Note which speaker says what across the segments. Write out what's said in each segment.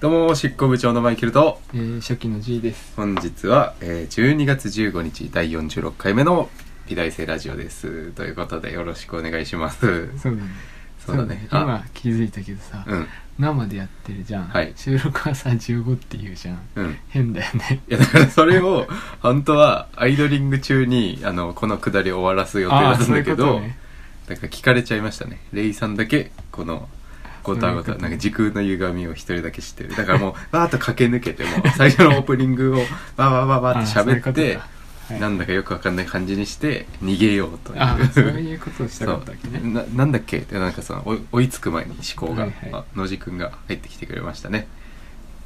Speaker 1: どうも執行部長のマイケルと
Speaker 2: えー、初期の G です。
Speaker 1: 本日は、えー、12月15日第46回目の美大生ラジオですということでよろしくお願いします
Speaker 2: そうだね。
Speaker 1: そうだねあ
Speaker 2: 今気づいたけどさ、
Speaker 1: うん
Speaker 2: 生でやってるじゃん、
Speaker 1: はい
Speaker 2: 収録はさ、15って言うじゃん。
Speaker 1: うん
Speaker 2: 変だよね。
Speaker 1: いやだからそれを本当はアイドリング中にあのこのくだりを終わらす予定だったんだけ
Speaker 2: あーそういう
Speaker 1: ど
Speaker 2: ことね
Speaker 1: だから聞かれちゃいましたねレイさんだけこのごたご
Speaker 2: そういうこと
Speaker 1: た
Speaker 2: ね
Speaker 1: なんか時空の歪みを一人だけ知ってるだからもうわーっと駆け抜けてもう最初のオープニングをわーわーわーわーって
Speaker 2: あーそういう
Speaker 1: 喋
Speaker 2: こ
Speaker 1: っ
Speaker 2: と
Speaker 1: て
Speaker 2: かはい
Speaker 1: なんだかよくわかんない感じにして逃げようという
Speaker 2: あーそういうことをしたかったわけ
Speaker 1: そう
Speaker 2: ね。
Speaker 1: ななんだっけってなんかその追い追いつく前に思考が、
Speaker 2: はいはい
Speaker 1: あ野地君が入ってきてくれましたね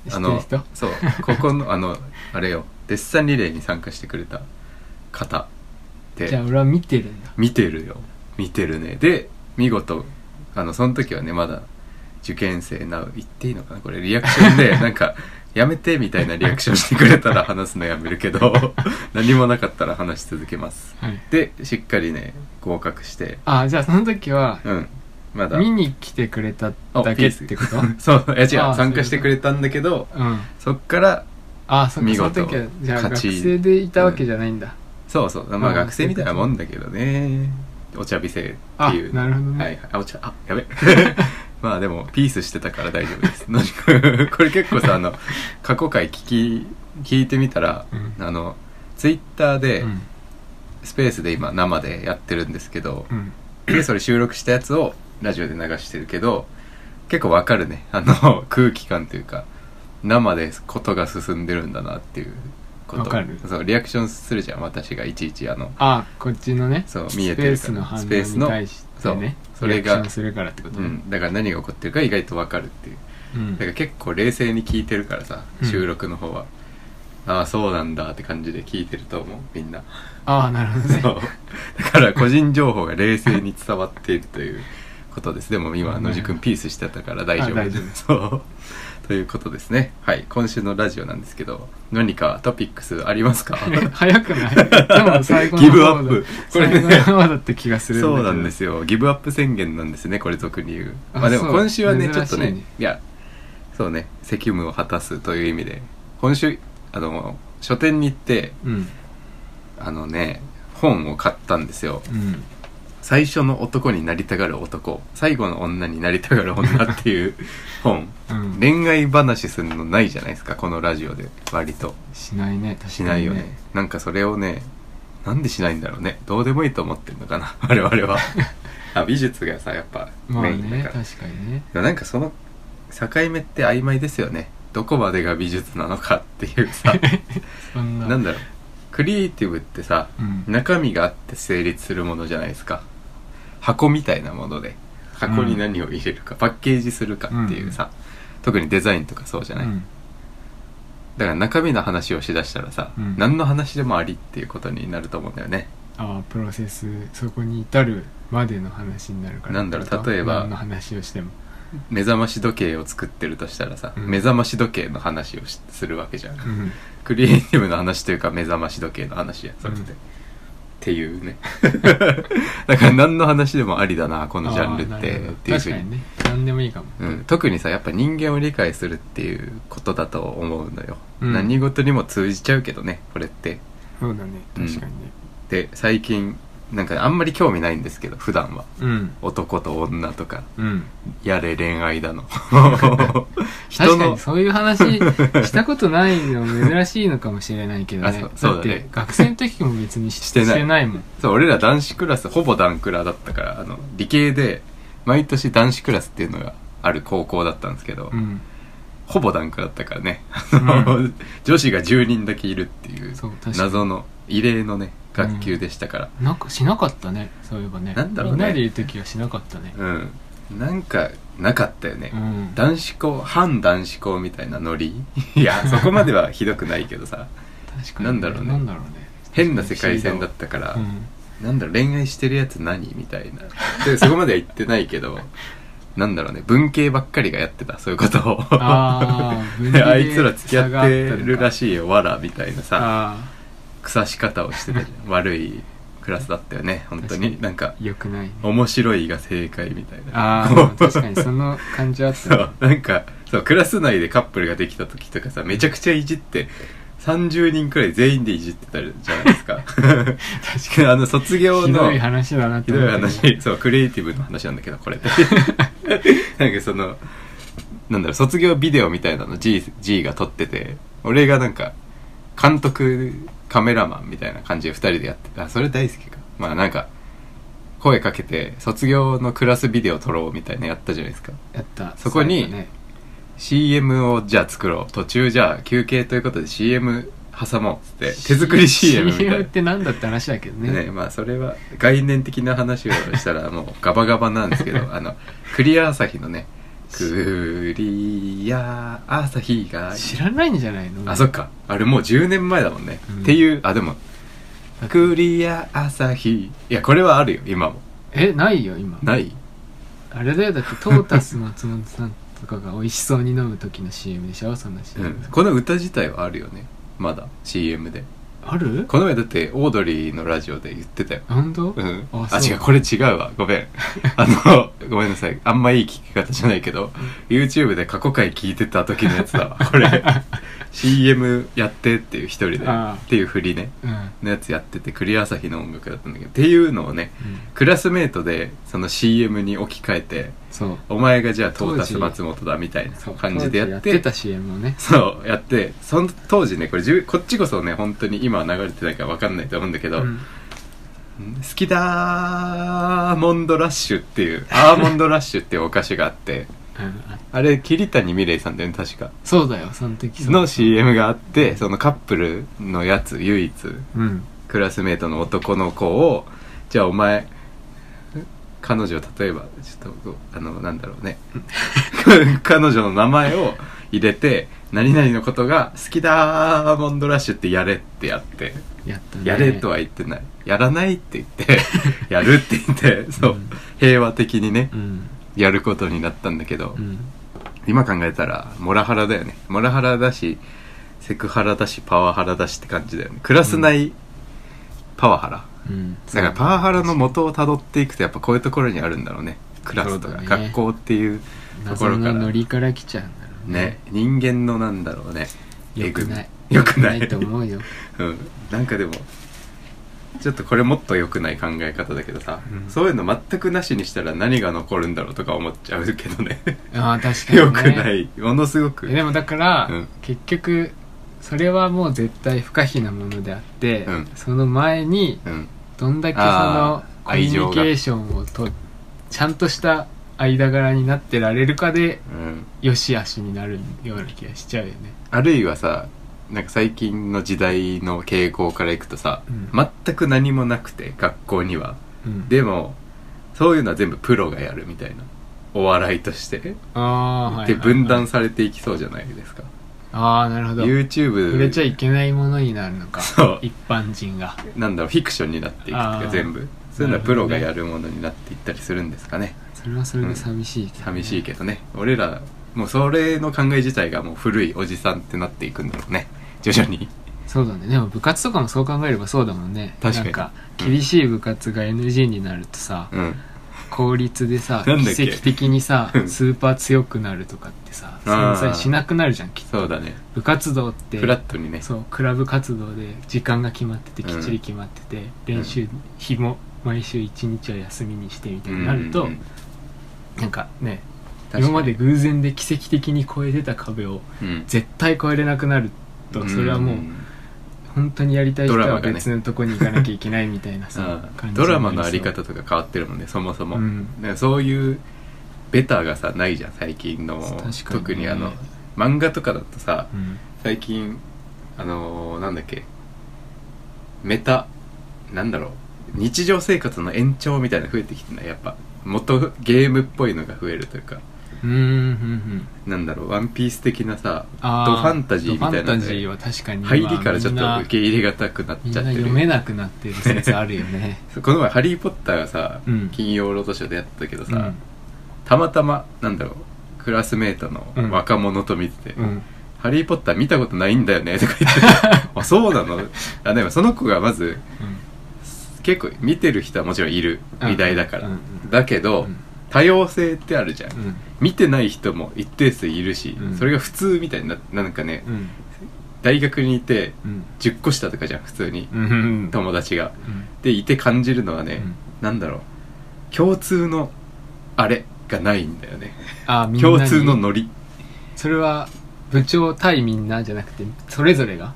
Speaker 2: 知
Speaker 1: あ
Speaker 2: ってる
Speaker 1: の
Speaker 2: 人
Speaker 1: そうここのあのあれよデッサンリレーに参加してくれた方で
Speaker 2: じゃあ俺は見てるんだ。
Speaker 1: 見てるよ見てるねで見事あのその時はねまだ受験生な言っていいのかなこれリアクショ ンでなんかやめてみたいなリアクションしてくれたら話すのやめるけ ど何もなかったら話し続けます
Speaker 2: はい。
Speaker 1: でしっかりね合格して
Speaker 2: あー、じゃあその時は、
Speaker 1: うんまだ
Speaker 2: 見に来てくれた
Speaker 1: お
Speaker 2: だけってことうん。
Speaker 1: そういや違う
Speaker 2: あー
Speaker 1: 参加してくれたんだけどそっから
Speaker 2: あー、そっか、
Speaker 1: 見
Speaker 2: その
Speaker 1: 事
Speaker 2: 時は、じゃあ
Speaker 1: 勝
Speaker 2: 学
Speaker 1: ち
Speaker 2: 生でいたわけじゃないんだ。
Speaker 1: そうそうまあ
Speaker 2: あー
Speaker 1: 学生みたいなもんだけどねお茶美生って
Speaker 2: あ
Speaker 1: いう、
Speaker 2: なるほどね
Speaker 1: はいはい、あお茶あやべ まあでもピースしてたから大丈夫 です のり君これ結構さあの過去回聞き聞いてみたら、
Speaker 2: うん
Speaker 1: あのツイッターで、
Speaker 2: うん。
Speaker 1: スペースで今生でやってるんですけど
Speaker 2: う、ん。
Speaker 1: でそれ収録したやつをラジオで流してるけど結構わかるねあの 空気感というか生でことが進んでるんだなっていうこと
Speaker 2: わかる
Speaker 1: そうリアクションするじゃん私がいちいちあの
Speaker 2: あー、こっちのね、
Speaker 1: そう見えてる
Speaker 2: ス
Speaker 1: か
Speaker 2: ペースの
Speaker 1: ら
Speaker 2: 反応
Speaker 1: ス
Speaker 2: に
Speaker 1: ペースの
Speaker 2: 対してね、
Speaker 1: そうそれが
Speaker 2: リアクションするからってこと
Speaker 1: う
Speaker 2: ね。
Speaker 1: ん、だから何が起こってるか意外とわかるっていう
Speaker 2: うん
Speaker 1: だから結構冷静に聞いてるからさ
Speaker 2: うん
Speaker 1: 収録の方は、ああそうなんだって感じで聞いてると思うみんな
Speaker 2: ああなるほど ね
Speaker 1: そうだから個人情報が冷静に伝わっているということですでも今野地君ピースしてたから大丈夫
Speaker 2: あ大丈 夫
Speaker 1: そうということですねはい今週のラジオなんですけど何かトピックスあり ますか
Speaker 2: 早くないでも最後の
Speaker 1: ギブアップこ
Speaker 2: こ
Speaker 1: れ
Speaker 2: れ
Speaker 1: ね
Speaker 2: ね最後の方だって気がするんだけ
Speaker 1: そ
Speaker 2: ど
Speaker 1: うなんですよギブアップ宣言なんですねこれ俗に言う
Speaker 2: あ
Speaker 1: まあでも
Speaker 2: そう
Speaker 1: 今週はねちょ
Speaker 2: 珍
Speaker 1: っ
Speaker 2: しい
Speaker 1: と
Speaker 2: ね
Speaker 1: ねいやそうね責務を果たすという意味で今週あの書店に行って
Speaker 2: うん
Speaker 1: あのね本を買ったんですよ
Speaker 2: うん
Speaker 1: 最初の男になりたがる男最後の女になりたがる女っていう 本
Speaker 2: うん
Speaker 1: 恋愛話するのないじゃないですかこのラジオで割と
Speaker 2: しないね確かに
Speaker 1: しないよねなんかそれをねなんでしないんだろうねどうでもいいと思ってんのかな 我々 はあ美術がさやっぱ
Speaker 2: まあ
Speaker 1: メイン
Speaker 2: ね
Speaker 1: だから、
Speaker 2: 確かにね
Speaker 1: なんかその境目って曖昧ですよねどこまでが美術なのかっていうさ
Speaker 2: そんな
Speaker 1: なんだろうクリエイティブってさ
Speaker 2: うん
Speaker 1: 中身があって成立するものじゃないですか箱みたいなもので箱に何を入れるか、パッケージするかっていうさ、特にデザインとかそうじゃない、
Speaker 2: うん
Speaker 1: だから中身の話をしだしたらさ、
Speaker 2: うん
Speaker 1: 何の話でもありっていうことになると思うんだよね
Speaker 2: ああプロセスそこに至るまでの話になるから
Speaker 1: なんだろう例えば
Speaker 2: 何の話をしても
Speaker 1: 目覚まし時計を作ってるとしたらさ、
Speaker 2: うん
Speaker 1: 目覚まし時計の話をしするわけじゃん、
Speaker 2: うん
Speaker 1: クリエイティブの話というか目覚まし時計の話やそれって、
Speaker 2: うん
Speaker 1: っていうね だから何の話でもありだなこのジャンル
Speaker 2: あ
Speaker 1: っ
Speaker 2: あな
Speaker 1: て
Speaker 2: るほど
Speaker 1: っていうふう
Speaker 2: 確か
Speaker 1: に
Speaker 2: にね何でもいいかも
Speaker 1: うん、特にさやっぱ人間を理解するっていうことだと思うのよ、
Speaker 2: うん
Speaker 1: 何事にも通じちゃうけどねこれって
Speaker 2: そうだね
Speaker 1: うん
Speaker 2: 確かにね
Speaker 1: で最近なんかあんまり興味ないんですけど普段は
Speaker 2: うん
Speaker 1: 男と女とか
Speaker 2: うん
Speaker 1: やれ恋愛だ の人
Speaker 2: 確か
Speaker 1: の
Speaker 2: にそうい う話したことないの珍しいのかもしれないけど
Speaker 1: あ
Speaker 2: ね
Speaker 1: そうそうだね
Speaker 2: って学生の時も別にし
Speaker 1: してない
Speaker 2: もん
Speaker 1: そう俺ら男子クラスほぼ男クラだったからあの理系で毎年男子クラスっていうのがある高校だったんですけど、
Speaker 2: うん
Speaker 1: ほぼ男クラだったからね、
Speaker 2: う
Speaker 1: 女子が10人だけいるっていう
Speaker 2: そう確かに
Speaker 1: 謎の異例のね学級でしたから、
Speaker 2: なんかしなかったねそういえばね
Speaker 1: なんだろうね
Speaker 2: みんなでいる時はしなかったね
Speaker 1: うん、なんかなかったよね、
Speaker 2: うん
Speaker 1: 男子校反男子校みたいなノリいや そこまではひどくないけどさ
Speaker 2: 確かに
Speaker 1: なんだろうね
Speaker 2: なんだろうね
Speaker 1: 変な世界線だったから、
Speaker 2: うん
Speaker 1: なんだろう恋愛してるやつ何みたいなでそこまでは言ってないけ どなんだろうね文系ばっかりがやってたそういうことを
Speaker 2: あー文系
Speaker 1: で
Speaker 2: で
Speaker 1: あいつら付き合ってるら
Speaker 2: い
Speaker 1: しいよわらみたいなさ
Speaker 2: あ
Speaker 1: 腐し方をしてたじ ゃん悪いクラスだったよね本当
Speaker 2: 確か
Speaker 1: に
Speaker 2: に
Speaker 1: なんか
Speaker 2: あよくないね
Speaker 1: 面白いが正解みたいな
Speaker 2: ああ確かにその感じはあっ
Speaker 1: そ
Speaker 2: たね
Speaker 1: うなんかそうクラス内でカップルができた時とかさめちゃくちゃいじって30人くらい全員でいじってたじゃない ですか確かにあの卒業
Speaker 2: ひ
Speaker 1: の
Speaker 2: どい話だなって
Speaker 1: ひど
Speaker 2: 思
Speaker 1: い
Speaker 2: った
Speaker 1: 話そうクリエイティブの話なんだけどこ れってなんかそのなんだろう卒業ビデオみたいなの G, G が撮ってて俺がなんか監督カメラマンみたいな感じで2人でやってあそれ大好きかまあなんか声かけて卒業のクラスビデオ撮ろうみたいなやったじゃないですか
Speaker 2: やった
Speaker 1: そこに
Speaker 2: そうだね
Speaker 1: CM をじゃあ作ろう途中じゃあ休憩ということで CM 挟もうっつって手作り CM みたい
Speaker 2: CM
Speaker 1: な
Speaker 2: ってなんだって話だけどね
Speaker 1: ねまあそれは概念的な話をしたらもうガバガバなんですけど あのクリア朝日のね「クリア朝日が」
Speaker 2: 知らないんじゃないの
Speaker 1: あそっかあれもう10年前だもんね、
Speaker 2: うん
Speaker 1: っていうあでも「クリア朝日」いやこれはあるよ今も
Speaker 2: えないよ今
Speaker 1: ない
Speaker 2: あれだよだってトータス松本さんとかが美味しそうに飲む時の CM でしょそんな CM、
Speaker 1: うんこの歌自体はあるよねまだ CM で
Speaker 2: ある
Speaker 1: この前だってオードリーのラジオで言ってたよ
Speaker 2: 本当、
Speaker 1: うん、
Speaker 2: あ
Speaker 1: あ
Speaker 2: そう
Speaker 1: 違うこれ違うわご めんあのごめんなさいあんまいい聞き方じゃないけど YouTube で過去回聞いてた時のやつ だわこれ CM やってっていう一人で
Speaker 2: ああ
Speaker 1: っていう振りね
Speaker 2: うん
Speaker 1: のやつやっててクリア朝日の音楽だったんだけどっていうのをねクラスメートでその CM に置き換えて
Speaker 2: そう
Speaker 1: お前がじゃあトータ
Speaker 2: 当
Speaker 1: ス
Speaker 2: 時
Speaker 1: 松本だみたいな
Speaker 2: そう
Speaker 1: 感じでやっ
Speaker 2: 当時
Speaker 1: て
Speaker 2: た CM をね
Speaker 1: そうやってその当時ねこれじゅうこっちこそね本当に今は流れてないから分かんないと思うんだけど、
Speaker 2: うん
Speaker 1: 好きだーモンドラッシュっていうアーモンドラッシュっていうお菓子があって
Speaker 2: うんあ
Speaker 1: あれ桐谷美玲さんだよね確か
Speaker 2: そうだよその時そう
Speaker 1: の CM があってそのカップルのやつ唯一
Speaker 2: うん
Speaker 1: クラスメートの男の子をじゃあお前彼女例えばちょっとあのなんだろ うね彼女の名前を入れて何々のことが好きだーモンドラッシュってやれってやって
Speaker 2: やったね
Speaker 1: やれとは言ってないやらないって言ってやるって言ってそう、
Speaker 2: うん
Speaker 1: 平和的にね
Speaker 2: うん
Speaker 1: やることになったんだけど、
Speaker 2: うん
Speaker 1: 今考えたらモラハラだよねモラハラだしセクハラだしパワハラだしって感じだよねクラス内パワハラ、
Speaker 2: うん
Speaker 1: だからパワハラの元をたどっていくとやっぱこういうところにあるんだろうねクラスと
Speaker 2: そう
Speaker 1: か、
Speaker 2: だね
Speaker 1: 学校っていうとこ
Speaker 2: 謎
Speaker 1: ろか
Speaker 2: の
Speaker 1: ら
Speaker 2: ノリから来ちゃうんだろう
Speaker 1: ね人間のなんだろうね
Speaker 2: よくない
Speaker 1: えぐみよくない
Speaker 2: と思うよ
Speaker 1: うん、なんかでもちょっとこれもっと良くない考え方だけどさ、
Speaker 2: うん
Speaker 1: そういうの全くなしにしたら何が残るんだろうとか思っちゃうけどね
Speaker 2: ああ確かに、ね、
Speaker 1: 良くないものすごく
Speaker 2: でもだから、
Speaker 1: うん
Speaker 2: 結局それはもう絶対不可避なものであって、
Speaker 1: うん
Speaker 2: その前に
Speaker 1: うん
Speaker 2: どんだけその
Speaker 1: あー
Speaker 2: コミュニケーションをとちゃんとした間柄になってられるかで
Speaker 1: うん
Speaker 2: よし悪しになるような気がしちゃうよね
Speaker 1: あるいはさなんか最近の時代の傾向からいくとさ、
Speaker 2: うん
Speaker 1: 全く何もなくて学校には
Speaker 2: うん
Speaker 1: でもそういうのは全部プロがやるみたいなお笑いとして
Speaker 2: あーはいはいはい
Speaker 1: で分断されていきそうじゃないですか、
Speaker 2: ああなるほど
Speaker 1: YouTube
Speaker 2: 触れちゃいけないものになるのか
Speaker 1: そう
Speaker 2: 一般人が
Speaker 1: なんだろうフィクションになっていくと
Speaker 2: あ
Speaker 1: か
Speaker 2: ー
Speaker 1: 全部そういうのは
Speaker 2: な
Speaker 1: プ
Speaker 2: る
Speaker 1: ロ
Speaker 2: ほどね
Speaker 1: がやるものになっていったりするんですかね
Speaker 2: それはそれで寂しいけどね、
Speaker 1: 寂しいけどね俺らもうそれの考え自体がもう古いおじさんってなっていくんだろうね徐々に
Speaker 2: そうだねでも部活とかもそう考えればそうだもんね
Speaker 1: 確かに
Speaker 2: なんか
Speaker 1: うん
Speaker 2: 厳しい部活が NG になるとさ、
Speaker 1: うん
Speaker 2: 効率でさ
Speaker 1: なんだっけ
Speaker 2: 奇跡的にさ
Speaker 1: うん
Speaker 2: スーパー強くなるとかってさ
Speaker 1: あ
Speaker 2: 存
Speaker 1: ー
Speaker 2: 在しなくなるじゃんきっと
Speaker 1: そうだね
Speaker 2: 部活動って
Speaker 1: フラットにね
Speaker 2: そうクラブ活動で時間が決まってて
Speaker 1: う
Speaker 2: き
Speaker 1: ん
Speaker 2: っちり決まってて、練習日も毎週1日を休みにしてみたいになると、
Speaker 1: うんうんうん
Speaker 2: なんかね
Speaker 1: 確かに
Speaker 2: 今まで偶然で奇跡的に越えてた壁を
Speaker 1: うん
Speaker 2: 絶対越えれなくなるとそれはもう本当にやりたい人
Speaker 1: ドラ
Speaker 2: は
Speaker 1: マがね
Speaker 2: 別のとこに行かなきゃいけないみたいなさ、
Speaker 1: あ
Speaker 2: 感
Speaker 1: ー
Speaker 2: じ
Speaker 1: ド
Speaker 2: にな
Speaker 1: ラ
Speaker 2: り
Speaker 1: マの
Speaker 2: そ
Speaker 1: あ
Speaker 2: う
Speaker 1: り方とか変わってるもんねそもそも、
Speaker 2: うん
Speaker 1: ねそういうベターがさないじゃん最近の
Speaker 2: 確かにね
Speaker 1: 特にあの漫画とかだとさ
Speaker 2: うん
Speaker 1: 最近あのーなんだっけメタなんだろう日常生活の延長みたいなの増えてきてないやっぱ元ゲームっぽいのが増えるというか
Speaker 2: うーんうんうん
Speaker 1: なんだろうワンピース的なさドフ
Speaker 2: あー
Speaker 1: ァンタジーみたいな
Speaker 2: ドファン
Speaker 1: の
Speaker 2: タジー
Speaker 1: で
Speaker 2: は確かに
Speaker 1: 入りからちょっ
Speaker 2: みん
Speaker 1: と
Speaker 2: な
Speaker 1: 受け入れがたくなっ
Speaker 2: みん
Speaker 1: ちゃ
Speaker 2: な
Speaker 1: ってる
Speaker 2: 読めなくなってる説あるよね
Speaker 1: この前「ハリー・ポッター」がさ、
Speaker 2: うん
Speaker 1: 金曜ロードショーでやってたけどさ、
Speaker 2: うん
Speaker 1: たまたまなんだろうクラスメートの若者と見てて「
Speaker 2: うん
Speaker 1: ハリー・ポッター見たことないんだよね」とか言 っててあそうなのあでもその子がまず結構見てる人はもちろんいる
Speaker 2: うん
Speaker 1: 美大だから、
Speaker 2: うんうん
Speaker 1: だけど、
Speaker 2: うん
Speaker 1: 多様性ってあるじゃん、
Speaker 2: うん
Speaker 1: 見てない人も一定数いるし、
Speaker 2: うん
Speaker 1: それが普通みたいにななんかね、
Speaker 2: うん
Speaker 1: 大学にいて
Speaker 2: うん
Speaker 1: 10個下とかじゃん普通に、
Speaker 2: うん
Speaker 1: 友達が
Speaker 2: うん
Speaker 1: でいて感じるのはね、
Speaker 2: うん
Speaker 1: なんだろう共通のあれがないんだよね
Speaker 2: あみんなに
Speaker 1: 共通のノリ
Speaker 2: それは部長対みんなじゃなくてそれぞれが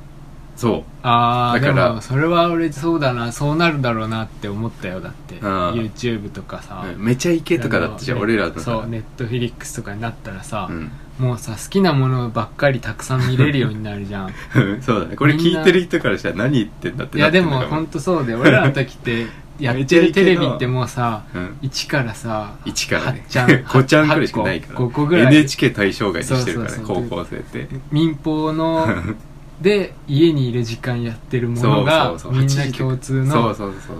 Speaker 1: そ
Speaker 2: あ
Speaker 1: だ
Speaker 2: あで
Speaker 1: から
Speaker 2: もそれは俺そうだなそうなるだろうなって思ったよだって
Speaker 1: あー
Speaker 2: YouTube とかさ
Speaker 1: う、うんめちゃイケとかだったじゃん
Speaker 2: あの
Speaker 1: 俺らの
Speaker 2: そう
Speaker 1: さ、
Speaker 2: ネットフィリックスとかになったらさ、
Speaker 1: うん、
Speaker 2: もうさ好きなものばっかりたくさん見れるようになるじゃん
Speaker 1: そうだねこれ
Speaker 2: みん
Speaker 1: 聞
Speaker 2: ない
Speaker 1: てる人からしたら何言ってんだって
Speaker 2: い
Speaker 1: な
Speaker 2: や
Speaker 1: って
Speaker 2: で
Speaker 1: んの
Speaker 2: も
Speaker 1: か
Speaker 2: ほんとそうで俺らの時ってやってるテレビってもう さ
Speaker 1: うん
Speaker 2: 1からさ
Speaker 1: 1からね
Speaker 2: 8ちゃん
Speaker 1: 5ちゃんくらいしかないから
Speaker 2: 5個ぐらい
Speaker 1: NHK 対象外にしてるからね
Speaker 2: そうそうそう
Speaker 1: 高校生って
Speaker 2: 民放の で家にいる時間やってるもの
Speaker 1: そう
Speaker 2: が
Speaker 1: そうそう
Speaker 2: みんな
Speaker 1: 8
Speaker 2: 共通
Speaker 1: そう
Speaker 2: の
Speaker 1: そうそう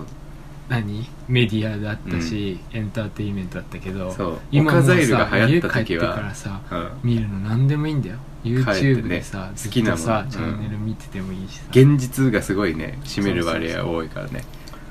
Speaker 2: 何メディアだったし、エンターテインメントだったけど
Speaker 1: そう
Speaker 2: 今も
Speaker 1: オ
Speaker 2: う
Speaker 1: カ
Speaker 2: さ
Speaker 1: ザイルが流行
Speaker 2: 家
Speaker 1: った
Speaker 2: 帰っ
Speaker 1: 時
Speaker 2: て
Speaker 1: は
Speaker 2: からさ
Speaker 1: うん
Speaker 2: 見るの何でもいいんだよ
Speaker 1: 帰って
Speaker 2: YouTube
Speaker 1: ね
Speaker 2: でさ、ず
Speaker 1: 好
Speaker 2: っ
Speaker 1: きなも
Speaker 2: と
Speaker 1: の
Speaker 2: さ
Speaker 1: うん
Speaker 2: チャンネル見ててもいいしさ
Speaker 1: 現実がすごいね占める割合多いからね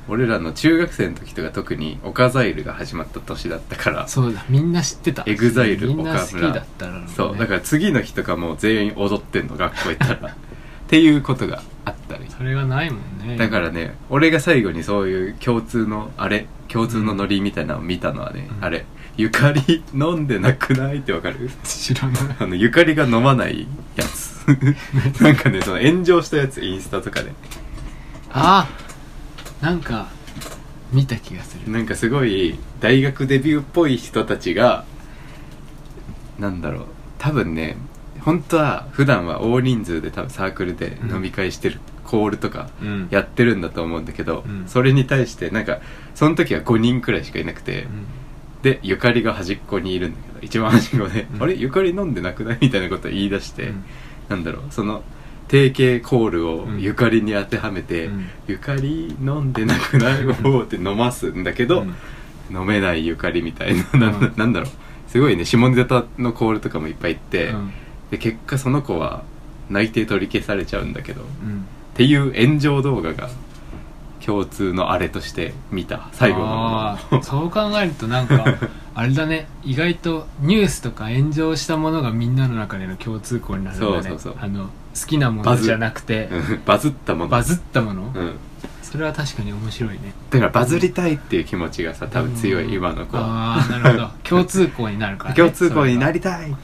Speaker 1: 俺らの中学生の時とか特にオカザイルが始まった年だったから
Speaker 2: そうだみんな知ってた
Speaker 1: エグザイル
Speaker 2: みんな好き
Speaker 1: 岡村
Speaker 2: だったら、ね、
Speaker 1: そうだから次の日とかもう全員踊ってんの学校行ったらっていうことがあったり
Speaker 2: それがないもんね
Speaker 1: だからね俺が最後にそういう共通のあれ共通のノリみたいなのを見たのはね、
Speaker 2: うん
Speaker 1: あれゆかり飲んでなくないってわかる
Speaker 2: 知らない
Speaker 1: あのゆかりが飲まないやつ なんかねその炎上したやつインスタとかで
Speaker 2: あなんか見た気がする
Speaker 1: なんかすごい大学デビューっぽい人たちがなんだろう多分ね本当は普段は大人数で多分サークルで飲み会してる、コールとか
Speaker 2: うん
Speaker 1: やってるんだと思うんだけど、
Speaker 2: うん
Speaker 1: それに対してなんかその時は5人くらいしかいなくて、
Speaker 2: うん
Speaker 1: でゆかりが端っこにいるんだけど一番端っこで「
Speaker 2: うん
Speaker 1: あれゆかり飲んでなくない?」みたいなことを言い出して、
Speaker 2: うん
Speaker 1: なんだろうその定型コールを
Speaker 2: うん
Speaker 1: ゆかりに当てはめて「
Speaker 2: うん
Speaker 1: ゆかり飲んでなくない方」って飲ますんだけど、
Speaker 2: うん
Speaker 1: 飲めないゆかりみたいな なんだ
Speaker 2: うん
Speaker 1: なんだろうすごいね下ネタのコールとかもいっぱい行って、
Speaker 2: うん
Speaker 1: で結果その子は内定取り消されちゃうんだけど、
Speaker 2: うん
Speaker 1: っていう炎上動画が共通のあれとして見た最後の
Speaker 2: あ
Speaker 1: も
Speaker 2: ーそう考えるとな んかあれだね意外とニュースとか炎上したものがみんなの中での共通項になるんだね
Speaker 1: そうそうそう
Speaker 2: あの好きなものじゃなくて
Speaker 1: のうんバズったもの
Speaker 2: バズったもの、
Speaker 1: うん、
Speaker 2: それは確かに面白いね
Speaker 1: だからバズりたいっていう気持ちがさ多分強
Speaker 2: う
Speaker 1: い
Speaker 2: ん
Speaker 1: 今の子は
Speaker 2: ああな るほど共通項になるから、ね、
Speaker 1: 共通項にな
Speaker 2: り
Speaker 1: りたい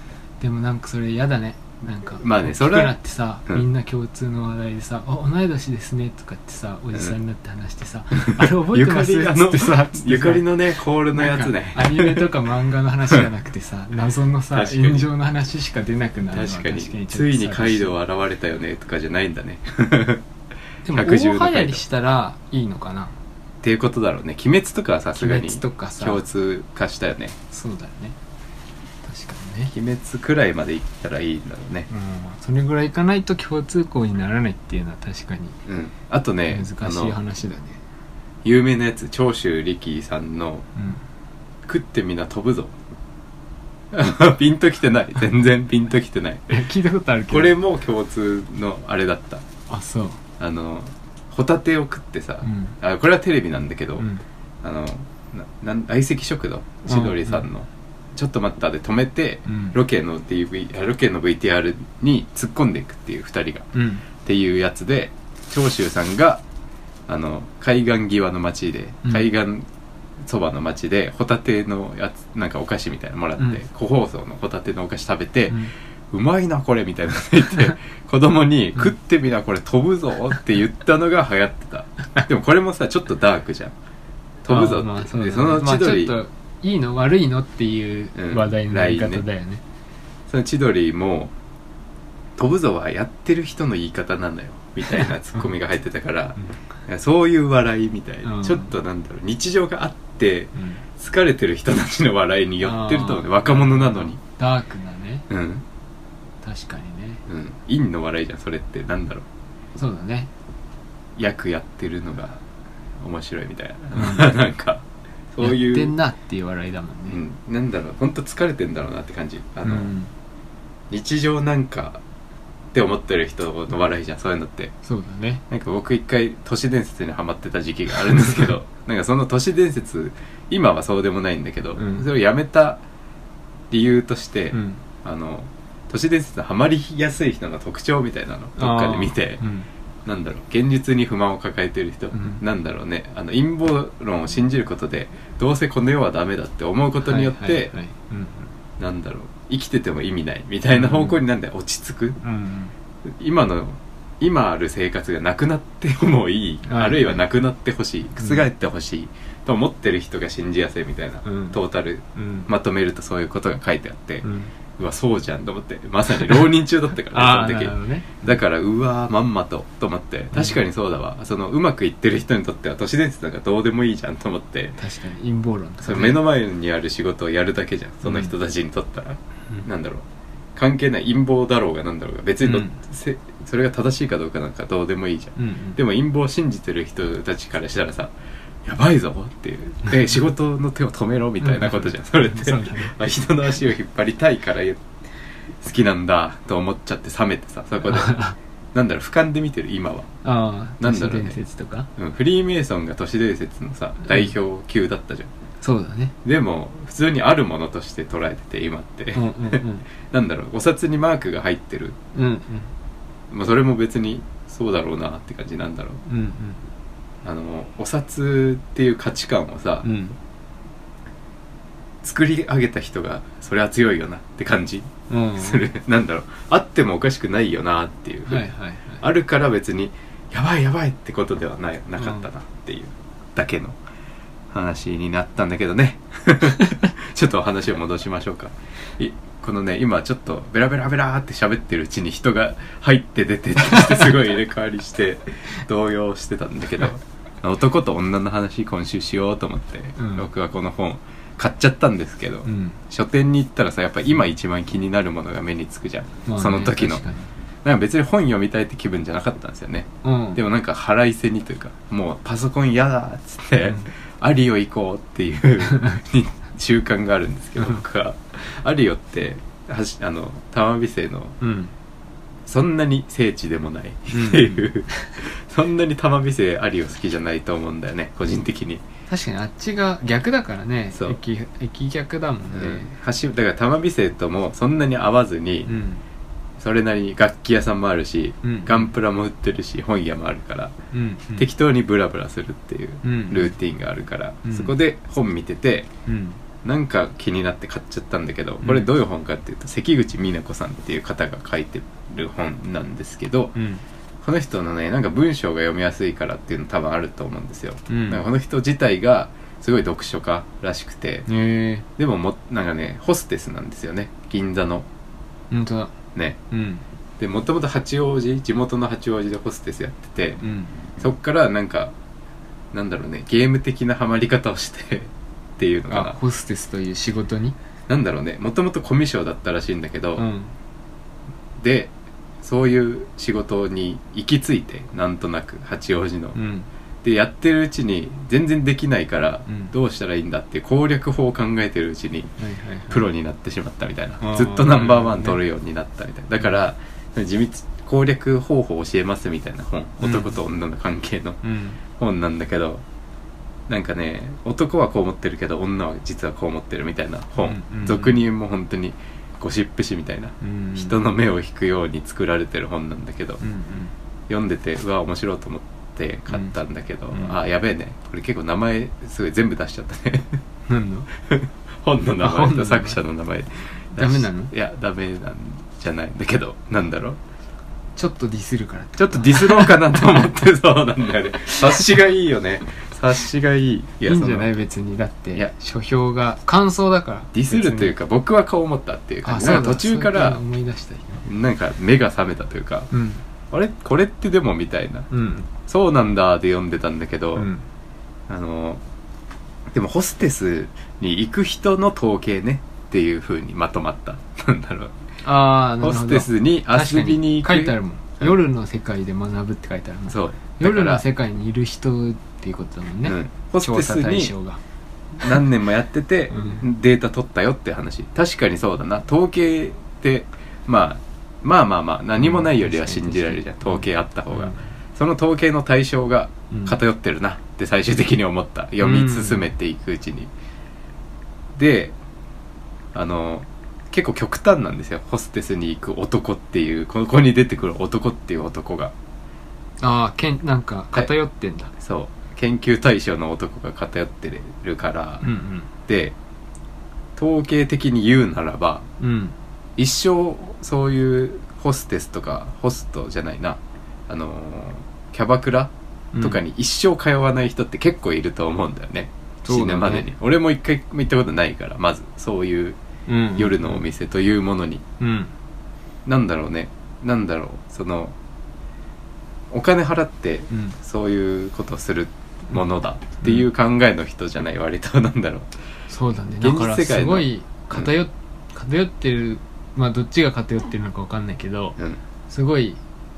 Speaker 2: でもなんかそれ嫌だねなんか
Speaker 1: まあねそれは
Speaker 2: 大きくなってさ、
Speaker 1: うん
Speaker 2: みんな共通の話題でさ「あ同い年ですね」とかってさおじさんになって話してさ「あれ覚 え
Speaker 1: ゆ
Speaker 2: て
Speaker 1: か
Speaker 2: ます?」
Speaker 1: り
Speaker 2: っ
Speaker 1: あ
Speaker 2: つ
Speaker 1: の
Speaker 2: ってさつってさ
Speaker 1: ゆかりのねコールのやつね
Speaker 2: なんかアニメとか漫画の話じゃなく てさ謎のさ
Speaker 1: 確かに
Speaker 2: 炎上の話しか出なくなるのは
Speaker 1: 確かに
Speaker 2: ちょ
Speaker 1: つ
Speaker 2: っと
Speaker 1: い
Speaker 2: さ
Speaker 1: にカイドウ現れたよねとかじゃないんだね
Speaker 2: でも
Speaker 1: 110の
Speaker 2: 大流行りしたらいいのかな
Speaker 1: っていうことだろうね鬼滅とかはさすが
Speaker 2: 鬼
Speaker 1: に
Speaker 2: 滅とかさ
Speaker 1: 共通化したよね
Speaker 2: そうだよね確かにね
Speaker 1: 鬼滅くらいまでいったらいいんだろうね
Speaker 2: うんそれぐらいいかないと共通項にならないっていうのは確かに
Speaker 1: うんあとね
Speaker 2: 難
Speaker 1: あ
Speaker 2: しい
Speaker 1: の
Speaker 2: 話だね、
Speaker 1: 有名なやつ長州力さんの
Speaker 2: うん
Speaker 1: 「食ってみな飛ぶぞ」 ピンときてない全然ピンときてない
Speaker 2: いや聞いたことあるけど
Speaker 1: これも共通のあれだった
Speaker 2: あそう
Speaker 1: あのホタテを食ってさ、
Speaker 2: うん
Speaker 1: あこれはテレビなんだけど、
Speaker 2: うん
Speaker 1: あのななん相席食堂千鳥さんの、ちょっと待った」で止めて、
Speaker 2: うん
Speaker 1: ロケの DV あロケの VTR に突っ込んでいくっていう2人がっ
Speaker 2: うん
Speaker 1: ていうやつで長州さんがあの海岸際の町で、
Speaker 2: うん
Speaker 1: 海岸そばの町でホタテのやつなんかお菓子みたいなのもらって、
Speaker 2: うん
Speaker 1: 個包装のホタテのお菓子食べて、
Speaker 2: うん
Speaker 1: うまいなこれみたいなこと言 って子供に「食ってみなこれ飛ぶぞ」って言ったのが流行ってたでもこれもさちょっとダークじゃん飛ぶぞって、
Speaker 2: あまあそうだね
Speaker 1: でその
Speaker 2: まあ
Speaker 1: 千鳥、
Speaker 2: ちょっといいの悪いのっていう
Speaker 1: うん
Speaker 2: 話題の言い方だよ
Speaker 1: ラ
Speaker 2: ね
Speaker 1: その千鳥も「飛ぶぞ」はやってる人の言い方なんだよみたいなツッコミが入ってた からそういう笑いみたいな、
Speaker 2: うん
Speaker 1: ちょっとなんだろう日常があって
Speaker 2: うんうん
Speaker 1: 疲れてる人たちの笑いに寄ってると思うね若者なのに
Speaker 2: ダークなね
Speaker 1: うん
Speaker 2: 確かにね
Speaker 1: うん陰の笑いじゃんそれってなんだろう
Speaker 2: そうだね
Speaker 1: 役やってるのが面白いみたいな、
Speaker 2: う
Speaker 1: なんかそうい
Speaker 2: やって
Speaker 1: う、
Speaker 2: んなっていう笑いだもん
Speaker 1: う
Speaker 2: ね
Speaker 1: ん、なんだろうほんと疲れてんだろうなって感じあ
Speaker 2: あ
Speaker 1: の、日常なんかって思ってる人の笑いじゃんそういうのって
Speaker 2: そうだね
Speaker 1: なんか僕一回都市伝説にハマってた時期があるんですけ どなんかその都市伝説今はそうでもないんだけど、
Speaker 2: うん
Speaker 1: それをやめた理由として、
Speaker 2: うん
Speaker 1: あの都市伝説のハマりやすい人の特徴みたいなのどっかで見て
Speaker 2: あーうん
Speaker 1: なんだろう現実に不満を抱えてる人、
Speaker 2: うん
Speaker 1: なんだろうねあの陰謀論を信じることでどうせこの世はダメだって思うことによって、
Speaker 2: はいはいはいうん
Speaker 1: なんだろう生きてても意味ないみたいな方向になんだよ落ち着く、
Speaker 2: うん
Speaker 1: 今の今ある生活がなくなってもいい、
Speaker 2: はい
Speaker 1: あるいはなくなってほしい覆ってほしい、と思ってる人が信じやすいみたいな、
Speaker 2: うん
Speaker 1: トータル
Speaker 2: うん
Speaker 1: まとめるとそういうことが書いてあって、
Speaker 2: う
Speaker 1: うんわそうじゃんと思ってまさに浪人中だったから
Speaker 2: ああ
Speaker 1: ね
Speaker 2: な
Speaker 1: その
Speaker 2: るほ
Speaker 1: 時
Speaker 2: どね
Speaker 1: だからうわーまんまとと思って確かにそうだわ、そのうまくいってる人にとっては都市伝説なんかどうでもいいじゃんと思って
Speaker 2: 確かに陰謀論とか
Speaker 1: そ
Speaker 2: ね
Speaker 1: の目の前にある仕事をやるだけじゃんその人たちにとったら、
Speaker 2: うん
Speaker 1: なんだろう関係ない陰謀だろうがなんだろうが別にど、
Speaker 2: うん
Speaker 1: せそれが正しいかどうかなんかどうでもいいじゃん、
Speaker 2: うんうん
Speaker 1: でも陰謀を信じてる人たちからしたらさやばいぞっていう で仕事の手を止めろみたいなことじゃん、
Speaker 2: うん
Speaker 1: それって、
Speaker 2: そう だね
Speaker 1: あ人の足を引っ張りたいから好きなんだと思っちゃって冷めてさそ こでなんだろう俯瞰で見てる今は、
Speaker 2: ああ
Speaker 1: なんだろうね
Speaker 2: 都市伝説とか
Speaker 1: うん、フリーメイソンが都市伝説のさ代表級だったじゃん、
Speaker 2: そうだね
Speaker 1: でも普通にあるものとして捉えてて今って、
Speaker 2: うんうんうん
Speaker 1: なんだろうお札にマークが入ってる、
Speaker 2: うんうん
Speaker 1: まあ、それも別にそうだろうなって感じなんだろう
Speaker 2: うん
Speaker 1: あのお札っていう価値観をさ、
Speaker 2: うんうん
Speaker 1: 作り上げた人がそれは強いよなって感じ
Speaker 2: うん
Speaker 1: する、なんだろうあってもおかしくないよなっていう、
Speaker 2: はいはいはい
Speaker 1: あるから別にやばいやばいってことではないなかったなっていうだけの話になったんだけど ねちょっとお話を戻しましょうかいこのね今ちょっとベラベラベラーって喋ってるうちに人が入って出てってしてすごい入れ替わりして動揺してたんだけ ど男と女の話今週しようと思って、
Speaker 2: うん
Speaker 1: 僕はこの本買っちゃったんですけど、
Speaker 2: うん
Speaker 1: 書店に行ったらさやっぱ今一番気になるものが目につくじゃん、
Speaker 2: まあね
Speaker 1: その時の
Speaker 2: 確かに
Speaker 1: なんか別に本読みたいって気分じゃなかったんですよね
Speaker 2: うん
Speaker 1: でもなんか腹いせにというかもうパソコン嫌だっつって、
Speaker 2: うん
Speaker 1: アリオ行こうっていうに習慣があるんですけど
Speaker 2: うん
Speaker 1: 僕はアリオってはしあの玉美生の
Speaker 2: うん
Speaker 1: そんなに聖地でもないっていう、そんなに玉美生アリオ好きじゃないと思うんだよね個人的に、
Speaker 2: 確かにあっちが逆だからね
Speaker 1: そう
Speaker 2: 駅駅逆だもん
Speaker 1: で
Speaker 2: ね
Speaker 1: 橋だから玉美生ともそんなに合わずに、
Speaker 2: うん
Speaker 1: それなりに楽器屋さんもあるし、
Speaker 2: うん
Speaker 1: ガンプラも売ってるし本屋もあるから
Speaker 2: うんうん
Speaker 1: 適当にブラブラするっていう
Speaker 2: うん
Speaker 1: ルーティンがあるから、
Speaker 2: うん
Speaker 1: そこで本見てて
Speaker 2: うん
Speaker 1: なんか気になって買っちゃったんだけどこれどういう本かっていうと、関口美奈子さんっていう方が書いてる本なんですけど、
Speaker 2: うん
Speaker 1: この人のねなんか文章が読みやすいからっていうの多分あると思うんですよ、
Speaker 2: うん
Speaker 1: なんかこの人自体がすごい読書家らしくて
Speaker 2: へえ
Speaker 1: でももなんかねホステスなんですよね銀座の
Speaker 2: ほんとだ
Speaker 1: ね
Speaker 2: うん
Speaker 1: でもともと八王子地元の八王子でホステスやってて、
Speaker 2: うん
Speaker 1: そっからなんかなんだろうねゲーム的なハマり方をしてっていうのか
Speaker 2: あ
Speaker 1: な
Speaker 2: ホステスという仕事に
Speaker 1: なんだろうねもともとコミュ障だったらしいんだけど、
Speaker 2: うん
Speaker 1: でそういう仕事に行き着いてなんとなく八王子の、
Speaker 2: うん
Speaker 1: でやってるうちに全然できないから、
Speaker 2: うん
Speaker 1: どうしたらいいんだって攻略法を考えてるうちに
Speaker 2: はいはいはい
Speaker 1: プロになってしまったみたいな、
Speaker 2: うん
Speaker 1: ずっとナンバーワン取るようになったみたいな、だから地道攻略方法を教えますみたいな本
Speaker 2: うん
Speaker 1: 男と女の関係の、
Speaker 2: うん
Speaker 1: 本なんだけどなんかね男はこう思ってるけど女は実はこう思ってるみたいな本、
Speaker 2: うんうんうん
Speaker 1: 俗に言うもう本当にゴシップ誌みたいな、
Speaker 2: うん
Speaker 1: 人の目を引くように作られてる本なんだけど、
Speaker 2: うんうん
Speaker 1: 読んでてうわ面白いと思って買ったんだけど、
Speaker 2: うん
Speaker 1: あやべえねこれ結構名前すごい全部出しちゃったね
Speaker 2: 何の
Speaker 1: 本の名
Speaker 2: あ本
Speaker 1: 前
Speaker 2: の名
Speaker 1: と
Speaker 2: 前
Speaker 1: 作者の名前出し
Speaker 2: ダメなの
Speaker 1: いやダメなんじゃないんだけどなんだろう
Speaker 2: ちょっとディスるからって
Speaker 1: ちょっとディスろうかなと思って そうなんだよね冊子がいいよね冊子がいい
Speaker 2: いいんじゃ
Speaker 1: そ
Speaker 2: ない
Speaker 1: の
Speaker 2: 別にだっ
Speaker 1: い
Speaker 2: て
Speaker 1: や
Speaker 2: 書評が感想だから
Speaker 1: ディスるというか僕はこう思ったっていう
Speaker 2: 別に
Speaker 1: 感
Speaker 2: あ
Speaker 1: じな
Speaker 2: そうだ
Speaker 1: んか途中か
Speaker 2: そうだ
Speaker 1: ら
Speaker 2: 思い出した今
Speaker 1: なんか目が覚めたというか、
Speaker 2: うん
Speaker 1: あれこれってでもみたいな
Speaker 2: うん
Speaker 1: そうなんだで読んでたんだけど、
Speaker 2: うん
Speaker 1: あのでもホステスに行く人の統計ねっていう風にまとまったなんだろ
Speaker 2: ああ
Speaker 1: う
Speaker 2: なるほ
Speaker 1: ホ
Speaker 2: ど
Speaker 1: ステスに遊びに行く
Speaker 2: 確か書いてあるもん、
Speaker 1: うん
Speaker 2: 夜の世界で学ぶって書いてあるもん
Speaker 1: そうだか
Speaker 2: 夜
Speaker 1: ら
Speaker 2: の世界にいる人っていうことだもんね、
Speaker 1: うんホス
Speaker 2: 調
Speaker 1: テ
Speaker 2: 査
Speaker 1: ス
Speaker 2: 対
Speaker 1: に
Speaker 2: 象が
Speaker 1: 何年もやってて、
Speaker 2: う
Speaker 1: データ取ったよって話確かにそうだな統計ってまあまあまあまあ何もないよりは信じられるじゃん統計あった方が、その統計の対象が
Speaker 2: うん
Speaker 1: 偏ってるなって最終的に思った読み進めていくうちに、であの結構極端なんですよホステスに行く男っていうここに出てくる男っていう男が
Speaker 2: ああけんなんか偏ってんだ、
Speaker 1: そう研究対象の男が偏ってるから、
Speaker 2: うん
Speaker 1: で統計的に言うならば
Speaker 2: うんうん
Speaker 1: 一生そういうホステスとかホストじゃないなあのーキャバクラとかに一生通わない人って結構いると思うんだよね、
Speaker 2: そうだ
Speaker 1: 死
Speaker 2: ね
Speaker 1: ぬまでに俺も一回も行ったことないからまずそういう
Speaker 2: うん
Speaker 1: 夜のお店というものに、
Speaker 2: うん
Speaker 1: なんだろうねなんだろうそのお金払って
Speaker 2: うん
Speaker 1: そういうことするものだっていう考えの人じゃない割となんだろう
Speaker 2: そうだね
Speaker 1: 現実
Speaker 2: だから
Speaker 1: 世界の
Speaker 2: すごい偏っ偏ってるまあどっちが偏ってるのかわかんないけど
Speaker 1: うん
Speaker 2: すごい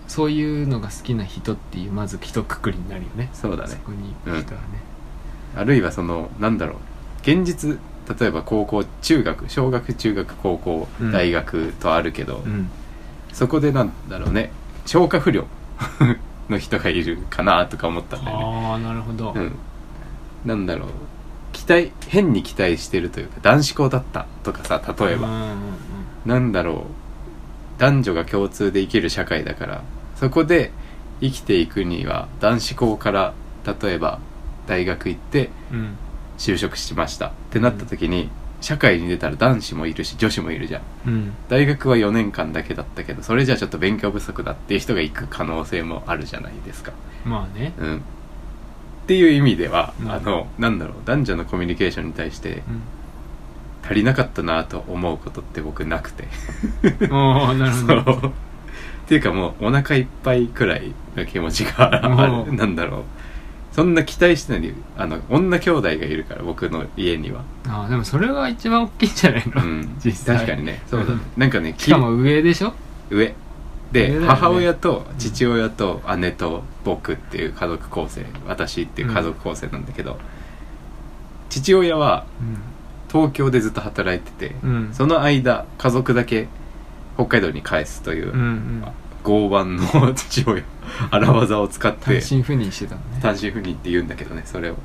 Speaker 2: そういうのが好きな人っていうまず一括りになるよね
Speaker 1: そうだね
Speaker 2: そこに行く人はね
Speaker 1: あるいはそのなんだろう現実例えば高校中学小学中学高校
Speaker 2: うん
Speaker 1: 大学とあるけど、
Speaker 2: うん
Speaker 1: そこでなんだろうね消化不良 の人がいるかなとか思ったんだよね、
Speaker 2: ああなるほど
Speaker 1: うん、なんだろう期待変に期待してるというか男子校だったとかさ例えば、
Speaker 2: うんうん
Speaker 1: なんだろう男女が共通で生きる社会だからそこで生きていくには男子校から例えば大学行って
Speaker 2: うんうん
Speaker 1: 就職しましたってなった時に、社会に出たら男子もいるし女子もいるじゃん
Speaker 2: うん
Speaker 1: 大学は4年間だけだったけどそれじゃちょっと勉強不足だっていう人が行く可能性もあるじゃないですか
Speaker 2: まあね
Speaker 1: うんっていう意味では、
Speaker 2: うん
Speaker 1: あのなんだろう男女のコミュニケーションに対して
Speaker 2: う
Speaker 1: 足りなかったなと思うことって僕なくて
Speaker 2: んおーなるほ ど
Speaker 1: そうっていうかもうお腹いっぱいくらいの気持ちがあ
Speaker 2: お
Speaker 1: る
Speaker 2: う
Speaker 1: なんだろうそんな期待してないのにあの女兄弟がいるから僕の家には
Speaker 2: ああでもそれが一番大きいんじゃないうの、
Speaker 1: ん
Speaker 2: 実際
Speaker 1: 確かにねそうだね
Speaker 2: うん
Speaker 1: なんかね
Speaker 2: しかも上でしょ
Speaker 1: き上で
Speaker 2: 上だよね
Speaker 1: 母親と父親と姉と僕っていう家族構成私っていう家族構成なんだけど、父親は東京でずっと働いてて、
Speaker 2: うん
Speaker 1: その間家族だけ北海道に返すという、
Speaker 2: うんうん
Speaker 1: 傲慢の 父親荒技を使って
Speaker 2: 単身赴任してたのね
Speaker 1: 単身赴任って言うんだけどねそれを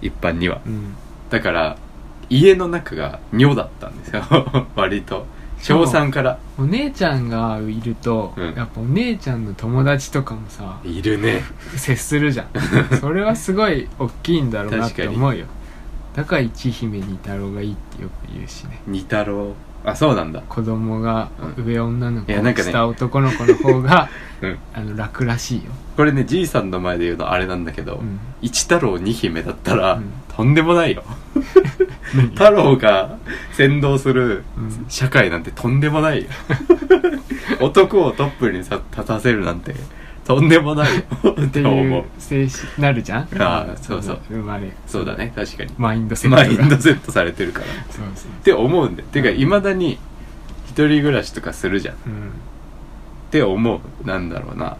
Speaker 1: 一般には
Speaker 2: うん
Speaker 1: だから家の中が女だったんですよ 割と小3から
Speaker 2: お姉ちゃんがいると、
Speaker 1: うん
Speaker 2: やっぱお姉ちゃんの友達とかもさ
Speaker 1: いるね
Speaker 2: 接するじゃん それはすごい大きいんだろうなって
Speaker 1: 確かに
Speaker 2: 思うよだから一姫二太郎がいいってよく言うしね
Speaker 1: 二太郎あそうなんだ
Speaker 2: 子供が
Speaker 1: うん
Speaker 2: 上女の子、
Speaker 1: いやなんかね
Speaker 2: 下男の子の方が、
Speaker 1: うん
Speaker 2: あの楽らしいよ、
Speaker 1: これねじいさんの前で言うのあれなんだけど、
Speaker 2: うん
Speaker 1: 一太郎二姫だったら、
Speaker 2: うん
Speaker 1: とんでもないよ太郎が先導する
Speaker 2: うん
Speaker 1: 社会なんてとんでもないよ 男をトップにさ立たせるなんてとんでもないよっ
Speaker 2: っ
Speaker 1: て
Speaker 2: てい
Speaker 1: 思
Speaker 2: う
Speaker 1: う
Speaker 2: 精神なるじゃん
Speaker 1: ああそうそう
Speaker 2: 生まれ
Speaker 1: そうだね確かに
Speaker 2: マインドセット
Speaker 1: マ
Speaker 2: が
Speaker 1: インドセットされてるからっ
Speaker 2: そうそう
Speaker 1: て思うんでてかいまだに一人暮らしとかするじゃんっ
Speaker 2: うん
Speaker 1: て思うなんだろうな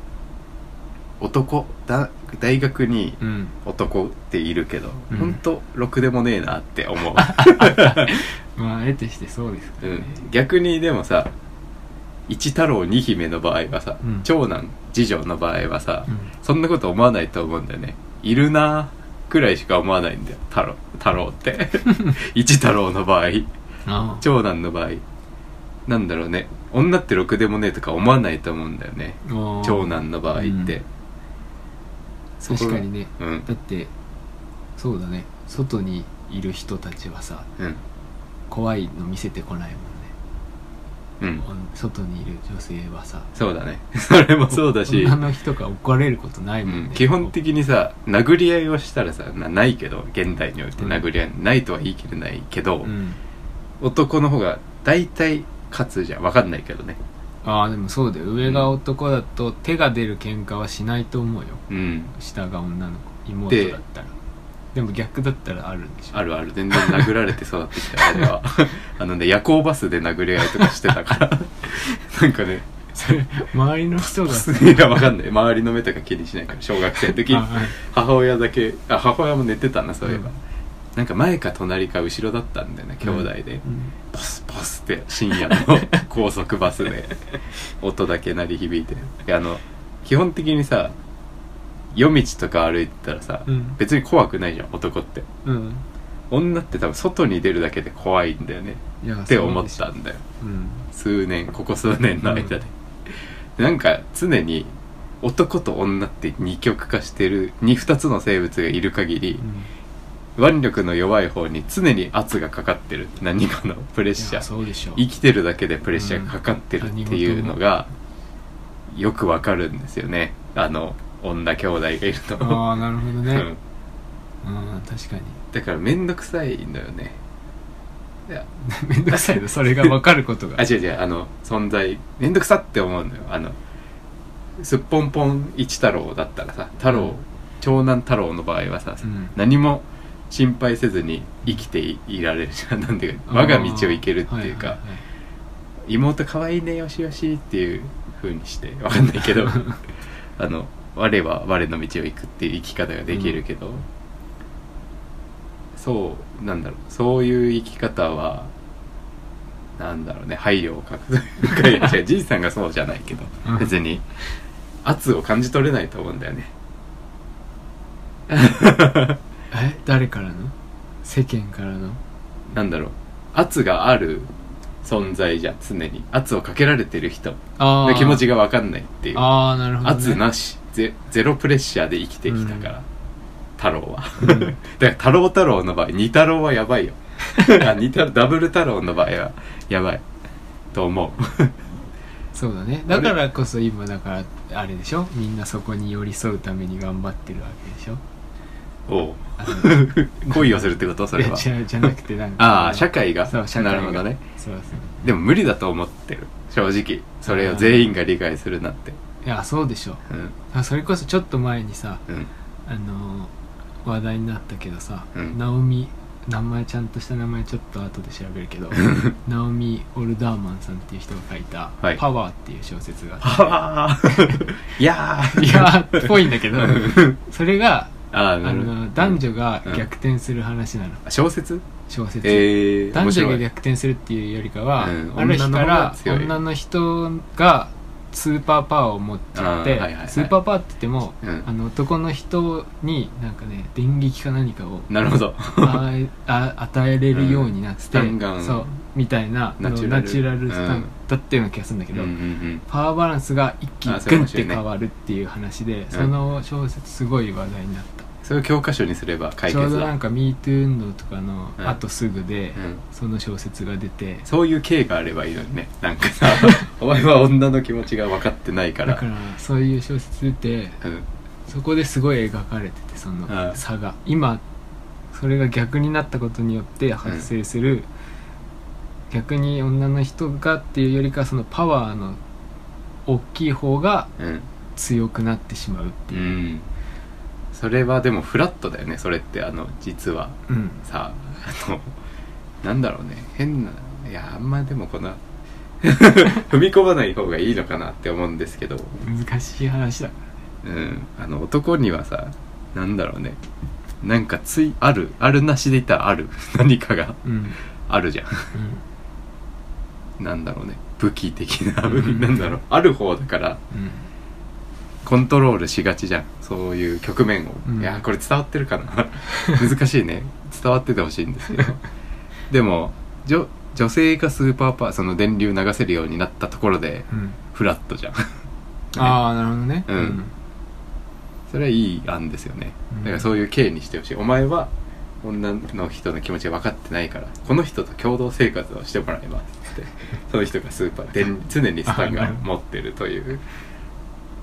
Speaker 1: 男だ大学に
Speaker 2: うん
Speaker 1: 男っているけど、
Speaker 2: うん
Speaker 1: ほんとろくでもねえなって 思う、
Speaker 2: まあ得てしてそうですか
Speaker 1: う
Speaker 2: らね
Speaker 1: ん、逆にでもさ一太郎二姫の場合はさ、
Speaker 2: うん
Speaker 1: 長男次女の場合はさ、
Speaker 2: うん
Speaker 1: そんなこと思わないと思うんだよねいるなくらいしか思わないんだよ太郎太郎って 一太郎の場合
Speaker 2: ああ
Speaker 1: 長男の場合なんだろうね女ってろくでもねえとか思わないと思うんだよね
Speaker 2: もう
Speaker 1: 長男の場合って、
Speaker 2: うん
Speaker 1: そこ
Speaker 2: 確
Speaker 1: が
Speaker 2: かにね
Speaker 1: うん
Speaker 2: だってそうだね外にいる人たちはさ
Speaker 1: うん
Speaker 2: 怖いの見せてこないもんね
Speaker 1: うん
Speaker 2: おん外にいる女性はさ
Speaker 1: そうだね それもそうだし
Speaker 2: 女の人が怒られることないうも
Speaker 1: ん
Speaker 2: んね
Speaker 1: 基本的にさ殴り合いをしたらさなないけど現代において殴り合い、ないとは言い切れないけど、
Speaker 2: うん
Speaker 1: 男の方が大体勝つじゃんわかんないけどね
Speaker 2: ああでもそうだよ上が男だと手が出る喧嘩はしないと思うよ
Speaker 1: うん
Speaker 2: 下が女の子妹だったらでも逆だったらあるんでしょ
Speaker 1: あるある全然殴られて育ってき たあれはあのね夜行バスで殴り合いとかしてたから なんかね
Speaker 2: それ周りの人が
Speaker 1: いやわかんない周りの目とか気にしないから小学生の時
Speaker 2: ああ
Speaker 1: 母親だけあ母親も寝てたなそういえば、
Speaker 2: うん
Speaker 1: なんか前か隣か後ろだったんだよね兄弟で、
Speaker 2: うん
Speaker 1: ポスポスって深夜の高速バスで音だけ鳴り響いてであの基本的にさ夜道とか歩いてたらさ、
Speaker 2: うん
Speaker 1: 別に怖くないじゃん男って
Speaker 2: うん
Speaker 1: 女って多分外に出るだけで怖いんだよね
Speaker 2: いや
Speaker 1: って思ったんだよ
Speaker 2: うん
Speaker 1: 数年ここ数年の間で、
Speaker 2: うん
Speaker 1: なんか常に男と女って二極化してる 2, 二つの生物がいる限り、
Speaker 2: うん
Speaker 1: 腕力の弱い方に常に圧がかかってる何かのプレッ
Speaker 2: い
Speaker 1: シャ
Speaker 2: や
Speaker 1: ー
Speaker 2: そうでしょう
Speaker 1: 生きてるだけでプレッシャーがかかってるっていうのがよくわかるんですよねあの女兄弟がいると、
Speaker 2: ああなるほど
Speaker 1: う
Speaker 2: ね
Speaker 1: ん、
Speaker 2: うん確かに
Speaker 1: だから面倒くさいんだよねいや
Speaker 2: めんどくさいのそれが分かることが
Speaker 1: あ違う違うあの存在めんどくさって思うのよあのすっぽんぽん一太郎だったらさ太郎、
Speaker 2: うん
Speaker 1: 長男太郎の場合はさ、
Speaker 2: うん
Speaker 1: 何も心配せずに生きていいられるじゃんなんていうか我が道を行けるっていうか、
Speaker 2: あーはは
Speaker 1: 妹可愛いねよしよしっていう風にしてわかんないけ どあの我は我の道を行くっていう生き方ができるけど、そうなんだろうそういう生き方はなんだろうね配慮を欠くという かいや違うじいさんがそうじゃないけど
Speaker 2: うん
Speaker 1: 別に圧を感じ取れないと思うんだよね
Speaker 2: はいはいえ誰からの世間からの
Speaker 1: なんだろう圧がある存在じゃん常に圧をかけられてる人
Speaker 2: あ
Speaker 1: の
Speaker 2: あ
Speaker 1: 気持ちが分かんないっていう
Speaker 2: ああなるほど、ね、
Speaker 1: 圧なしゼゼロプレッシャーで生きてきたから、
Speaker 2: うん
Speaker 1: 太郎は、
Speaker 2: うん
Speaker 1: だから太郎太郎の場合二太郎はやば いよあ二太郎ダブル太郎の場合はやばいと思
Speaker 2: そうだねだからこそ今だからあれでしょみんなそこに寄り添うために頑張ってるわけでしょ
Speaker 1: うおう
Speaker 2: あの
Speaker 1: 恋をするってことそれはい
Speaker 2: や違うじゃなくてなんか
Speaker 1: ああ社会が
Speaker 2: そう社会が
Speaker 1: なるほどね
Speaker 2: そうそう
Speaker 1: でも無理だと思ってる正直それを全員が理解するなんて
Speaker 2: いやそうでしょ
Speaker 1: うん
Speaker 2: あそれこそちょっと前にさ
Speaker 1: うん
Speaker 2: あのー話題になったけどさ、
Speaker 1: うん
Speaker 2: ナオミ名前ちゃんとした名前ちょっと後で調べるけど ナオミ・オルダーマンさんっていう人が書いた「
Speaker 1: はい
Speaker 2: パワー」っていう小説があ
Speaker 1: ああいや
Speaker 2: って
Speaker 1: ー
Speaker 2: い やーっぽいんだけど
Speaker 1: うん
Speaker 2: それが
Speaker 1: ああ
Speaker 2: あ
Speaker 1: なるほど
Speaker 2: の男女が逆転する話なの、
Speaker 1: 小説
Speaker 2: 小説、
Speaker 1: ええー、面
Speaker 2: 男女
Speaker 1: 白
Speaker 2: が
Speaker 1: い
Speaker 2: 逆転するっていうよりかは、
Speaker 1: うん
Speaker 2: ある日
Speaker 1: 女の
Speaker 2: から
Speaker 1: 方が強い
Speaker 2: 女の人がスーパーパワーを持っちゃって、
Speaker 1: あーはいはいはい
Speaker 2: スーパーパワーって言っても、
Speaker 1: うん
Speaker 2: あの男の人になんかね電撃か何かを
Speaker 1: なるほど
Speaker 2: あーあ与えれるようになっ
Speaker 1: うん
Speaker 2: て、
Speaker 1: スタンガン
Speaker 2: そうみたいな
Speaker 1: ナチュラル
Speaker 2: あのナチュラルスタン、
Speaker 1: うん
Speaker 2: だったような気がするんだけど、
Speaker 1: うんうん
Speaker 2: パワーバランスが一気に
Speaker 1: あそうか
Speaker 2: グン
Speaker 1: も
Speaker 2: っ
Speaker 1: しれ
Speaker 2: て
Speaker 1: ない
Speaker 2: 変わるっていう話でその小説すごい話題になった、
Speaker 1: それを教科書にすれば解
Speaker 2: ち
Speaker 1: 決
Speaker 2: ょ
Speaker 1: だ
Speaker 2: うどなんか「MeToo 運動」とかの
Speaker 1: うん
Speaker 2: あとすぐで、
Speaker 1: うん
Speaker 2: その小説が出て
Speaker 1: そういう経があればいいのにねなん かさお前は女の気持ちが分かってないから
Speaker 2: だからそういう小説出て
Speaker 1: うん、
Speaker 2: そこですごい描かれててそ
Speaker 1: は
Speaker 2: の
Speaker 1: い
Speaker 2: 差が今それが逆になったことによって発生する、逆に女の人がっていうよりかそのパワーの大きい方が
Speaker 1: うん
Speaker 2: 強くなってしまうって
Speaker 1: う
Speaker 2: いう、
Speaker 1: ん、それはでもフラットだよねそれってあの実は
Speaker 2: うん
Speaker 1: さあのなんだろうね変ないやあんまでもこの 踏み込まない方がいいのかなって思うんですけど、
Speaker 2: 難しい話だか
Speaker 1: うん、あの男にはさなんだろうねなんかついあるあるなしで言ったらある 何かが
Speaker 2: らうん、
Speaker 1: あるじゃん
Speaker 2: うん
Speaker 1: なんだろうね武器的な
Speaker 2: う
Speaker 1: 武器
Speaker 2: ん
Speaker 1: なんだろうある方だから
Speaker 2: うん
Speaker 1: コントロールしがちじゃんそういう局面を、
Speaker 2: うん
Speaker 1: いやーこれ伝わってるかな 難しいね伝わっててほしいんです けどでも女女性がスーパーパワーその電流流せるようになったところで
Speaker 2: うん
Speaker 1: フラットじゃん
Speaker 2: ああなるほどね
Speaker 1: うんそれはいい案ですよね
Speaker 2: うん
Speaker 1: だからそういう刑にしてほしいお前は女の人の気持ちが分かってないからこの人と共同生活をしてもらいます ってその人がスーパーで常にスタンガンを持ってるという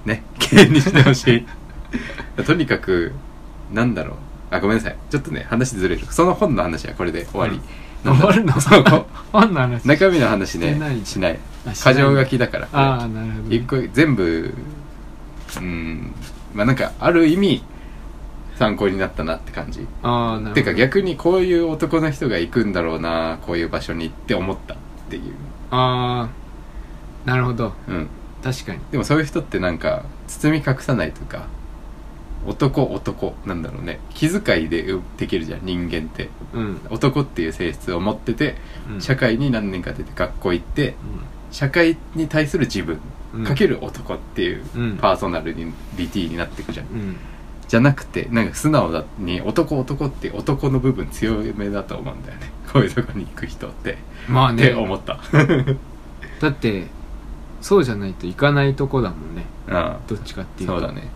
Speaker 1: ね刑にしてほしい とにかくなんだろうあごめんなさいちょっとね話ずれるその本の話はこれで終わり、
Speaker 2: うん
Speaker 1: なんだろう
Speaker 2: 終わるの
Speaker 1: そうこ
Speaker 2: 本の話
Speaker 1: 中身の話ね
Speaker 2: してない
Speaker 1: しない
Speaker 2: あしない
Speaker 1: 過剰書きだから
Speaker 2: ああなるほどね、
Speaker 1: 一個全部うんまあなんかある意味参考になったなって感じ
Speaker 2: ああなるほど
Speaker 1: てか逆にこういう男の人が行くんだろうなこういう場所にって思ったっていう
Speaker 2: ああなるほど
Speaker 1: うん
Speaker 2: 確かに
Speaker 1: でもそういう人ってなんか包み隠さないとか男男なんだろうね気遣いでできるじゃん人間って
Speaker 2: うん
Speaker 1: 男っていう性質を持ってて
Speaker 2: うん
Speaker 1: 社会に何年か出て学校行って社会に対する自分
Speaker 2: うん
Speaker 1: かける男っていう
Speaker 2: うん
Speaker 1: パーソナルリティになってくじゃん
Speaker 2: うん
Speaker 1: じゃなくてなんか素直だに男男って男の部分強めだと思うんだよね こういうとこに行く人って、
Speaker 2: まあ
Speaker 1: って
Speaker 2: ね
Speaker 1: 思った
Speaker 2: だってそうじゃないと行かないとこだもんね
Speaker 1: うん
Speaker 2: どっちかっていうと
Speaker 1: そうだね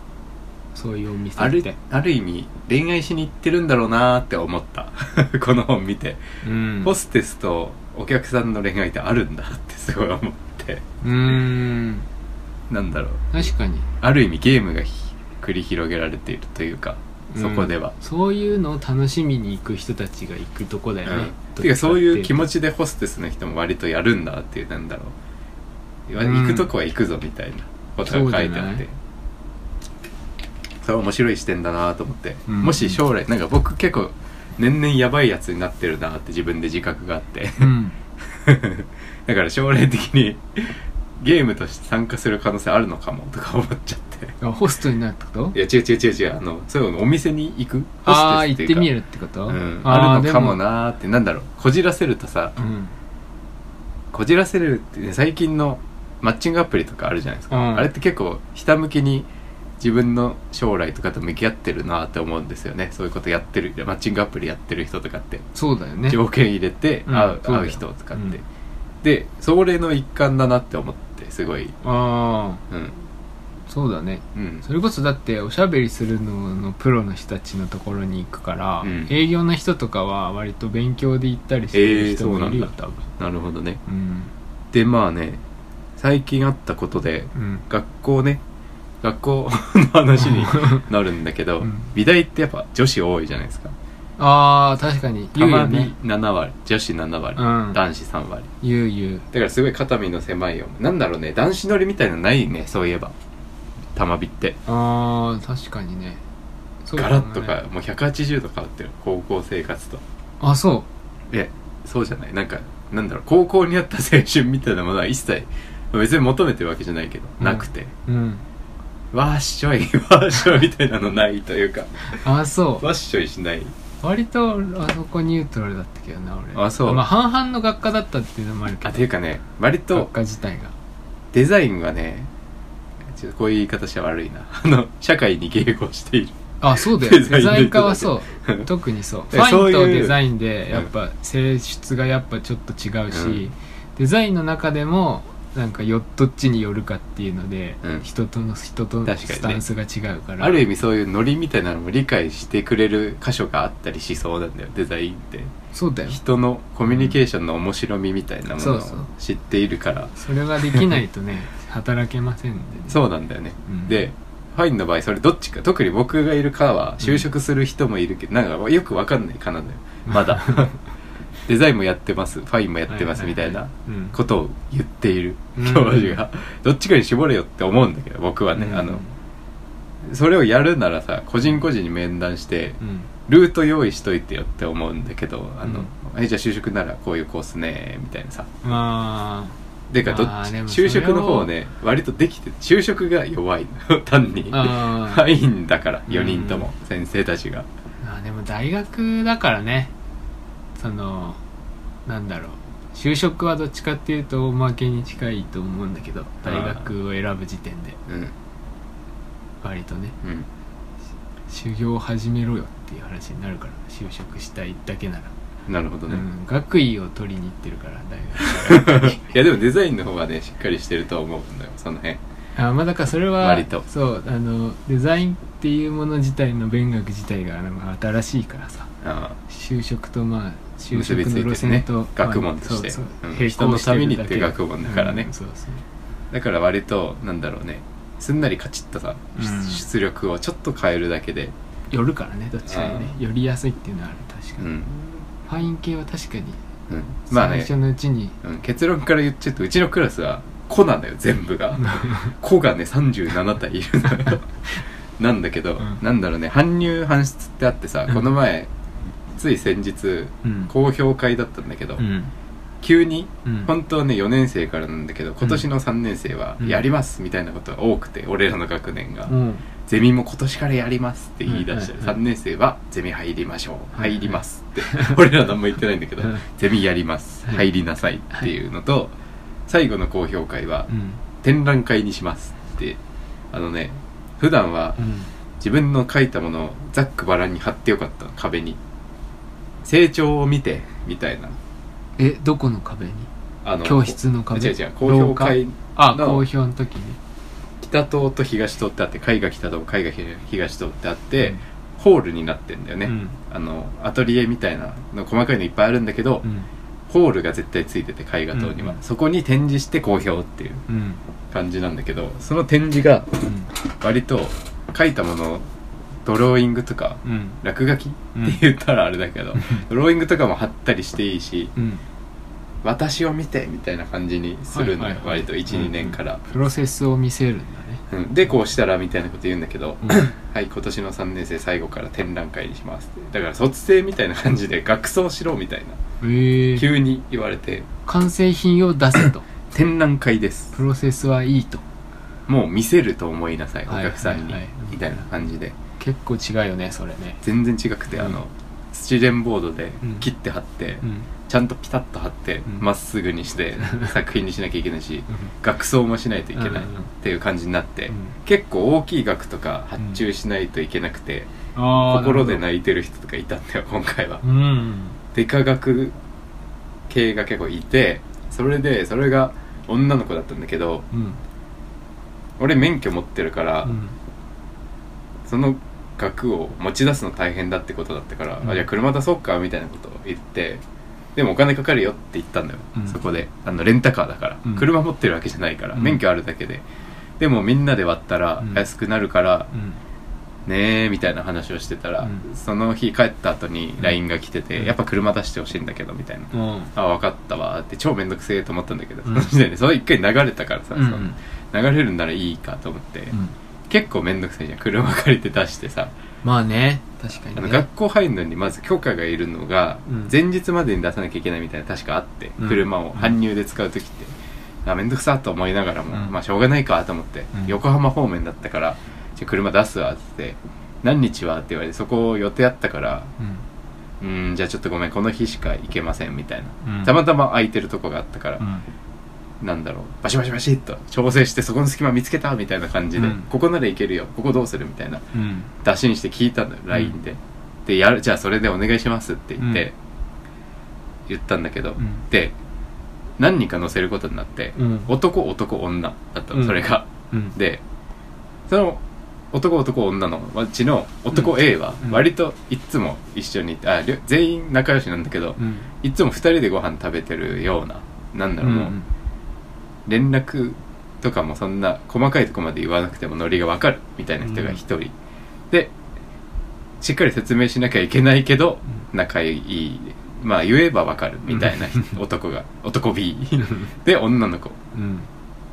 Speaker 2: そういうお店
Speaker 1: あ
Speaker 2: っ
Speaker 1: る
Speaker 2: て
Speaker 1: ある意味恋愛しに行ってるんだろうなーって思った この本見て、
Speaker 2: うん
Speaker 1: ホステスとお客さんの恋愛ってあるんだってすごい思って
Speaker 2: うーん
Speaker 1: なんだろう
Speaker 2: 確かに
Speaker 1: ある意味ゲームがひ繰り広げられているというかそこでは
Speaker 2: うん、そういうのを楽しみに行く人たちが行くとこだよね、
Speaker 1: てかそういう気持
Speaker 2: ち
Speaker 1: ちでホステスの人も割とやるんだっていうなんだろういわ
Speaker 2: うん
Speaker 1: 行くとこは行くぞみたいなことが書いてあ
Speaker 2: そう
Speaker 1: っ
Speaker 2: じゃな
Speaker 1: て
Speaker 2: い
Speaker 1: それは面白い視点だなと思って、
Speaker 2: うん
Speaker 1: もし将来なんか僕結構年々やばいやつになってるなって自分で自覚があって
Speaker 2: うん
Speaker 1: だから将来的にゲームとして参加する可能性あるのかもとか思っちゃって
Speaker 2: あホストになるってこと
Speaker 1: いや違う違う違う違うあのそういうのお店に行くホ
Speaker 2: ああ
Speaker 1: ステス
Speaker 2: 行
Speaker 1: てい
Speaker 2: っ
Speaker 1: う
Speaker 2: て
Speaker 1: か
Speaker 2: みるってこと、
Speaker 1: うん、
Speaker 2: ー
Speaker 1: あるのかもなーってなんだろうこじらせるとさ
Speaker 2: でもうん
Speaker 1: こじらせるって、ね、最近のマッチングアプリとかあるじゃないですか、
Speaker 2: うん
Speaker 1: あれって結構ひたむきに自分の将来とかと向き合ってるなーって思うんですよねそういうことやってるマッチングアプリやってる人とかって、
Speaker 2: そうだよね
Speaker 1: 条件入れて
Speaker 2: うん
Speaker 1: 会う,、
Speaker 2: そうだよ
Speaker 1: 会う人とかって、
Speaker 2: うん
Speaker 1: でそれの一環だなって思ってすごい
Speaker 2: あ
Speaker 1: うん
Speaker 2: あそうだね
Speaker 1: うん
Speaker 2: それこそだっておしゃべりするののプロの人たちのところに行くから、
Speaker 1: うん
Speaker 2: 営業の人とかは割と勉強で行ったりしてる人もいるよ、
Speaker 1: えー
Speaker 2: 多分
Speaker 1: なるほどね
Speaker 2: うん
Speaker 1: でまあね最近あったことで
Speaker 2: うん
Speaker 1: 学校ね学校の話になるんだけど、
Speaker 2: うん
Speaker 1: 美大ってやっぱ女子多いじゃないですか
Speaker 2: ああ確かに
Speaker 1: た
Speaker 2: 言う
Speaker 1: ま
Speaker 2: よ
Speaker 1: に
Speaker 2: ね
Speaker 1: 7割女子7割、
Speaker 2: うん
Speaker 1: 男子3割
Speaker 2: 言う言う
Speaker 1: だからすごい肩身の狭いよなんだろうね男子乗りみたいなのないねそういえば玉火って、
Speaker 2: あー確かにねそう
Speaker 1: ガ
Speaker 2: も
Speaker 1: ラ
Speaker 2: ね
Speaker 1: ッとかもう180度変わってる高校生活と
Speaker 2: あそ
Speaker 1: えそうじゃないなんかなんだろう高校にあった青春みたいなものは一切別に求めてるわけじゃないけど、
Speaker 2: うん
Speaker 1: なくて
Speaker 2: ううん
Speaker 1: わーっしょい わーっしょいみたいなのないというか
Speaker 2: あそ
Speaker 1: わっしょいしないう
Speaker 2: 割とあそこニュートラルだったけどな俺
Speaker 1: あそう
Speaker 2: まあ半々の学科だったっていうのもあるけ
Speaker 1: あ
Speaker 2: ど
Speaker 1: ていうかね割と
Speaker 2: 学科自体が
Speaker 1: デザインはねちょっとこういう言い方しては悪いなあの社会に迎合している
Speaker 2: あそうだよ
Speaker 1: デザイン
Speaker 2: デザイン科はそう
Speaker 1: だけ
Speaker 2: 特にそうフ
Speaker 1: えそ
Speaker 2: ァ
Speaker 1: う
Speaker 2: イ
Speaker 1: い
Speaker 2: ン
Speaker 1: う
Speaker 2: とデザインでやっぱ性質がやっぱちょっと違うし、
Speaker 1: うん
Speaker 2: デザインの中でもなんかよどっちによるかっていうので、
Speaker 1: うん
Speaker 2: 人との人
Speaker 1: 確
Speaker 2: と
Speaker 1: か
Speaker 2: の
Speaker 1: にね
Speaker 2: スタンスが違うから
Speaker 1: ある意味そういうノリみたいなのも理解してくれる箇所があったりしそうなんだよデザインって
Speaker 2: そうだよ
Speaker 1: 人のコミュニケーションの面白みみたいなもの
Speaker 2: そ
Speaker 1: を
Speaker 2: うそう
Speaker 1: 知っているから
Speaker 2: それができない とね働けませんでね
Speaker 1: そうなんだよね、
Speaker 2: うん
Speaker 1: でファインの場合それどっちか特に僕がいる科は就職する人もいるけど、なんかよくわかんない科なんだよま だデザインもやってますファインもやってますみたいな
Speaker 2: うん
Speaker 1: ことを言っている
Speaker 2: うん
Speaker 1: 教授が、どっちかに絞れよって思うんだけど僕はね、
Speaker 2: うん
Speaker 1: あのそれをやるならさ個人個人に面談して
Speaker 2: うん
Speaker 1: ルート用意しといてよって思うんだけどあの、
Speaker 2: うん
Speaker 1: えじゃあ就職ならこういうコースねみたいなさ
Speaker 2: ま
Speaker 1: でかどっち
Speaker 2: まあでもそ
Speaker 1: 就
Speaker 2: れを
Speaker 1: 職の方ね割とできて就職が弱いの単に
Speaker 2: ああ
Speaker 1: はいいんだから4人とも、先生たちが
Speaker 2: まあでも大学だからねそのなんだろう就職はどっちかっていうとおまけに近いと思うんだけど大学を選ぶ時点で
Speaker 1: うん
Speaker 2: 割とね
Speaker 1: うん
Speaker 2: 修行を始めろよっていう話になるから就職したいだけなら、
Speaker 1: なるほど
Speaker 2: う
Speaker 1: ね、
Speaker 2: ん、学位を取りに行ってるから大
Speaker 1: いやでもデザインの方はねしっかりしてると思うんだよその辺
Speaker 2: 学あまあだからそれは
Speaker 1: 割と
Speaker 2: そうあのデザインっていうもの自体の勉学自体がなんか新しいからさ
Speaker 1: あ
Speaker 2: 就職とまあ就
Speaker 1: 結
Speaker 2: 職
Speaker 1: びついてる
Speaker 2: の
Speaker 1: ね
Speaker 2: 路線と、
Speaker 1: 学問として
Speaker 2: そうそう
Speaker 1: うん
Speaker 2: 並行してるだけ
Speaker 1: 人のためにって学問だからね
Speaker 2: うんそうそう
Speaker 1: だから割となんだろうねすんなりカチッとさ、
Speaker 2: うん
Speaker 1: 出力をちょっと変えるだけで、
Speaker 2: 寄るからねどっちかにね
Speaker 1: う
Speaker 2: 寄りやすいっていうのはある確か
Speaker 1: う
Speaker 2: に、
Speaker 1: ん
Speaker 2: ファイン系は確かに
Speaker 1: うん、まあ
Speaker 2: 最
Speaker 1: ね
Speaker 2: 初のうちに、
Speaker 1: うん結論から言っちゃうとうちのクラスは子なんだよ全部 が子がね37体いるのよなんだけど、
Speaker 2: うん
Speaker 1: なんだろうね搬入搬出ってあってさ
Speaker 2: うん
Speaker 1: この前つい先日
Speaker 2: うん
Speaker 1: 公表会だったんだけど、
Speaker 2: うん
Speaker 1: 急に
Speaker 2: うん
Speaker 1: 本当はね4年生からなんだけど今年の3年生は
Speaker 2: うん
Speaker 1: やりますみたいなことが多くて、俺らの学年が、
Speaker 2: うん
Speaker 1: ゼミも今年からやりますって言い出したり、
Speaker 2: うんうんう
Speaker 1: 3
Speaker 2: ん
Speaker 1: 年生はゼミ入りましょう
Speaker 2: うんうん
Speaker 1: 入ります って俺ら何も言ってないんだけど
Speaker 2: うん
Speaker 1: ゼミやります
Speaker 2: はい
Speaker 1: 入りなさいっていうのと、最後の高評会は
Speaker 2: うん
Speaker 1: 展覧会にしますってあのね普段は
Speaker 2: うん
Speaker 1: 自分の書いたものをざっくばらんに貼ってよかったの壁に成長を見てみたいな
Speaker 2: えどこの壁に
Speaker 1: あの
Speaker 2: 教室の壁
Speaker 1: 違う違う公評
Speaker 2: 廊
Speaker 1: 会
Speaker 2: 下あ
Speaker 1: の
Speaker 2: 公表の時に
Speaker 1: 北棟と東棟ってあって絵画北棟絵画東棟ってあって、ホールになってんだよね、
Speaker 2: うん
Speaker 1: あのアトリエみたいなの細かいのいっぱいあるんだけど、
Speaker 2: うん
Speaker 1: ホールが絶対ついてて絵画棟には、
Speaker 2: うん
Speaker 1: そこに展示して好評っていう
Speaker 2: うん
Speaker 1: 感じなんだけどその展示が割と描いたものをドローイングとか
Speaker 2: うんうん
Speaker 1: 落書きって
Speaker 2: うん
Speaker 1: 言ったらあれだけど、ドローイングとかも貼ったりしていいし
Speaker 2: うん
Speaker 1: 「私を見て」みたいな感じにするのよ、
Speaker 2: はいはいはい
Speaker 1: 割と12、年から、
Speaker 2: プロセスを見せるんだ
Speaker 1: うんでこうしたらみたいなこと言うんだけど、
Speaker 2: ね
Speaker 1: はい今年の3年生最後から展覧会にしますってだから卒生みたいな感じで学装しろみたいな
Speaker 2: うんへえ
Speaker 1: 急に言われて
Speaker 2: 完成品を出せと
Speaker 1: 展覧会です
Speaker 2: プロセスはいいと
Speaker 1: もう見せると思いなさいお
Speaker 2: はい
Speaker 1: 客さんに、
Speaker 2: はいはい
Speaker 1: みたいな感じで
Speaker 2: 結構違うよねそれね
Speaker 1: 全然違くて、
Speaker 2: うん
Speaker 1: あのスチレンボードで
Speaker 2: うん
Speaker 1: 切って貼って、
Speaker 2: うん
Speaker 1: ちゃんとピタッと貼って
Speaker 2: ん
Speaker 1: ま、っすぐにして 作品にしなきゃいけないし額装もしないといけないっ
Speaker 2: うんうん
Speaker 1: ていう感じになって、
Speaker 2: うん
Speaker 1: 結構大きい額とか発注しないといけなくて、
Speaker 2: あー
Speaker 1: 心で
Speaker 2: なる
Speaker 1: 泣いてる人とかいたんだよ今回は
Speaker 2: ほどうん
Speaker 1: デカ学系が結構いてそれでそれが女の子だったんだけど
Speaker 2: うん
Speaker 1: 俺免許持ってるから、
Speaker 2: うん
Speaker 1: その額を持ち出すの大変だってことだったから、
Speaker 2: うん
Speaker 1: あじゃあ車出そうかみたいなことを言ってでもお金かかるよって言ったんだよ、
Speaker 2: うん
Speaker 1: そこであのレンタカーだから、
Speaker 2: うん
Speaker 1: 車持ってるわけじゃないから、
Speaker 2: うん
Speaker 1: 免許あるだけででもみんなで割ったら
Speaker 2: うん
Speaker 1: 安くなるから、
Speaker 2: うん
Speaker 1: ねえみたいな話をしてたら、
Speaker 2: うん
Speaker 1: その日帰った後に LINE が来てて、
Speaker 2: うん
Speaker 1: やっぱ車出してほしいんだけどみたいな、
Speaker 2: うん
Speaker 1: あ分かったわーって超めんどくせえと思ったんだけど、
Speaker 2: う
Speaker 1: そ
Speaker 2: ん
Speaker 1: の時点でそれ一回流れたからさ、
Speaker 2: うん
Speaker 1: その流れるんならいいかと思って、
Speaker 2: うん
Speaker 1: 結構めんどくさいじゃん車借りて出してさ、
Speaker 2: まあね確か
Speaker 1: あ
Speaker 2: に
Speaker 1: の
Speaker 2: ね
Speaker 1: 学校入るのにまず許可がいるのが、
Speaker 2: うん
Speaker 1: 前日までに出さなきゃいけないみたいな確かあって、
Speaker 2: うん
Speaker 1: 車を搬入で使う時って、あめんどくさと思いながらも、
Speaker 2: うん
Speaker 1: まあしょうがないかと思って、
Speaker 2: うん
Speaker 1: 横浜方面だったからじゃあ車出すわって言って何日はって言われてそこを予定あったから
Speaker 2: うん
Speaker 1: うーんじゃあちょっとごめんこの日しか行けませんみたいな、
Speaker 2: うん
Speaker 1: たまたま空いてるとこがあったから
Speaker 2: う、ん
Speaker 1: なんだろうバシバシバシっと調整してそこの隙間見つけたみたいな感じで、
Speaker 2: うん
Speaker 1: ここならいけるよここどうするみたいな
Speaker 2: うん
Speaker 1: 打診して聞いたのよ LINE で、でやるじゃあそれでお願いしますって言って、
Speaker 2: うん
Speaker 1: 言ったんだけど、
Speaker 2: うん
Speaker 1: で何人か乗せることになって、
Speaker 2: うん
Speaker 1: 男男女だったの、
Speaker 2: うん
Speaker 1: それが
Speaker 2: うん
Speaker 1: でその男男女のうちの男 A は
Speaker 2: うん
Speaker 1: 割といっつも一緒にいてありょ全員仲良しなんだけど、
Speaker 2: うん
Speaker 1: いっつも2人でご飯食べてるようななんだろう、もう
Speaker 2: うん
Speaker 1: 連絡とかもそんな細かいとこまで言わなくてもノリがわかるみたいな人が一人、でしっかり説明しなきゃいけないけど仲いいまあ言えばわかるみたいな人 男が男 B で女の子
Speaker 2: うん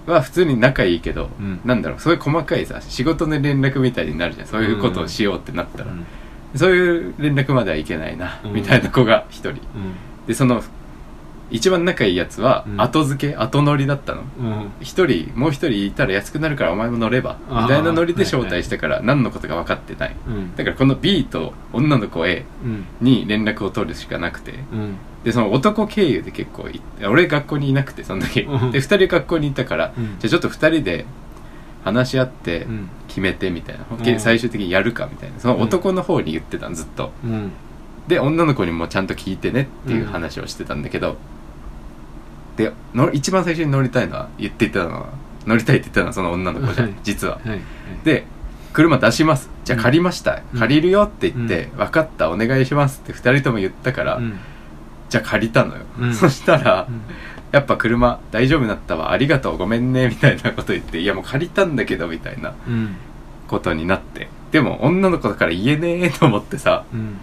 Speaker 1: は普通に仲いいけど、
Speaker 2: うん
Speaker 1: なんだろうそういう細かいさ仕事の連絡みたいになるじゃんそういうことをしようってなったら、そういう連絡まではいけないな、
Speaker 2: うん
Speaker 1: みたいな子が一人でその一番仲いいやつは
Speaker 2: うん
Speaker 1: 後付け、後乗りだったの
Speaker 2: うんうん
Speaker 1: 一人もう一人いたら安くなるからお前も乗れば
Speaker 2: あー
Speaker 1: みたいなノリで招待してから何のことか分かってない
Speaker 2: うん
Speaker 1: だからこの B と女の子 A
Speaker 2: うん
Speaker 1: に連絡を取るしかなくて
Speaker 2: うん
Speaker 1: でその男経由で結構い俺学校にいなくてその時で
Speaker 2: うん
Speaker 1: 2人学校にいたから
Speaker 2: うん
Speaker 1: じゃあちょっと2人で話し合って
Speaker 2: うん
Speaker 1: 決めてみたいな
Speaker 2: うん
Speaker 1: 最終的にやるかみたいなその男の方に言ってたのずっと
Speaker 2: うん
Speaker 1: で女の子にもちゃんと聞いてねっていう話をしてたんだけど、での一番最初に乗りたいのは言っていたのは乗りたいって言ったのはその女の子じゃ
Speaker 2: はい
Speaker 1: ん実は
Speaker 2: はいはい
Speaker 1: で車出しますじゃあ借りました、
Speaker 2: うん
Speaker 1: 借りるよって言って、分かったお願いしますって2人とも言ったから、
Speaker 2: うん
Speaker 1: じゃあ借りたのよ、
Speaker 2: うん
Speaker 1: そしたら、
Speaker 2: うん
Speaker 1: やっぱ車大丈夫だったわありがとうごめんねみたいなこと言っていやもう借りたんだけどみたいな
Speaker 2: うん
Speaker 1: ことになってでも女の子だから言えねえと思ってさ
Speaker 2: うん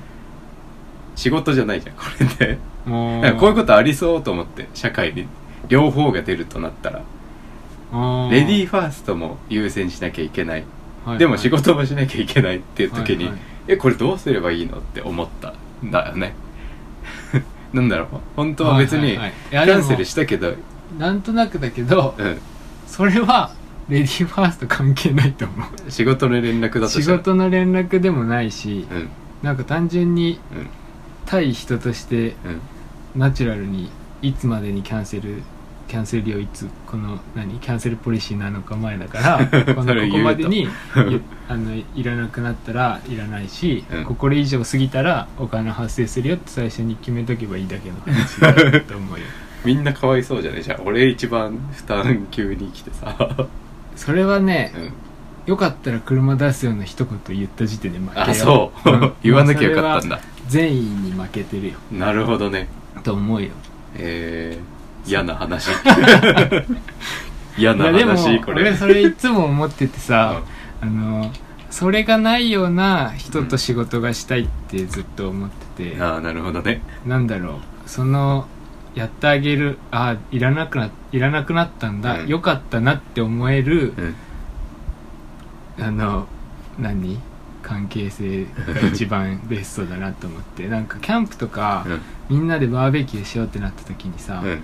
Speaker 1: 仕事じゃないじゃんこれで
Speaker 2: も
Speaker 1: なんかこういうことありそうと思って社会に両方が出るとなったら
Speaker 2: あー
Speaker 1: レディーファーストも優先しなきゃいけない、
Speaker 2: はい
Speaker 1: でも仕事もしなきゃいけないっていう時に、
Speaker 2: はいはい
Speaker 1: えこれどうすればいいのって思ったんだよね なんだろう本当は別に
Speaker 2: いはいはいい
Speaker 1: キ
Speaker 2: やで
Speaker 1: ャ
Speaker 2: も
Speaker 1: ンセルしたけど、
Speaker 2: なんとなくだけどそれはレディーファースト関係ないと思う
Speaker 1: うん、仕事の連絡だと
Speaker 2: 仕
Speaker 1: したら
Speaker 2: 事の連絡でもないし
Speaker 1: うん
Speaker 2: なんか単純に
Speaker 1: うん
Speaker 2: 対人とし
Speaker 1: う
Speaker 2: て
Speaker 1: ん
Speaker 2: ナチュラルにいつまでにキャンセルキャンセル料いつこの何キャンセルポリシーなのか前だからこ の
Speaker 1: それを言うと
Speaker 2: ここまでにいあのいらなくなったらいらないし、
Speaker 1: うん
Speaker 2: ここれ以上過ぎたらお金発生するよって最初に決めとけばいいだけの話だと思うよ
Speaker 1: みんなかわいそうじゃないじゃあ俺一番負担急に来て さ、
Speaker 2: それはね
Speaker 1: う、ん、
Speaker 2: よかったら車出すような一言言った時点で負けよ
Speaker 1: あそう、
Speaker 2: ん
Speaker 1: 言わなきゃよかったんだ
Speaker 2: それは善意に負けてるよ
Speaker 1: なるほどね
Speaker 2: と思うよ
Speaker 1: えー、嫌な 話嫌 ない
Speaker 2: やでも
Speaker 1: 話これ
Speaker 2: 俺それいつも思っててさ、あのそれがないような人と仕事がしたいってずっと思ってて、
Speaker 1: うんああなるほどね
Speaker 2: なんだろうそのやってあげるあいらなくないらなくなったんだ、
Speaker 1: うん
Speaker 2: よかったなって思える
Speaker 1: う、ん
Speaker 2: あの何関係性が一番ベストだなと 思ってなんかキャンプとか、
Speaker 1: うん
Speaker 2: みんなでバーベキューしようってなった時にさ、
Speaker 1: うん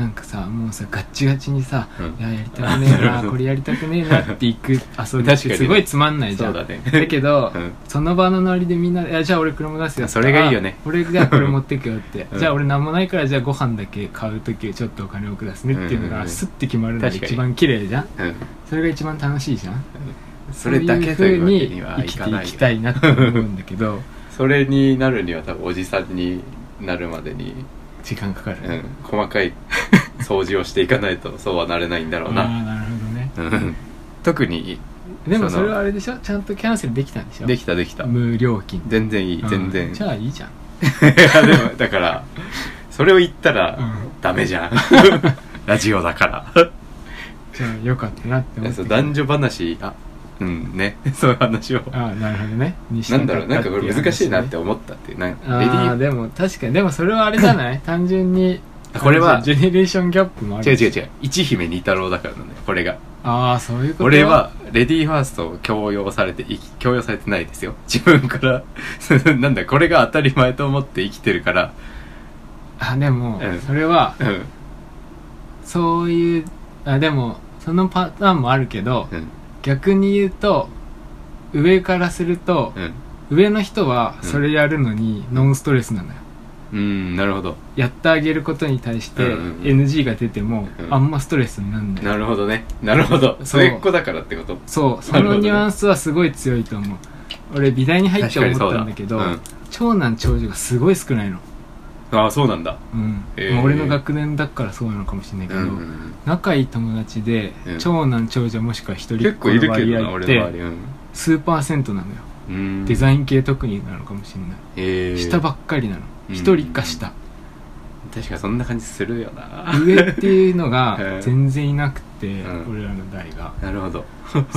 Speaker 2: なんかさもうさガッチガチにさ、
Speaker 1: うん
Speaker 2: いややりたくねえ
Speaker 1: なるほ
Speaker 2: な
Speaker 1: ど
Speaker 2: これやりたくねえなって行 く遊びって
Speaker 1: 確かに
Speaker 2: すごいつまんないじゃん
Speaker 1: そうだね
Speaker 2: けど、
Speaker 1: うん
Speaker 2: その場のノリでみんなでいや「じゃあ俺車出すよ」
Speaker 1: それがいいよね
Speaker 2: あ俺がこれ持ってくよ」って「
Speaker 1: うん
Speaker 2: じゃあ俺何もないからじゃあご飯だけ買う時ちょっとお金をくだすね」っていうの
Speaker 1: うんうんう
Speaker 2: が
Speaker 1: ん
Speaker 2: スッて決まるのが
Speaker 1: 確かに
Speaker 2: 一番綺麗じゃん
Speaker 1: うん
Speaker 2: それが一番楽しいじゃん
Speaker 1: それだけというわけには
Speaker 2: そう
Speaker 1: い
Speaker 2: いう
Speaker 1: か
Speaker 2: 風に
Speaker 1: な
Speaker 2: 生
Speaker 1: い
Speaker 2: きていきたいなって思うんだ けど
Speaker 1: それになるには多分おじさんになるまでに、
Speaker 2: 時間かかる、
Speaker 1: うん、細かい 掃除をしていかないとそうはなれないんだろうな、
Speaker 2: ああなるほどね
Speaker 1: うん、特に
Speaker 2: でも
Speaker 1: その
Speaker 2: それはあれでしょちゃんとキャンセルできたんでしょ
Speaker 1: できたできた
Speaker 2: 無料金
Speaker 1: 全然いい全
Speaker 2: う
Speaker 1: 然
Speaker 2: んじゃあいいじゃん
Speaker 1: いや でもだからそれを言ったら、
Speaker 2: うん
Speaker 1: ダメじ ゃんラジオだから
Speaker 2: じゃあよかったなって思って
Speaker 1: そう男女話あうんね そういう話を
Speaker 2: ああなるほどねにし
Speaker 1: な
Speaker 2: たか
Speaker 1: んだ
Speaker 2: った
Speaker 1: ろうなんかこれ難しいなって
Speaker 2: っ
Speaker 1: 思ったっていうなん
Speaker 2: て
Speaker 1: か
Speaker 2: い
Speaker 1: レ
Speaker 2: う話ね
Speaker 1: デ
Speaker 2: ああ
Speaker 1: ィー
Speaker 2: でも確かにでもそれはあれじゃ ない単純に
Speaker 1: あこれは
Speaker 2: ジェネレーションギャップもある
Speaker 1: 違う違う
Speaker 2: う
Speaker 1: 違う一姫二太郎だからなんだよこれが
Speaker 2: ああそういうこと
Speaker 1: 俺はレディーファーストを強要されていき強要されてないですよ自分から なんだこれが当たり前と思って生きてるから
Speaker 2: あでも
Speaker 1: うん
Speaker 2: それは
Speaker 1: うん
Speaker 2: そういうあでもそのパターンもあるけど
Speaker 1: うん
Speaker 2: 逆に言うと上からすると
Speaker 1: うん
Speaker 2: 上の人はそれやるのにノンストレスなのよ
Speaker 1: うんなるほど
Speaker 2: やってあげることに対して
Speaker 1: うんうんうん
Speaker 2: NG が出ても
Speaker 1: うん
Speaker 2: あんまストレスになんない
Speaker 1: なるほどねなるほど
Speaker 2: そう
Speaker 1: 末っ子だからってこと
Speaker 2: そうそ
Speaker 1: なるほ
Speaker 2: の
Speaker 1: どね
Speaker 2: ニュアンスはすごい強いと思う俺美大に入って思ったんだけど
Speaker 1: 確かにそう
Speaker 2: 長男長女がすごい少ないの、
Speaker 1: ああそうなんだ
Speaker 2: うん
Speaker 1: へー
Speaker 2: まあ俺の学年だからそうなのかもしれないけど、
Speaker 1: うん
Speaker 2: 仲いい友達で、
Speaker 1: うん
Speaker 2: 長男長女もしくは一人
Speaker 1: 結
Speaker 2: っ
Speaker 1: 構
Speaker 2: 子
Speaker 1: い
Speaker 2: の
Speaker 1: るけ
Speaker 2: 割
Speaker 1: どな
Speaker 2: 合っ
Speaker 1: 俺の
Speaker 2: て
Speaker 1: 周りうん
Speaker 2: 数パーセントなのよ、
Speaker 1: うん
Speaker 2: デザイン系特になのかもしれない、
Speaker 1: えー
Speaker 2: 下ばっかりなの
Speaker 1: うん
Speaker 2: 一人か下、
Speaker 1: 確かそんな感じするよな
Speaker 2: 上っていうの
Speaker 1: へ
Speaker 2: が
Speaker 1: ー
Speaker 2: 全然いなくて、
Speaker 1: うん
Speaker 2: 俺らの代が
Speaker 1: なるほど、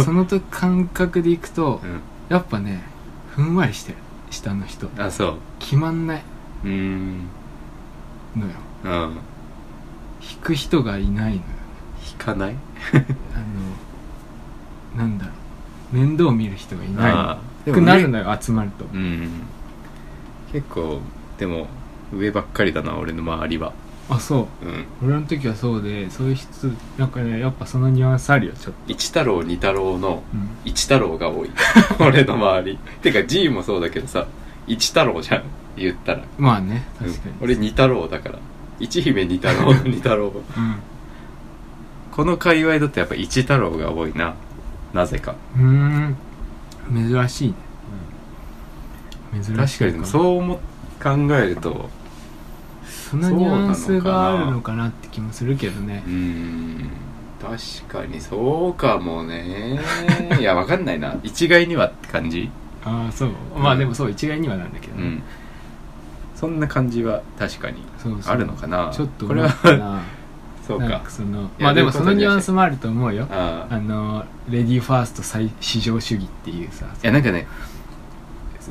Speaker 2: その時感覚でいくと、
Speaker 1: う
Speaker 2: やっぱねふんわりしてる下の人
Speaker 1: ん、あそう
Speaker 2: 決まんないう
Speaker 1: ーん
Speaker 2: のよ
Speaker 1: うん引
Speaker 2: 引く人がいないのよ
Speaker 1: かない
Speaker 2: あのなんだろう面倒見る人がいないの
Speaker 1: あー
Speaker 2: くなるのよ集まると
Speaker 1: うん結構でも上ばっかりだな俺の周りは
Speaker 2: あそう
Speaker 1: うん
Speaker 2: 俺の時はそうでそういう人なんかねやっぱそのニュアンスあるよちょっと、
Speaker 1: 一太郎二太郎の
Speaker 2: うん、
Speaker 1: 一太郎が 多い俺の周りてか G もそうだけどさ一太郎じゃん言ったら
Speaker 2: まあね確かに、
Speaker 1: うん俺二太郎だから一姫二太郎二太 郎この界隈だとやっぱ一太郎が多いななぜか
Speaker 2: うんうーん珍しいね、珍し
Speaker 1: 確
Speaker 2: い
Speaker 1: かにでもそう思っ考えると
Speaker 2: そのニュアンスがあるのかなって気もするけどね
Speaker 1: うーん確かにそうかもね いやわかんないな一概にはって感じ
Speaker 2: ああそう、
Speaker 1: うん
Speaker 2: まあでもそう一概にはなんだけど
Speaker 1: う
Speaker 2: ね、
Speaker 1: んそんな感じは確かに
Speaker 2: そうそう
Speaker 1: あるのかな
Speaker 2: ちょっと
Speaker 1: これ
Speaker 2: 思
Speaker 1: は
Speaker 2: ったな
Speaker 1: そう
Speaker 2: なん
Speaker 1: か
Speaker 2: かその
Speaker 1: いや
Speaker 2: まあでも
Speaker 1: どういうこと
Speaker 2: そのニュアンスもあると思うよ
Speaker 1: ああ
Speaker 2: あのレディーファースト最至上主義っていうさ
Speaker 1: いやなんかね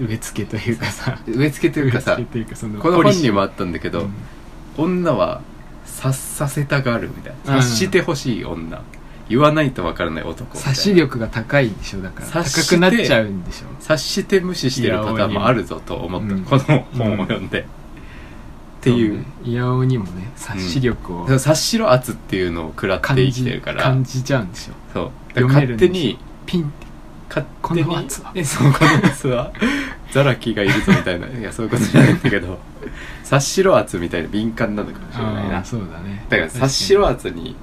Speaker 2: 植え付けというかさ
Speaker 1: 植え付けというかさ
Speaker 2: 植え付けというかその
Speaker 1: この本にも
Speaker 2: あ
Speaker 1: あったんだけど、女は察させたがるみたいな
Speaker 2: うん
Speaker 1: 察してほしい女、言わないとわからない男みたいな
Speaker 2: 察し力が高いんでしょだから
Speaker 1: 察
Speaker 2: 高
Speaker 1: して
Speaker 2: くなっちゃうんでしょ
Speaker 1: 察して無視してるパターンもあるぞと思った、
Speaker 2: いや
Speaker 1: この本を読んで、ていう
Speaker 2: そねイオにもね察し力を
Speaker 1: そう察しろ圧っていうのを食らって
Speaker 2: 感
Speaker 1: 生
Speaker 2: じ,、
Speaker 1: きてるから
Speaker 2: 感じちゃうんでしょ
Speaker 1: そうだから
Speaker 2: 読め
Speaker 1: 勝
Speaker 2: るんで
Speaker 1: 手
Speaker 2: す
Speaker 1: に
Speaker 2: ピンって
Speaker 1: 勝
Speaker 2: こ
Speaker 1: 手に
Speaker 2: の圧は
Speaker 1: えそうこの圧はザラキがいるぞみたいないやそういうことじゃないんだけど 察しろ圧みたいな敏感なのかもしれない
Speaker 2: あ
Speaker 1: な
Speaker 2: あそうだね
Speaker 1: だから察しろ圧に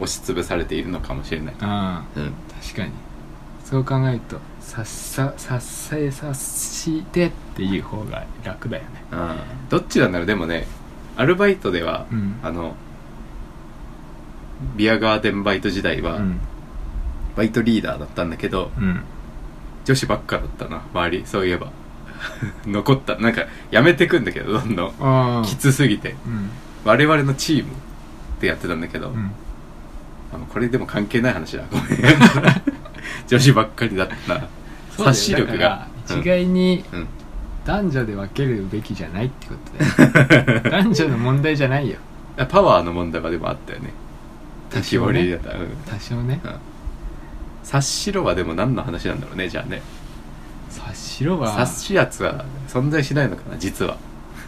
Speaker 1: 押しつぶされているのかもしれない、
Speaker 2: あ
Speaker 1: うん、
Speaker 2: あ確かにそう考えると「さっささっさえさっして」っていう方が楽だよね
Speaker 1: あーどっちなんだろうでもねアルバイトでは、
Speaker 2: うん
Speaker 1: あのビアガーデンバイト時代は、
Speaker 2: うん
Speaker 1: バイトリーダーだったんだけど
Speaker 2: うん
Speaker 1: 女子ばっかだったな周りそういえば 残ったなんかやめてくんだけどどんどん
Speaker 2: ああ
Speaker 1: きつすぎて
Speaker 2: うん
Speaker 1: 我々のチームでやってたんだけど、
Speaker 2: うん
Speaker 1: あのこれでも関係ない話だごめん 女子ばっかりだったな察し力が
Speaker 2: だから一概に
Speaker 1: うんうん
Speaker 2: 男女で分けるべきじゃないってことだよ 男女の問題じゃないよ
Speaker 1: あパワーの問題はでもあったよね
Speaker 2: 多
Speaker 1: し
Speaker 2: 少
Speaker 1: ぼり
Speaker 2: ね
Speaker 1: だった、うん
Speaker 2: 多少ね
Speaker 1: 察しろはでも何の話なんだろうねじゃあね
Speaker 2: 察しろは
Speaker 1: 察し圧は存在しないのかな実は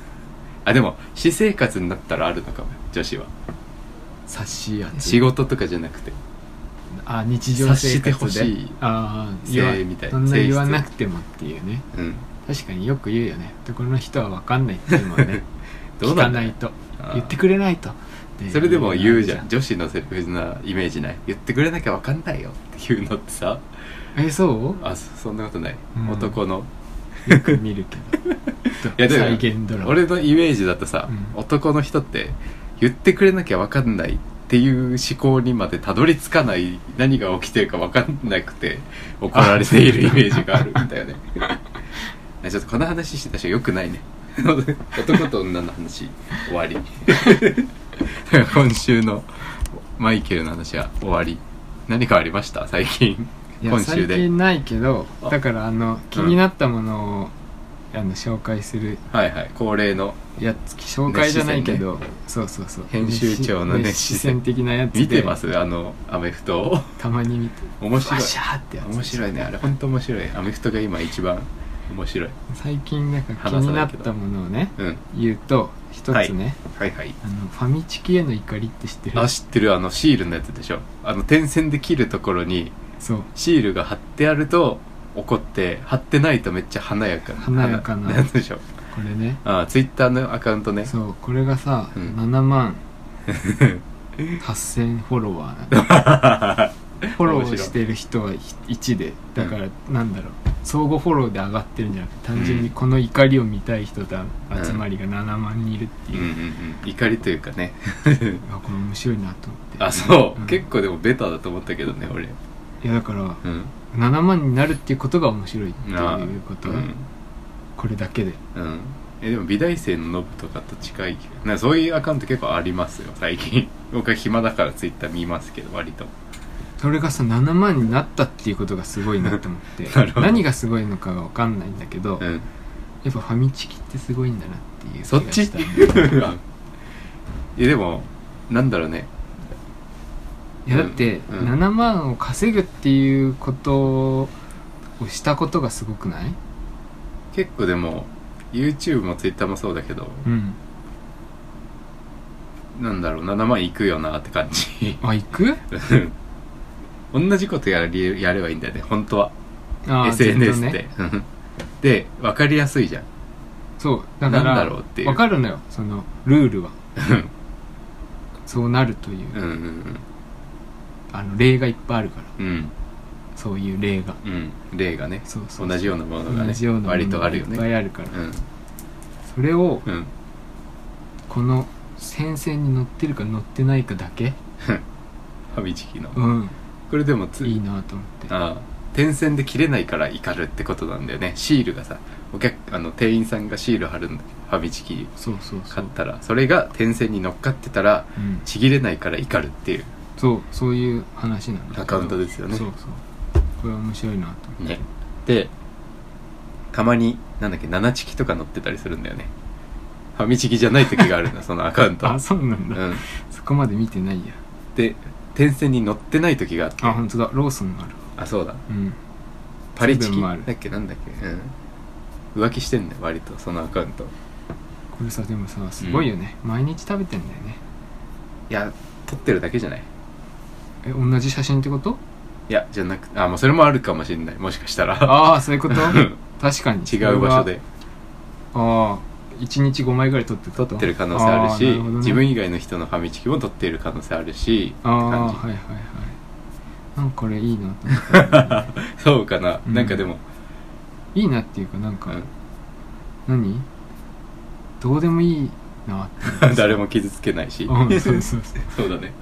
Speaker 1: あでも私生活になったらあるのかも女子は
Speaker 2: 察しや
Speaker 1: 仕事とかじじゃなくて
Speaker 2: あ日常生活で
Speaker 1: 察してほしい
Speaker 2: ああ
Speaker 1: 性
Speaker 2: 言わ
Speaker 1: みたいな
Speaker 2: そんな
Speaker 1: 性質
Speaker 2: 言わなくてもっていうね
Speaker 1: うん
Speaker 2: 確かによく言うよねでこの人は分かんないっていうもんね
Speaker 1: どう
Speaker 2: 聞
Speaker 1: な
Speaker 2: か
Speaker 1: んだ
Speaker 2: な
Speaker 1: ろう
Speaker 2: いと
Speaker 1: ああ
Speaker 2: 言ってくれないとね
Speaker 1: それでも言うじゃん
Speaker 2: じ
Speaker 1: 女子のセリフなイメージない言ってくれなきゃ分かんないよっていうのってさ
Speaker 2: ゃんえそう
Speaker 1: あそそんなことない、
Speaker 2: うん
Speaker 1: 男の
Speaker 2: よく見るけ
Speaker 1: い
Speaker 2: ど
Speaker 1: やでも
Speaker 2: 再現ドラマ
Speaker 1: 俺のイメージだとさ、
Speaker 2: うん
Speaker 1: 男の人って言ってくれなきゃ分かんないっていう思考にまでたどり着かない何が起きてるか分かんなくて怒られているイメージがあるんだよ ねちょっとこの話してたしよくないね 男と女の話終わりだから 今週のマイケルの話は終わり何かありました最近
Speaker 2: いや
Speaker 1: 今週で
Speaker 2: 最近ないけど
Speaker 1: あ
Speaker 2: だからあの気になったものを、あの紹介する
Speaker 1: はいはい恒例の
Speaker 2: やつ紹介じゃないけど、そうそうそう
Speaker 1: 編集長の熱視線
Speaker 2: 熱視線的なやつで
Speaker 1: 見てますあのアメフトを
Speaker 2: たまに見て
Speaker 1: 面白い
Speaker 2: わしゃーってやつ
Speaker 1: 面白いねあれ本当面白いアメフトが今一番面白い
Speaker 2: 最近なんか気
Speaker 1: 話さ
Speaker 2: に
Speaker 1: な
Speaker 2: ないっ
Speaker 1: けど
Speaker 2: たものをね
Speaker 1: うん
Speaker 2: 言うと一つね、
Speaker 1: はいはい
Speaker 2: あのファミチキへの怒りって知ってる
Speaker 1: あ知ってるあのシールのやつでしょあの点線で切るところに
Speaker 2: そう
Speaker 1: シールが貼ってあると怒って貼ってないとめっちゃ華やかな
Speaker 2: 華やかな
Speaker 1: やつでしょ
Speaker 2: これね
Speaker 1: あツイッターのアカウントね
Speaker 2: そうこれがさ、
Speaker 1: うん
Speaker 2: 7万 8000フォロワーなんだ フォローしてる人は1でだからなんだろう相互フォローで上がってるんじゃなくて単純にこの怒りを見たい人と集まりが7万人いるって
Speaker 1: うんう
Speaker 2: いう、
Speaker 1: んうん怒りというかね
Speaker 2: あこれ面白いなと思って
Speaker 1: あそう、
Speaker 2: ん
Speaker 1: 結構でもベタだと思ったけどね俺
Speaker 2: いやだから
Speaker 1: うん
Speaker 2: 7万になるっていうことが面白いって
Speaker 1: あ
Speaker 2: いうこと、
Speaker 1: うん
Speaker 2: これだけで
Speaker 1: うん、えでも美大生のノブとかと近いけどなんかそういうアカウント結構ありますよ最近 僕は暇だからツイッター見ますけど割と
Speaker 2: それがさ7万になったっていうことがすごいなと思って
Speaker 1: なるほど
Speaker 2: 何がすごいのかが分かんないんだけど、
Speaker 1: う
Speaker 2: やっ
Speaker 1: ん
Speaker 2: ぱファミチキってすごいんだなっていう気が
Speaker 1: そっち
Speaker 2: したね
Speaker 1: いやでもなんだろうね
Speaker 2: いやだって
Speaker 1: うんうん
Speaker 2: 7万を稼ぐっていうことをしたことがすごくない
Speaker 1: 結構でも YouTube もツイッターもそうだけど、
Speaker 2: うん
Speaker 1: なんだろう7万いくよなって感じ
Speaker 2: あ行く
Speaker 1: 同じことやりやればいいんだよね本当は
Speaker 2: あー
Speaker 1: SNS っ
Speaker 2: ずと
Speaker 1: て、
Speaker 2: ね
Speaker 1: うん で分かりやすいじゃん
Speaker 2: そうだから
Speaker 1: なんだろうっていう
Speaker 2: 分かるのよそのルールは
Speaker 1: うん
Speaker 2: そうなるという、
Speaker 1: うんうん
Speaker 2: あの例がいっぱいあるから
Speaker 1: うん
Speaker 2: そういう例が
Speaker 1: うん例がね
Speaker 2: そうそう
Speaker 1: 同じようなものが
Speaker 2: 同
Speaker 1: ね
Speaker 2: じようなものが
Speaker 1: 割とあるよ
Speaker 2: いっぱ
Speaker 1: ね
Speaker 2: いあるから
Speaker 1: うん
Speaker 2: それを
Speaker 1: うん
Speaker 2: この戦線に乗ってるか乗ってないかだけ
Speaker 1: ファミチキの
Speaker 2: うん
Speaker 1: これでもつ
Speaker 2: いいなと思って
Speaker 1: ああ点線で切れないから怒るってことなんだよねシールがさお客あの店員さんがシール貼るんだけどファミチキ
Speaker 2: そうそうそ
Speaker 1: 買
Speaker 2: う
Speaker 1: ったらそれが点線に乗っかってたら
Speaker 2: うん
Speaker 1: ちぎれないから怒るっていう
Speaker 2: そうそういう話なんだけど
Speaker 1: アカウントですよね
Speaker 2: そうそうこれは面白いなと思って
Speaker 1: ねでたまになんだっけ7チキとか乗ってたりするんだよねファミチキじゃない時があるん だそのアカウント
Speaker 2: あそうなんだ、
Speaker 1: うん
Speaker 2: そこまで見てないや
Speaker 1: で点線に乗ってない時があって
Speaker 2: あ本当だローソンがある
Speaker 1: あそうだ
Speaker 2: うん
Speaker 1: パリチ
Speaker 2: セブ
Speaker 1: キ
Speaker 2: ンも
Speaker 1: だ
Speaker 2: ある
Speaker 1: っけなんだっけうん浮気してんだよ割とそのアカウント
Speaker 2: これさでもさすごいよね、毎日食べてんだよね
Speaker 1: いや撮ってるだけじゃない
Speaker 2: え同じ写真ってこと
Speaker 1: いやじゃなくあまあそれもあるかもしれないもしかした ら
Speaker 2: ああそう いうこと
Speaker 1: うん
Speaker 2: 確かに
Speaker 1: 違う場所で
Speaker 2: それはああ1日5枚ぐらい撮って
Speaker 1: 撮ってる可能性あるし
Speaker 2: ーなほどね
Speaker 1: 自分以外の人のファミチキも撮っている可能性あるし
Speaker 2: ああ
Speaker 1: 感
Speaker 2: はい
Speaker 1: じ
Speaker 2: はいはいなんかこれいいなと
Speaker 1: そうかな、
Speaker 2: うん
Speaker 1: なんかでも、
Speaker 2: いいなっていうかなんか、
Speaker 1: うん
Speaker 2: 何どうでもいいなって
Speaker 1: 誰も傷つけないし、
Speaker 2: うんそうそうそう
Speaker 1: そうだね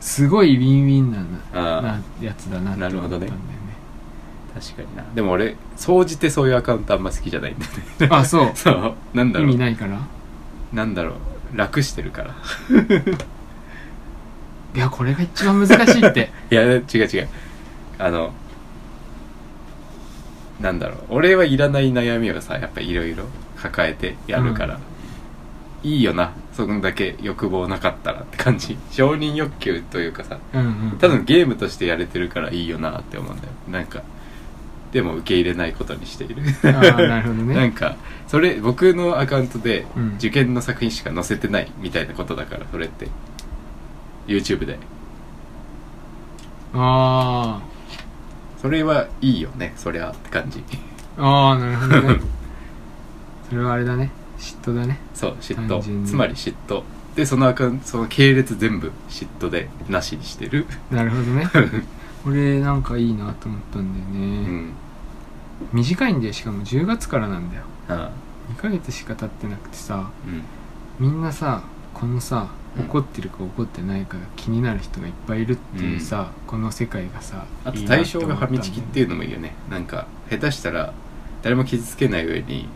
Speaker 2: すごいウィンウィンなんだ
Speaker 1: あ
Speaker 2: なやつだなって思ったんだよ
Speaker 1: な
Speaker 2: ね
Speaker 1: るあ確かになでも俺総じてそういうアカウントあんま好きじゃないんだよね
Speaker 2: あそう
Speaker 1: そうなんだ
Speaker 2: 意
Speaker 1: ろ
Speaker 2: 味
Speaker 1: う
Speaker 2: ないから
Speaker 1: なんだろう楽してるから
Speaker 2: いやこれが一番難しいって
Speaker 1: いや違う違うあのなんだろう俺はいらない悩みをさやっぱいろいろ抱えてやるから、いいよなそんだけ欲望なかったらって感じ承認欲求というかさ
Speaker 2: うんうん
Speaker 1: 多分ゲームとしてやれてるからいいよなって思うんだよなんかでも受け入れないことにしている
Speaker 2: あーなるほど ね
Speaker 1: なんかそれ僕のアカウントで
Speaker 2: うん
Speaker 1: 受験の作品しか載せてないみたいなことだからそれって YouTube で
Speaker 2: あ
Speaker 1: それはいいよねそりゃって感じ
Speaker 2: あああなるほどねそれはあれだね嫉妬だね
Speaker 1: そう嫉
Speaker 2: 単
Speaker 1: 妬
Speaker 2: 純に
Speaker 1: つまり嫉妬でそのアカウントその系列全部嫉妬でなしにしてる
Speaker 2: なるほどねこれなんかいいなと思ったんだよ
Speaker 1: う
Speaker 2: ね、
Speaker 1: ん
Speaker 2: 短いんでしかも10月からなんだよ
Speaker 1: ああ
Speaker 2: 2ヶ月しか経ってなくてさ
Speaker 1: うん
Speaker 2: みんなさこのさ
Speaker 1: うん
Speaker 2: 怒ってるか怒ってないかが気になる人がいっぱいいるっていうさ、この世界がさ
Speaker 1: あと
Speaker 2: いいな
Speaker 1: 対象がファミチキっていう
Speaker 2: と
Speaker 1: のもいいよねなんか下手したら誰も傷つけない上に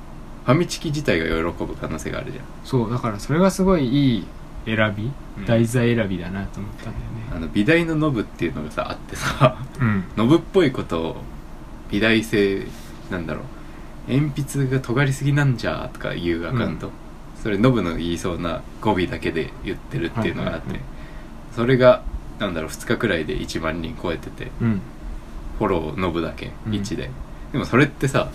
Speaker 1: ファミチキ自体が喜ぶ可能性があるじゃん
Speaker 2: 思ったんだよねそうだからそれがすごいいい選び、
Speaker 1: うん
Speaker 2: 題材選びだなと思ったんだ
Speaker 1: あ
Speaker 2: よね
Speaker 1: の美大のノブっていうのがさあってさ
Speaker 2: うん
Speaker 1: ノブっぽいことを美大生なんだろう鉛筆が尖りすぎなんじゃーとかいうアカウント、それノブの言いそうな語尾だけで言ってるっていうのがあって、
Speaker 2: はいはいはい
Speaker 1: それがなんだろう2日くらいで1万人超えてて
Speaker 2: うん
Speaker 1: フォローノブだけ
Speaker 2: うん
Speaker 1: 1で、でもそれってさ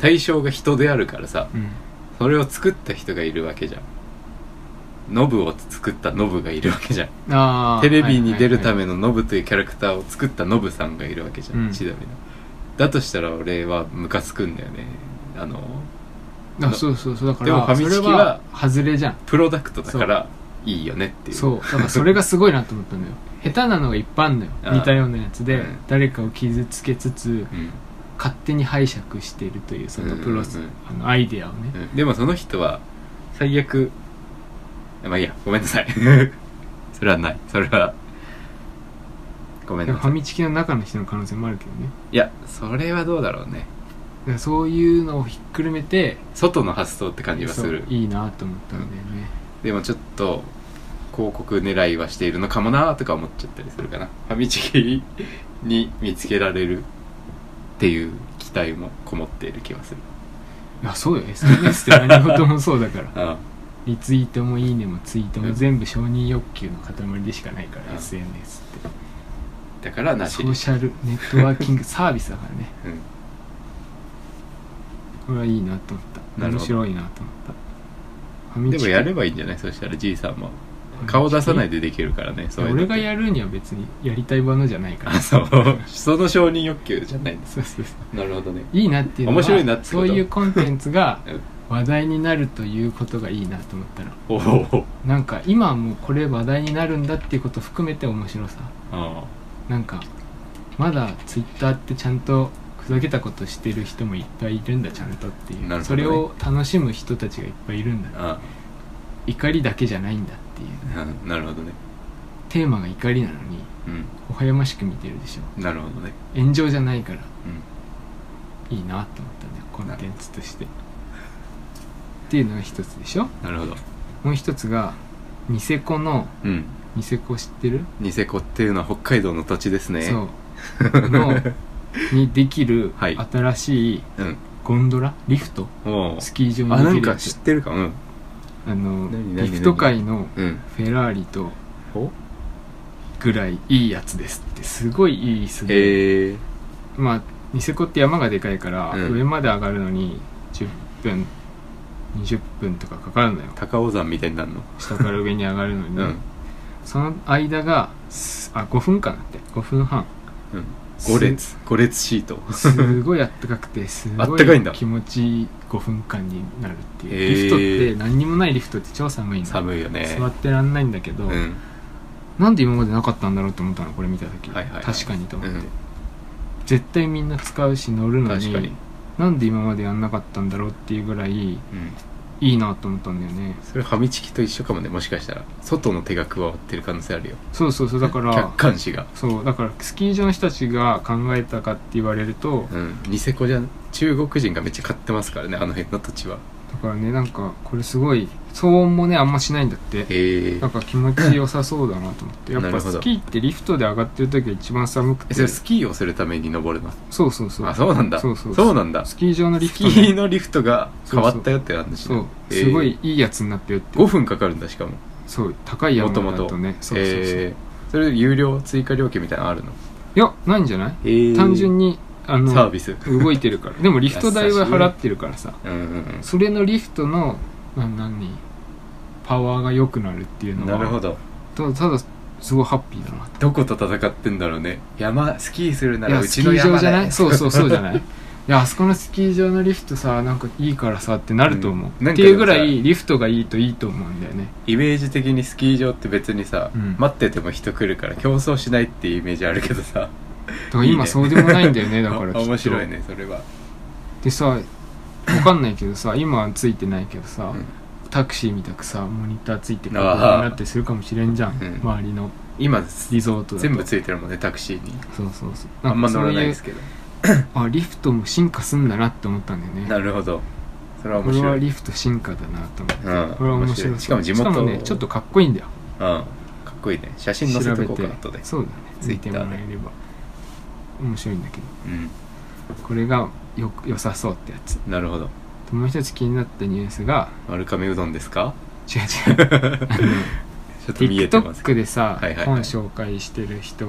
Speaker 1: 対象が人であるからさ
Speaker 2: うん
Speaker 1: それを作った人がいるわけじゃんノブを作ったノブがいるわけじゃん
Speaker 2: あー
Speaker 1: テレビに出るた
Speaker 2: はいはいはい
Speaker 1: めのノブというキャラクターを作ったノブさんがいるわけじゃん、
Speaker 2: うん
Speaker 1: 千鳥のだとしたら俺はムカつくんだよねあの
Speaker 2: あそうそうそうだから
Speaker 1: でもファミチキは
Speaker 2: それは外れじゃん
Speaker 1: プロダクトだからいいよねっていう
Speaker 2: そうだからそれがすごいなと 思ったんだよ下手なのがいっぱいあんだよ
Speaker 1: あー
Speaker 2: 似たようなやつで、
Speaker 1: うん
Speaker 2: 誰かを傷つけつつ
Speaker 1: うん、
Speaker 2: 勝手に拝借しているというそのプロス、
Speaker 1: うんうん
Speaker 2: あのアイデアをね、
Speaker 1: うんでもその人は最悪まあいいやごめんなさい それはないそれはごめん
Speaker 2: でも
Speaker 1: な
Speaker 2: ファ
Speaker 1: さい
Speaker 2: ミチキの中の人の可能性もあるけどね
Speaker 1: いやそれはどうだろうね
Speaker 2: だからそういうのをひっくるめて
Speaker 1: 外の発想って感じはする
Speaker 2: そういいなと思ったんだよね、
Speaker 1: でもちょっと広告狙いはしているのかもなとか思っちゃったりするかなファミチキに見つけられるっていう期待もこもっている気がする
Speaker 2: いやそうよ SNS って何事もそうだ から
Speaker 1: あ
Speaker 2: リツイートもいいねもツイート
Speaker 1: う
Speaker 2: も
Speaker 1: ん
Speaker 2: 全部承認欲求の塊でしかないから、
Speaker 1: うん
Speaker 2: SNS って
Speaker 1: だからなし
Speaker 2: ソ
Speaker 1: に
Speaker 2: ーシャルネットワーキングサービスだからね
Speaker 1: うん
Speaker 2: これはいいなと思った
Speaker 1: なる
Speaker 2: 面
Speaker 1: ほど
Speaker 2: 白いなと思ったファミチ
Speaker 1: で
Speaker 2: キ
Speaker 1: もやればいいんじゃないそしたらじいさんも顔出さないでできるからねそういうの
Speaker 2: 俺がやるには別にやりたいものじゃないから
Speaker 1: あ そうその承認欲求じゃないんです
Speaker 2: そうそうそう
Speaker 1: なるほどね
Speaker 2: いいなっていうのは
Speaker 1: 面白いなってこと
Speaker 2: そういうコンテンツが
Speaker 1: うん
Speaker 2: 話題になるということがいいなと思ったの
Speaker 1: おお
Speaker 2: なんか今はもうこれ話題になるんだっていうこと含めて面白さ
Speaker 1: あ
Speaker 2: なんかまだツイッターってちゃんとふざけたことしてる人もいっぱいいるんだちゃんとっていう、
Speaker 1: なるほど
Speaker 2: そ
Speaker 1: ね
Speaker 2: れを楽しむ人たちがいっぱいいるんだ
Speaker 1: あ
Speaker 2: 怒りだけじゃないんだっていう
Speaker 1: うんなるほどね
Speaker 2: テーマが怒りなのに
Speaker 1: う
Speaker 2: 微笑ましく見てるでしょ
Speaker 1: んなるほどね
Speaker 2: 炎上じゃないから
Speaker 1: うん
Speaker 2: いいなと思ったんだよコンテンツとしてっていうのが一つでしょ
Speaker 1: なるほど
Speaker 2: もう一つがニセコの
Speaker 1: うん
Speaker 2: ニセコ知ってる、
Speaker 1: ニセコっていうのは北海道の土地ですね
Speaker 2: そう のにできる
Speaker 1: はい
Speaker 2: 新しい
Speaker 1: うん
Speaker 2: ゴンドラリフト
Speaker 1: おう
Speaker 2: スキー場
Speaker 1: あ
Speaker 2: に
Speaker 1: な
Speaker 2: でき
Speaker 1: ん
Speaker 2: る
Speaker 1: か
Speaker 2: や
Speaker 1: 知っ
Speaker 2: つ
Speaker 1: てるかうん
Speaker 2: あの
Speaker 1: 何何
Speaker 2: リフト界の
Speaker 1: うん
Speaker 2: フェラーリと
Speaker 1: お
Speaker 2: ぐらいいいやつですってすごいいいすで、
Speaker 1: えー、
Speaker 2: まあニセコって山がでかいから、
Speaker 1: うん
Speaker 2: 上まで上がるのに10分20分とかかかるのよ
Speaker 1: 高尾山みたいになるの
Speaker 2: 下から上に上がるの
Speaker 1: う
Speaker 2: に、
Speaker 1: んうん
Speaker 2: その間がすあ5分間だって5分半
Speaker 1: 5列5列シート
Speaker 2: すごいあったかくてす
Speaker 1: あっ
Speaker 2: ご
Speaker 1: たかいんだ
Speaker 2: い気持ちいい5分間になるっていう、
Speaker 1: へー
Speaker 2: リフトって何にもないリフトって超寒いの
Speaker 1: 寒いよね
Speaker 2: 座ってらんないんだけど、
Speaker 1: うん
Speaker 2: なんで今までなかったんだろうと思ったのこれ見た時、
Speaker 1: はいはいはい
Speaker 2: 確かにと思って、
Speaker 1: うん
Speaker 2: 絶対みんな使うし乗るのに
Speaker 1: 確かに
Speaker 2: なんで今までやんなかったんだろうっていうぐらい
Speaker 1: うん
Speaker 2: いいなと思ったんだよね
Speaker 1: それファミチキと一緒かもねもしかしたら外の手が加わってる可能性あるよ
Speaker 2: そうそうそうだか
Speaker 1: 客
Speaker 2: ら
Speaker 1: 観視が
Speaker 2: そうだからスキー場の人たちが考えたかって言われると
Speaker 1: うんニセコじゃん中国人がめっちゃ買ってますからねあの辺の土地は
Speaker 2: だからねなんかこれすごい騒音もねあんましないんだって
Speaker 1: へえ
Speaker 2: なんか気持ちよさそうだなと思ってやっ
Speaker 1: なる
Speaker 2: ぱ
Speaker 1: ほど
Speaker 2: スキーってリフトで上がってる時が一番寒くて
Speaker 1: えそれスキーをするために登るの
Speaker 2: そうそうそう
Speaker 1: あそうなんだ
Speaker 2: そうそう
Speaker 1: そうなんだ
Speaker 2: スキー場のリ
Speaker 1: ス
Speaker 2: フ
Speaker 1: キ
Speaker 2: トね
Speaker 1: ーのリフトが変わったよってなんだし
Speaker 2: そ
Speaker 1: ね
Speaker 2: う
Speaker 1: へえ
Speaker 2: すごいいいやつになったよって
Speaker 1: 5分かかるんだしかも
Speaker 2: そう高い
Speaker 1: も
Speaker 2: 山
Speaker 1: ともと
Speaker 2: だとねそうそうそう、
Speaker 1: えーそれ有料追加料金みたいなのあるの
Speaker 2: いやないんじゃない、単純にあの
Speaker 1: サービス
Speaker 2: 動いてるから でもリフト代は払ってるからさ
Speaker 1: うんうん
Speaker 2: それのリフトのな何パワーが良くなるっていう
Speaker 1: うん
Speaker 2: の
Speaker 1: な
Speaker 2: は
Speaker 1: るほど
Speaker 2: ただただすごいハッピーだな
Speaker 1: どこと戦ってんだろうね山スキーするないら
Speaker 2: や
Speaker 1: う
Speaker 2: スキ
Speaker 1: ちの
Speaker 2: ー場
Speaker 1: 山
Speaker 2: じ
Speaker 1: だ
Speaker 2: ゃ
Speaker 1: よ
Speaker 2: ないそうそうそうじゃない いやあそこのスキー場のリフトさなんかいいからさってなると思う、
Speaker 1: うんなん
Speaker 2: っ
Speaker 1: か
Speaker 2: て
Speaker 1: でも
Speaker 2: い
Speaker 1: さ
Speaker 2: うぐらいリフトがいいといいと思うんだよね
Speaker 1: イメージ的にスキー場って別にさ、
Speaker 2: うん
Speaker 1: 待ってても人来るから競争しないっていうイメージあるけどさ
Speaker 2: だから今そうでもないんだよねだ からきっと
Speaker 1: 面白いねそれは、
Speaker 2: でさわかんないけどさ今はついてないけどさ、
Speaker 1: うん
Speaker 2: タクシーみたくさモニターついてくるよう
Speaker 1: あ
Speaker 2: に
Speaker 1: ー
Speaker 2: なってするかもしれんじゃん、
Speaker 1: うん
Speaker 2: 周りの
Speaker 1: 今
Speaker 2: リゾートだと
Speaker 1: 全部ついてるもんねタクシーに
Speaker 2: そうそうそう
Speaker 1: あんま乗らないです
Speaker 2: か
Speaker 1: けど
Speaker 2: そういうあリフトも進化すんだなって思ったんだよね
Speaker 1: なるほどそれは
Speaker 2: こ
Speaker 1: 面
Speaker 2: れは
Speaker 1: 白い
Speaker 2: リフト進化だなと思って、
Speaker 1: うん
Speaker 2: これは面白い
Speaker 1: 面白いしかも地元
Speaker 2: ねちょっとかっこいいんだよ
Speaker 1: うんかっこいいね写真載せ
Speaker 2: 調
Speaker 1: と
Speaker 2: べ
Speaker 1: こうか
Speaker 2: て
Speaker 1: 後で
Speaker 2: そうだねついて
Speaker 1: Twitter
Speaker 2: も
Speaker 1: で
Speaker 2: らえれば面白いんだけど
Speaker 1: うん
Speaker 2: これがよ良さそうってやつ
Speaker 1: なるほど
Speaker 2: でもう一つ気になったニュースが
Speaker 1: 丸亀うどんです か
Speaker 2: 違う違う
Speaker 1: ちょっと 見えてますけど
Speaker 2: TikTok でさ、
Speaker 1: はいはいはい
Speaker 2: 本紹介してる人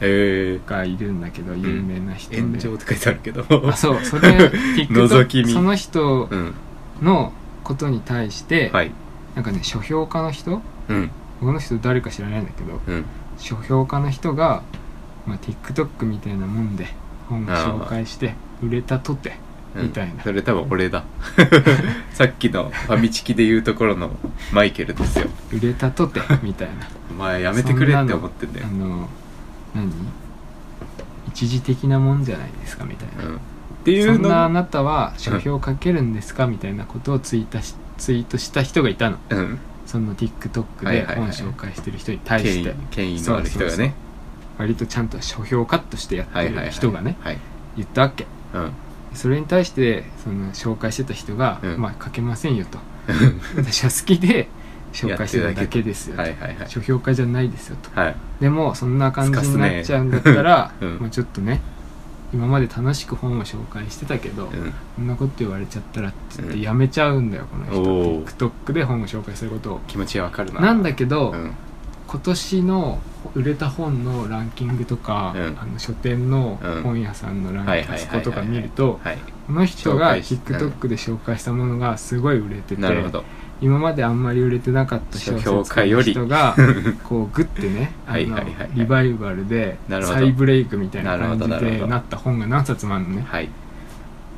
Speaker 1: へえ
Speaker 2: がいるんだけど有名な人で、
Speaker 1: 炎上って書いてあるけど
Speaker 2: あそう それ
Speaker 1: 覗き
Speaker 2: TikTok
Speaker 1: 見
Speaker 2: その人
Speaker 1: うん
Speaker 2: のことに対して、
Speaker 1: はい
Speaker 2: なんかね書評家の人
Speaker 1: うん
Speaker 2: この人誰か知らないんだけど
Speaker 1: うん
Speaker 2: 書評家の人が、まあ、TikTok みたいなもんで本を紹介して売れたとて
Speaker 1: うん
Speaker 2: みたいな
Speaker 1: それ多分俺 ださっきのファミチキで言うところのマイケルですよ
Speaker 2: 売れたとてみたい な
Speaker 1: お前やめてくれって思ってんだ
Speaker 2: あ
Speaker 1: よ、
Speaker 2: の何一時的なもんじゃないですかみたいな
Speaker 1: うん、ってい
Speaker 2: そ
Speaker 1: うん
Speaker 2: なあ
Speaker 1: の
Speaker 2: なたは書評書けるんですかみたいなことをツイートしツイートした人がいたの
Speaker 1: うん
Speaker 2: その TikTok
Speaker 1: はい
Speaker 2: で
Speaker 1: はいは
Speaker 2: 本
Speaker 1: い
Speaker 2: 紹介してる人に対
Speaker 1: 権
Speaker 2: し
Speaker 1: 威
Speaker 2: て
Speaker 1: 権威のある人がね
Speaker 2: そうそう割とちゃんと書評家としてやって
Speaker 1: はいはいはい
Speaker 2: る人がね
Speaker 1: はい
Speaker 2: 言ったわけ
Speaker 1: うん
Speaker 2: それに対してその紹介してた人が
Speaker 1: う
Speaker 2: 「
Speaker 1: ん
Speaker 2: まあ書けませんよ」と「私は好きで紹介してるだけですよ」
Speaker 1: はい
Speaker 2: と
Speaker 1: はいはい
Speaker 2: 書評家じゃないですよ」と
Speaker 1: はい
Speaker 2: でもそんな感じになっちゃうんだったら
Speaker 1: すかすねうん
Speaker 2: もうちょっとね今まで楽しく本を紹介してたけど、
Speaker 1: う ん
Speaker 2: こんなこと言われちゃったらって言っ
Speaker 1: うん
Speaker 2: てやめちゃうんだよ、この
Speaker 1: お
Speaker 2: 人 TikTok で本を紹介することを
Speaker 1: 気持ちはわかるな
Speaker 2: な
Speaker 1: なん
Speaker 2: だけど、
Speaker 1: うん
Speaker 2: 今年の売れた本のランキングとか、
Speaker 1: うん
Speaker 2: あの書店の
Speaker 1: うん
Speaker 2: 本屋さんのランキング、
Speaker 1: はいはいはいはい
Speaker 2: そことか見ると
Speaker 1: はい
Speaker 2: この人が
Speaker 1: 紹介し
Speaker 2: TikTok で紹介したものがすごい売れてて
Speaker 1: なるほど
Speaker 2: 今まであんまり売れてなかった小説
Speaker 1: 書評家より
Speaker 2: の人 がこうグッてねあの
Speaker 1: はいはいはいはい
Speaker 2: リバイバルで
Speaker 1: なるほど
Speaker 2: 再ブレイクみたいな感じ
Speaker 1: なるほどなる
Speaker 2: で
Speaker 1: ほど
Speaker 2: なった本が何冊もあるのね
Speaker 1: はい
Speaker 2: っ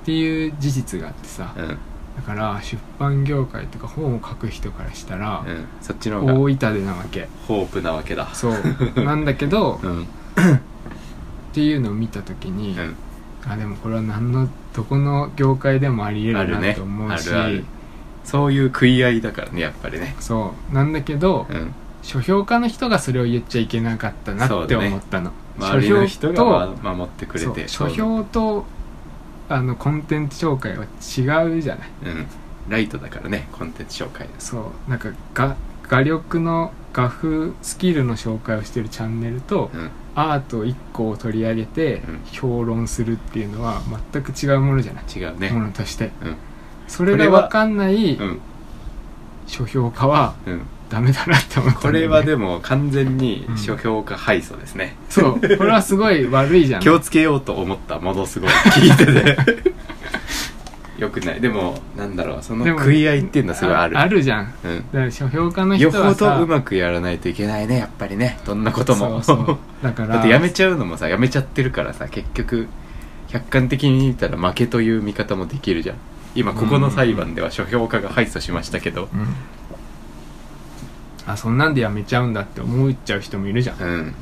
Speaker 2: ていう事実があってさ、
Speaker 1: うん
Speaker 2: だから出版業界とか本を書く人からしたら
Speaker 1: うんそっちの方が
Speaker 2: 大痛手なわ け
Speaker 1: ホープなわけだ
Speaker 2: そうなんだけど
Speaker 1: うんうん
Speaker 2: っていうのを見た時にあでもこれは何のどこの業界でもありえ
Speaker 1: あ
Speaker 2: る
Speaker 1: る
Speaker 2: な
Speaker 1: ね
Speaker 2: と思う
Speaker 1: あ
Speaker 2: し
Speaker 1: るあるそういう食い合いだからねやっぱりね
Speaker 2: そうなんだけど
Speaker 1: うん
Speaker 2: 書評家の人がそれを言っちゃいけなかったな
Speaker 1: そう
Speaker 2: って
Speaker 1: だね
Speaker 2: 思ったの
Speaker 1: 周りの人が
Speaker 2: 書評と
Speaker 1: ま守ってくれ
Speaker 2: そう
Speaker 1: て
Speaker 2: 書評とあのコンテンツ紹介は違うじゃない
Speaker 1: うんライトだからねコンテンツ紹介です
Speaker 2: そうなんかが画力の画風スキルの紹介をしてるチャンネルと
Speaker 1: うん
Speaker 2: アート1個を取り上げて
Speaker 1: うん
Speaker 2: 評論するっていうのは全く違うものじゃない、
Speaker 1: 違うね
Speaker 2: ものとして、
Speaker 1: うん
Speaker 2: それ
Speaker 1: これ
Speaker 2: が
Speaker 1: は
Speaker 2: 分かんない
Speaker 1: うん
Speaker 2: 書評家は
Speaker 1: うん
Speaker 2: ダメだなって思った
Speaker 1: こ
Speaker 2: んだ
Speaker 1: れ
Speaker 2: よね
Speaker 1: はでも完全に
Speaker 2: うん
Speaker 1: 書評家敗訴ですね
Speaker 2: そうこれ はすごい悪いじゃん
Speaker 1: 気をつけようと思ったものすごい聞いてて よくないでもなんだろうその
Speaker 2: でも
Speaker 1: 食い合いっていうのはすごいある
Speaker 2: あるじゃん
Speaker 1: うん
Speaker 2: だから書評家の人
Speaker 1: よ
Speaker 2: は
Speaker 1: ほ
Speaker 2: さ
Speaker 1: どうまくやらないといけないねやっぱりねどんなことも
Speaker 2: そうそうだから
Speaker 1: だってやめちゃうのもさやめちゃってるからさ結局客観的に見たら負けという見方もできるじゃん今ここの裁判では書評家が敗訴しましたけど
Speaker 2: うんあそんなんでやめちゃうんだって思っちゃう人もいるじゃん、
Speaker 1: うん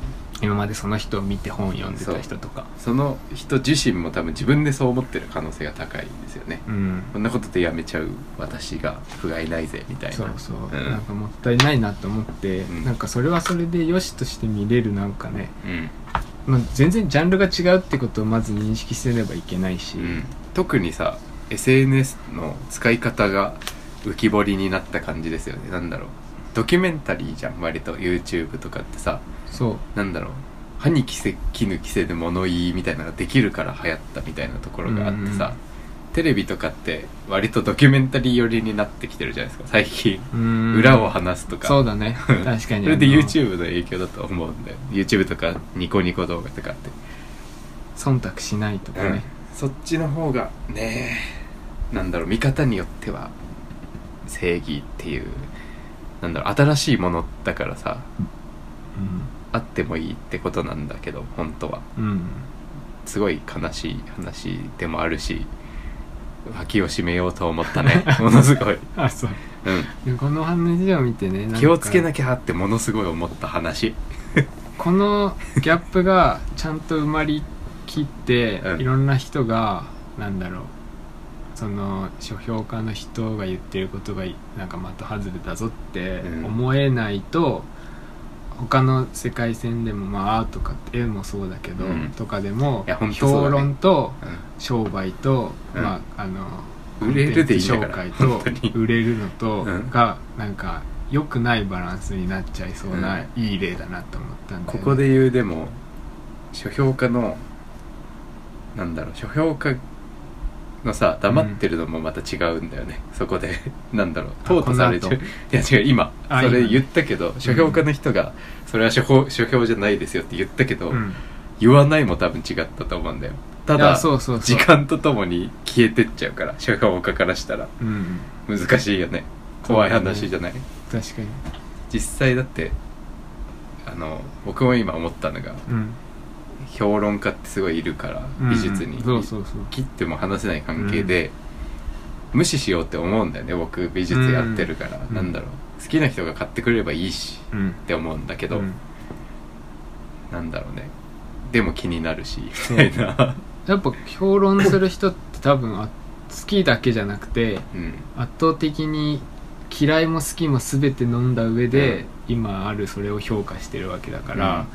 Speaker 2: 今までその人を見て本読んでた人とか
Speaker 1: その人自身も多分自分でそう思ってる可能性が高いですよね
Speaker 2: うん
Speaker 1: こんなことでやめちゃう私が不甲斐ないぜみたいな
Speaker 2: そうそう、
Speaker 1: ん
Speaker 2: なんかもったいないなと思って、
Speaker 1: うん
Speaker 2: なんかそれはそれで良しとして見れるなんかね、
Speaker 1: うん
Speaker 2: まあ、全然ジャンルが違うってことをまず認識せねばいけないし、
Speaker 1: うん特にさ SNS の使い方が浮き彫りになった感じですよねなんだろうドキュメンタリーじゃん割と YouTube とかってさ
Speaker 2: そう
Speaker 1: なんだろう歯に着せ絹着せぬ物言いみたいなのができるから流行ったみたいなところがあってさ、
Speaker 2: うんうん
Speaker 1: テレビとかって割とドキュメンタリー寄りになってきてるじゃないですか最近
Speaker 2: うん
Speaker 1: 裏を話すとか、
Speaker 2: そうだね確か に
Speaker 1: それで
Speaker 2: あの
Speaker 1: YouTube の影響だと思うんだよ YouTube とかニコニコ動画とかって、
Speaker 2: 忖度しないとかね、
Speaker 1: そっちの方がねえなんだろう見方によっては正義っていうなんだろう新しいものだからさあってもいいってことなんだけど本当は
Speaker 2: うん、うん、
Speaker 1: すごい悲しい話でもあるし脇を締めようと思った ねものすごい、
Speaker 2: あそう
Speaker 1: う
Speaker 2: でこの話を見てねなん
Speaker 1: ん、
Speaker 2: か
Speaker 1: 気をつけなきゃってものすごい思った話
Speaker 2: このギャップがちゃんと埋まりきって、
Speaker 1: うん
Speaker 2: いろんな人がなんだろうその書評家の人が言ってることがなんか的外れだぞって
Speaker 1: うん
Speaker 2: 思えないと、他の世界線でもまあアートとか絵もそうだけど、
Speaker 1: うん
Speaker 2: とかでも
Speaker 1: いやほんとそうだね
Speaker 2: 評論と
Speaker 1: うん
Speaker 2: 商売と、
Speaker 1: うん
Speaker 2: まああの
Speaker 1: 売れるでいいんだから
Speaker 2: コンテンツ
Speaker 1: 本当
Speaker 2: 紹介
Speaker 1: に
Speaker 2: と売れるのと
Speaker 1: うん
Speaker 2: がなんか良くないバランスになっちゃいそうな、いい例だなと思ったんで、
Speaker 1: ここで言うでも書評家のなんだろう書評家のさ黙ってるのもまた違うんだよね、そこで なんだろう
Speaker 2: あ
Speaker 1: 淘汰されちゃうい
Speaker 2: こ
Speaker 1: や違う今
Speaker 2: あ
Speaker 1: それ
Speaker 2: 今
Speaker 1: 言ったけど書評家の人が、それは書評書評じゃないですよって言ったけど、
Speaker 2: うん
Speaker 1: 言わないも多分違ったと思うんだよた
Speaker 2: い
Speaker 1: だ
Speaker 2: やそうそうそ
Speaker 1: 時
Speaker 2: う
Speaker 1: 間とともに消えてっちゃうから書評家からしたら
Speaker 2: うん
Speaker 1: 難しいよね怖い話じゃない、
Speaker 2: 確かに
Speaker 1: 実際だってあの僕も今思ったのが
Speaker 2: うん
Speaker 1: 評論家ってすごいいるから美術に、
Speaker 2: うんそうそうそう
Speaker 1: 切っても話せない関係で、無視しようって思うんだよね僕美術やってるから、
Speaker 2: うん
Speaker 1: なんだろう好きな人が買ってくれればいいし
Speaker 2: うん
Speaker 1: って思うんだけど、
Speaker 2: うん
Speaker 1: なんだろうねでも気になるしみたいな、
Speaker 2: やっぱ評論する人って多分あ好きだけじゃなくて
Speaker 1: うん、
Speaker 2: 圧倒的に嫌いも好きも全て飲んだ上で、今あるそれを評価してるわけだから、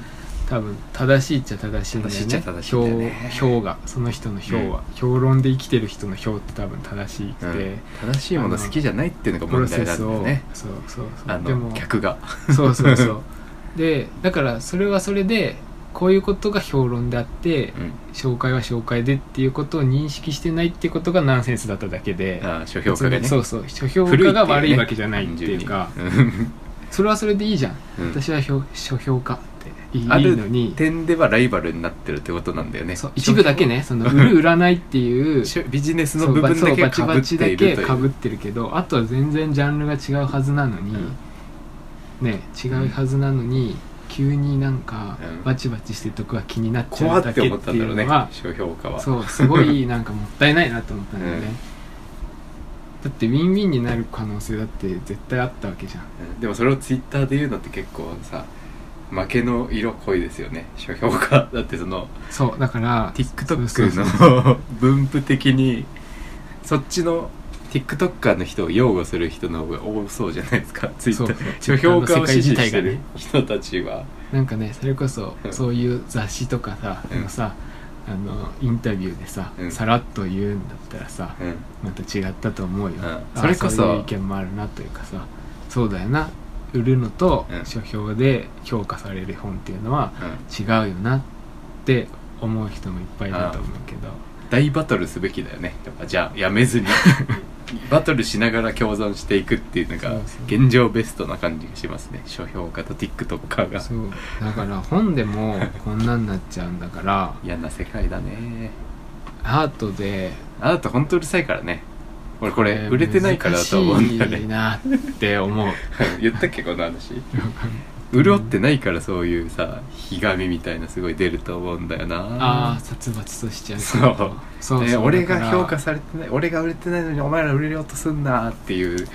Speaker 2: 多分正しいっちゃ正しいんだよ
Speaker 1: 正
Speaker 2: ね
Speaker 1: しいっちゃ正しいんだよね
Speaker 2: 評評がその人の評は、評論で生きてる人の評って多分正 しくて、
Speaker 1: うん正しいもの好きじゃないっていうのが
Speaker 2: プロ
Speaker 1: 問題
Speaker 2: セ
Speaker 1: なん
Speaker 2: ス
Speaker 1: だよ
Speaker 2: を、
Speaker 1: ね
Speaker 2: そうそうそう
Speaker 1: あの客が
Speaker 2: そうそうそうでだからそれはそれでこういうことが評論であって、紹介は紹介でっていうことを認識してないってことがナンセンスだっただけで
Speaker 1: ああ書評家がね
Speaker 2: そうそう書評家が悪いわけじゃないって
Speaker 1: 古
Speaker 2: い
Speaker 1: って
Speaker 2: うか
Speaker 1: ね単純に
Speaker 2: それはそれでいいじゃん、
Speaker 1: うん
Speaker 2: 私は評書評家っていいい
Speaker 1: ある
Speaker 2: のに
Speaker 1: 点ではライバルになってるってことなんだよね
Speaker 2: そう一部だけねその売る売らないっていう
Speaker 1: しょビジネスの
Speaker 2: そう
Speaker 1: 部分だけ
Speaker 2: バチ
Speaker 1: か
Speaker 2: バ
Speaker 1: ぶっ
Speaker 2: チだ
Speaker 1: ている
Speaker 2: け
Speaker 1: という
Speaker 2: かぶってるけどあとは全然ジャンルが違うはずなのに、ね違うはずなのに、急になんか
Speaker 1: うん
Speaker 2: バチバチしてるとこが気になっちゃ
Speaker 1: 怖
Speaker 2: う
Speaker 1: っ
Speaker 2: だ
Speaker 1: て
Speaker 2: け
Speaker 1: 思っ
Speaker 2: って
Speaker 1: たん
Speaker 2: い
Speaker 1: だろ
Speaker 2: う
Speaker 1: う
Speaker 2: の
Speaker 1: ね
Speaker 2: は
Speaker 1: 商評価は
Speaker 2: そうすごいなんかもったいないなと思ったんだよね、だってウィンウィンになる可能性だって絶対あったわけじゃん
Speaker 1: うんでもそれをツイッターで言うのって結構さ負けの色濃いですよね書評家 だってその
Speaker 2: そうだからそう
Speaker 1: TikTok
Speaker 2: そうそう
Speaker 1: の分布的にそっちの TikToker の人を擁護する人の方が多そうじゃないですかツイッ
Speaker 2: そう
Speaker 1: タ
Speaker 2: そう
Speaker 1: ー書評家を支持してる
Speaker 2: Twitter の世界自体がね
Speaker 1: 人たちは、
Speaker 2: なんかねそれこそ
Speaker 1: うん
Speaker 2: そういう雑誌とかさ、
Speaker 1: うん
Speaker 2: あのさあのインタビューでさ、
Speaker 1: うん
Speaker 2: さらっと言うんだったらさ、
Speaker 1: うん
Speaker 2: また違ったと思うよ、
Speaker 1: うん
Speaker 2: あ
Speaker 1: それこそ
Speaker 2: ういう意見もあるなというかさそうだよな売るのと
Speaker 1: うん
Speaker 2: 書評で評価される本っていうのは
Speaker 1: うん
Speaker 2: 違うよなって思う人もいっぱいいると思うけど
Speaker 1: 大バトルすべきだよねやっぱじゃあやめ ずにバトルしながら共存していくっていうの
Speaker 2: そう
Speaker 1: が
Speaker 2: そう
Speaker 1: 現状ベストな感じがしますね書評家と TikToker が
Speaker 2: そう だから本でもこんなんなっちゃうんだから
Speaker 1: 嫌な世界だね
Speaker 2: アートで
Speaker 1: あなたほんとうるさいからね俺これ売れてないからだと思うんだよ
Speaker 2: 難しい
Speaker 1: ね
Speaker 2: なって 思う
Speaker 1: 言ったっけこの話潤ってないからそういうさひがみみたいなすごい出ると思うんだよ
Speaker 2: あ
Speaker 1: な
Speaker 2: あ殺伐としちゃう
Speaker 1: そう
Speaker 2: そう
Speaker 1: ね
Speaker 2: そう
Speaker 1: 俺
Speaker 2: だか
Speaker 1: が
Speaker 2: ら
Speaker 1: 評価されてない俺が売れてないのにお前ら売れようとすんなっていう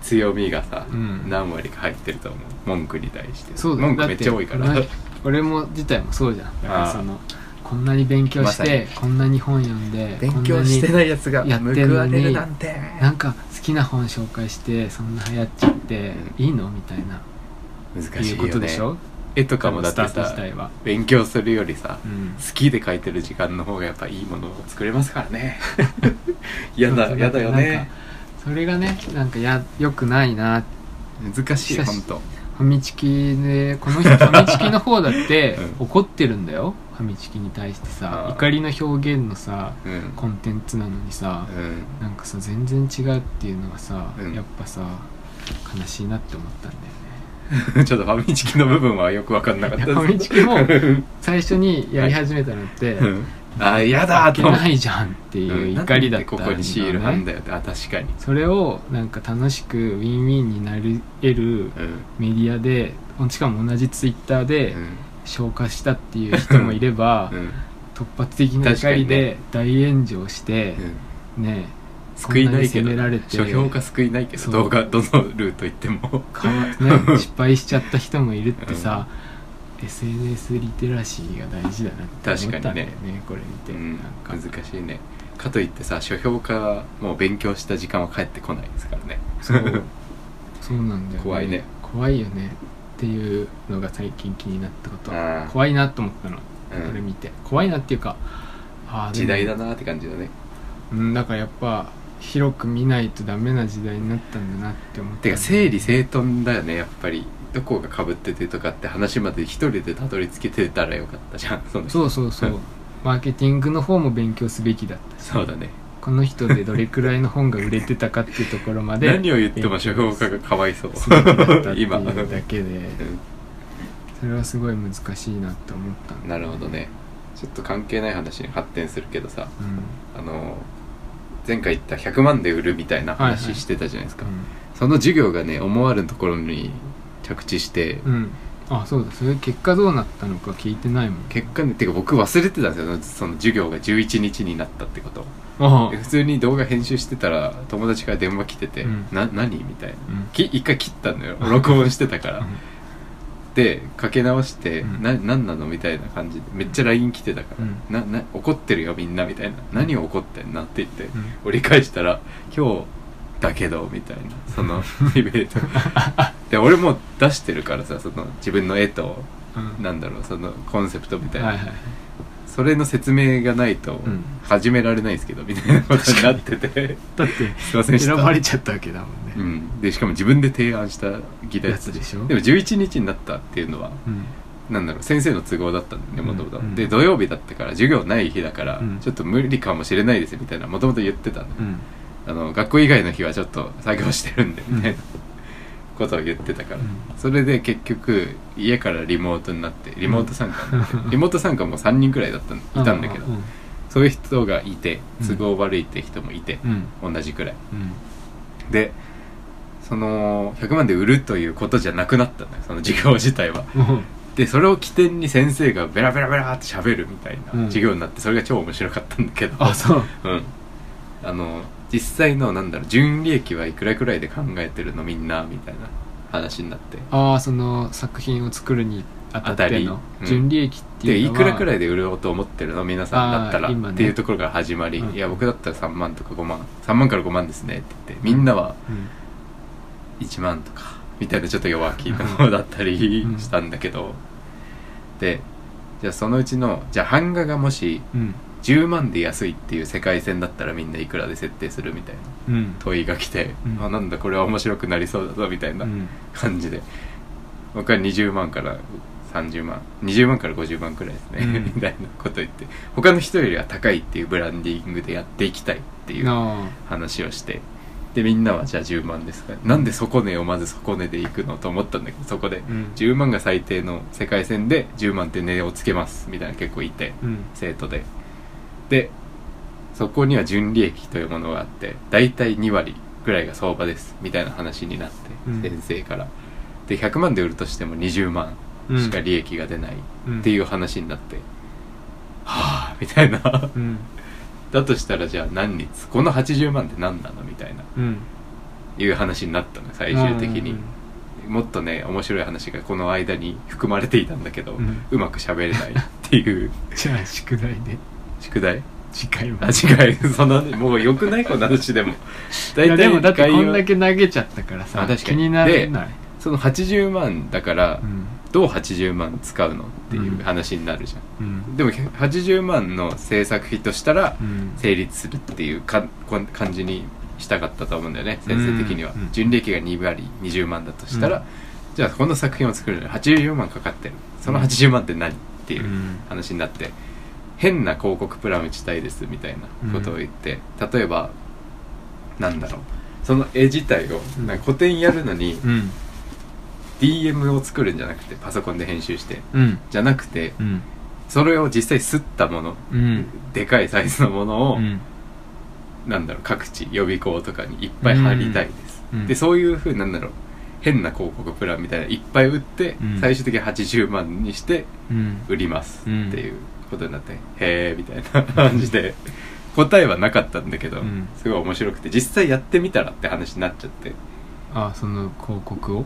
Speaker 1: 強みがさ、
Speaker 2: うん
Speaker 1: 何割か入ってると思う文句に対して
Speaker 2: そうだよ
Speaker 1: 文句めっちゃ
Speaker 2: だ
Speaker 1: 多
Speaker 2: て
Speaker 1: いから
Speaker 2: 俺 俺も自体もそうじゃんだから
Speaker 1: あー
Speaker 2: そのこんなに勉強
Speaker 1: ま
Speaker 2: し
Speaker 1: さに
Speaker 2: て、こんなに本読んで
Speaker 1: 勉強して
Speaker 2: い
Speaker 1: ないやつが
Speaker 2: やってんのに
Speaker 1: 報われるなんて
Speaker 2: なんか好きな本紹介してそんな流行っちゃって、
Speaker 1: うん
Speaker 2: いいのみたいな
Speaker 1: 難
Speaker 2: い
Speaker 1: し
Speaker 2: う
Speaker 1: い
Speaker 2: こと
Speaker 1: よ
Speaker 2: で
Speaker 1: ね
Speaker 2: しょ
Speaker 1: 絵とかもだって
Speaker 2: スタート自
Speaker 1: さ
Speaker 2: 体は、
Speaker 1: 勉強するよりさ
Speaker 2: うん、
Speaker 1: 好きで描いてる時間の方がやっぱいいものを作れますから ね嫌だ
Speaker 2: そう
Speaker 1: 嫌だよ
Speaker 2: なん
Speaker 1: ね
Speaker 2: かそれがねなんかやよくないな
Speaker 1: 難しい
Speaker 2: 久し
Speaker 1: 本当
Speaker 2: ファミチキでこ の人ファミチキの方だって
Speaker 1: う
Speaker 2: 怒ってるんだよ、ファミチキに対してさ
Speaker 1: あー
Speaker 2: 怒りの表現のさ
Speaker 1: うんうん
Speaker 2: コンテンツなのにさ、なんかさ全然違うっていうのがさ、
Speaker 1: うん
Speaker 2: やっぱさ悲しいなって思ったんだよ ね
Speaker 1: ちょっとファミチキの部分はよく分かんなかった
Speaker 2: いやファミチキも最初にやり始めたのって、
Speaker 1: うんあ嫌だ
Speaker 2: い
Speaker 1: と
Speaker 2: け
Speaker 1: 思っ
Speaker 2: ないじゃんって
Speaker 1: う
Speaker 2: い
Speaker 1: ん
Speaker 2: う怒りだった
Speaker 1: ここにシール貼んだよってあ確かに
Speaker 2: それをなんか楽しくウィンウィンになり得る
Speaker 1: うん
Speaker 2: メディアでしかも同じツイッターで
Speaker 1: うん
Speaker 2: 消化したっていう人もいれば、
Speaker 1: うん
Speaker 2: 突発的な怒りで大炎上して、
Speaker 1: うん
Speaker 2: ね
Speaker 1: 救いないけ
Speaker 2: こんなに責め
Speaker 1: ど
Speaker 2: られて
Speaker 1: 書評価救いないけ
Speaker 2: そ
Speaker 1: ど
Speaker 2: う
Speaker 1: 動画どのルート行って も
Speaker 2: かわ ね失敗しちゃった人もいるってさ、SNS リテラシーが大事だなって思ったんだよね
Speaker 1: 確
Speaker 2: これ見て、
Speaker 1: うん
Speaker 2: なんか
Speaker 1: 難しいねかといってさ書評家もう勉強した時間は返ってこないですからね
Speaker 2: そうそうなんだよ、
Speaker 1: 怖いね
Speaker 2: 怖いよねっていうのが最近気になったこと
Speaker 1: あー
Speaker 2: 怖いなと思ったの、
Speaker 1: うん
Speaker 2: これ見て怖いなっていうかあーでも
Speaker 1: 時代だなって感じだね
Speaker 2: うんだからやっぱ広く見ないとダメな時代になったんだなって思って
Speaker 1: てか整理整頓だよねやっぱりどこがかぶっててとかって話まで一人でたどり着けてたらよかったじゃんその人
Speaker 2: そうそうそうマーケティングの方も勉強すべきだったし
Speaker 1: そうだね
Speaker 2: この人でどれくらいの本が売れてたかっていうところまで
Speaker 1: 何を言っても書評家がかわいそう
Speaker 2: すべきだったってい
Speaker 1: 今
Speaker 2: うだけで
Speaker 1: う
Speaker 2: それはすごい難しいなって思ったん
Speaker 1: んな
Speaker 2: だ
Speaker 1: るほどねちょっと関係ない話に発展するけどさ
Speaker 2: うん
Speaker 1: あの前回言った100万で売るみたいな
Speaker 2: はいはい
Speaker 1: 話してたじゃないですか、
Speaker 2: うん
Speaker 1: その授業がね思わぬところに着地して、
Speaker 2: うんあそうだそれ結果どうなったのか聞いてないもん
Speaker 1: 結果ねてか僕忘れてたんですよそのその授業が11日になったってこと
Speaker 2: あ
Speaker 1: で普通に動画編集してたら友達から電話来てて「
Speaker 2: うん
Speaker 1: な何?」みたいな
Speaker 2: うん
Speaker 1: き一回切ったんだよ録音してたからでかけ直して
Speaker 2: う
Speaker 1: 「
Speaker 2: ん
Speaker 1: な何なの?」みたいな感じでめっちゃ LINE 来てたから
Speaker 2: うん
Speaker 1: 「なな怒ってるよみんな」みたいな「何を怒ってんな」って言って
Speaker 2: うん
Speaker 1: 折り返したら「今日だけど」みたいなそ のディベートで俺もう出してるからさその自分の絵と
Speaker 2: うん
Speaker 1: なんだろうそのコンセプトみたいな、
Speaker 2: はいはい
Speaker 1: それの説明がないと
Speaker 2: うん
Speaker 1: 始められないんですけど、みたいなことになってて
Speaker 2: だって
Speaker 1: すいませんでした
Speaker 2: 選ばれちゃったわけだもんね
Speaker 1: うん、でしかも自分で提案した議題だった
Speaker 2: やつでしょ
Speaker 1: でも11日になったっていうのは
Speaker 2: うん
Speaker 1: なんだろう先生の都合だったんだよねもともと
Speaker 2: うん
Speaker 1: で土曜日だったから授業ない日だから、
Speaker 2: うん
Speaker 1: ちょっと無理かもしれないですみたいなもともと言ってたんだよ、
Speaker 2: うん
Speaker 1: あの学校以外の日はちょっと作業してるんで
Speaker 2: うん
Speaker 1: みたいなことを言ってたから、
Speaker 2: うん
Speaker 1: それで結局家からリモートになってリモート参加になって、
Speaker 2: うん
Speaker 1: リモート参加も3人くらいだったんいたんだけど、
Speaker 2: う
Speaker 1: そういう人がいて
Speaker 2: うん
Speaker 1: 都合悪いって人もいて、
Speaker 2: うん
Speaker 1: 同じくらい
Speaker 2: うん
Speaker 1: でその100万で売るということじゃなくなったんだよその授業自体は
Speaker 2: うん
Speaker 1: でそれを起点に先生がベラベラベラって喋るみたいな
Speaker 2: うん
Speaker 1: 授業になってそれが超面白かったんだけど、
Speaker 2: あ そう
Speaker 1: うん、あの実際のなんだろう純利益はいくらくらいで考えてるのみんなみたいな話になって
Speaker 2: ああその作品を作るにあたっての
Speaker 1: あたりうん
Speaker 2: 純利益って
Speaker 1: で
Speaker 2: い
Speaker 1: いう
Speaker 2: のは
Speaker 1: くらくらいで売ろうと思ってるの皆さんだったら、
Speaker 2: あー今ね
Speaker 1: っていうところから始まり、
Speaker 2: うん
Speaker 1: いや僕だったら3万とか5万3万から5万ですねって言ってみんなは
Speaker 2: うん
Speaker 1: 1万とかみたいなちょっと弱気の方だったり
Speaker 2: うん
Speaker 1: したんだけど、でじゃあそのうちのじゃあ版画がもし
Speaker 2: うん
Speaker 1: 10万で安いっていう世界線だったらみんないくらで設定するみたいな
Speaker 2: うん
Speaker 1: 問いが来て、
Speaker 2: うん
Speaker 1: あなんだこれは面白くなりそうだぞみたいな感じで、僕は20万から30万20万から50万くらいですね、
Speaker 2: うん
Speaker 1: みたいなこと言って他の人よりは高いっていうブランディングでやっていきたいっていう
Speaker 2: な
Speaker 1: 話をしてでみんなはじゃあ10万ですかなんで底値をまず底値でいくのと思ったんだけどそこで
Speaker 2: あうん
Speaker 1: 10万が最低の世界線で10万って値をつけますみたいな結構いて
Speaker 2: うん
Speaker 1: 生徒ででそこには純利益というものがあって大体2割ぐらいが相場ですみたいな話になって、
Speaker 2: うん
Speaker 1: 先生からで100万で売るとしても20万
Speaker 2: うん
Speaker 1: しか利益が出ない
Speaker 2: うん
Speaker 1: っていう話になって、はあみたいな
Speaker 2: うん
Speaker 1: だとしたらじゃあ何にこの80万って何なのみたいな
Speaker 2: うん
Speaker 1: いう話になったの最終的に
Speaker 2: うん、
Speaker 1: もっとね面白い話がこの間に含まれていたんだけど、う
Speaker 2: うん
Speaker 1: まく喋れないっていう
Speaker 2: じゃあ宿題で
Speaker 1: 宿題
Speaker 2: 次回も
Speaker 1: あ違うそんなもう良くないこの話でも
Speaker 2: いやでもだって
Speaker 1: 概要
Speaker 2: こんだけ投げちゃったから
Speaker 1: あ
Speaker 2: さ
Speaker 1: 確か
Speaker 2: 気
Speaker 1: に
Speaker 2: にならない、
Speaker 1: その80万だから
Speaker 2: うん
Speaker 1: どう80万使うのっていううん話になるじゃ
Speaker 2: うん
Speaker 1: んでも80万の制作費としたら
Speaker 2: うん
Speaker 1: 成立するっていうかこん感じにしたかったと思うんだよね先生的には、
Speaker 2: うん
Speaker 1: 純利益が2割20万だとしたら、
Speaker 2: うん
Speaker 1: じゃあこの作品を作るのに80万かかってるその80万って何っていううん話になって変な広告プラン打ちたいですみたいなことを言って、例えばなんだろうその絵自体を、
Speaker 2: うん
Speaker 1: なんか古典やるのに
Speaker 2: うん
Speaker 1: DM を作るんじゃなくてパソコンで編集して
Speaker 2: うん
Speaker 1: じゃなくて
Speaker 2: うん
Speaker 1: それを実際すったもの
Speaker 2: うん
Speaker 1: でかいサイズのものを、
Speaker 2: うん
Speaker 1: なんだろう各地予備校とかにいっぱい貼りたいです、
Speaker 2: うん
Speaker 1: でそういうふうになんだろう変な広告プランみたいないっぱい売って、
Speaker 2: うん
Speaker 1: 最終的に80万にして
Speaker 2: うん
Speaker 1: 売りますっていうことになって、へえみたいな感じで答えはなかったんだけど、
Speaker 2: うん
Speaker 1: すごい面白くて実際やってみたらって話になっちゃって
Speaker 2: あその広告を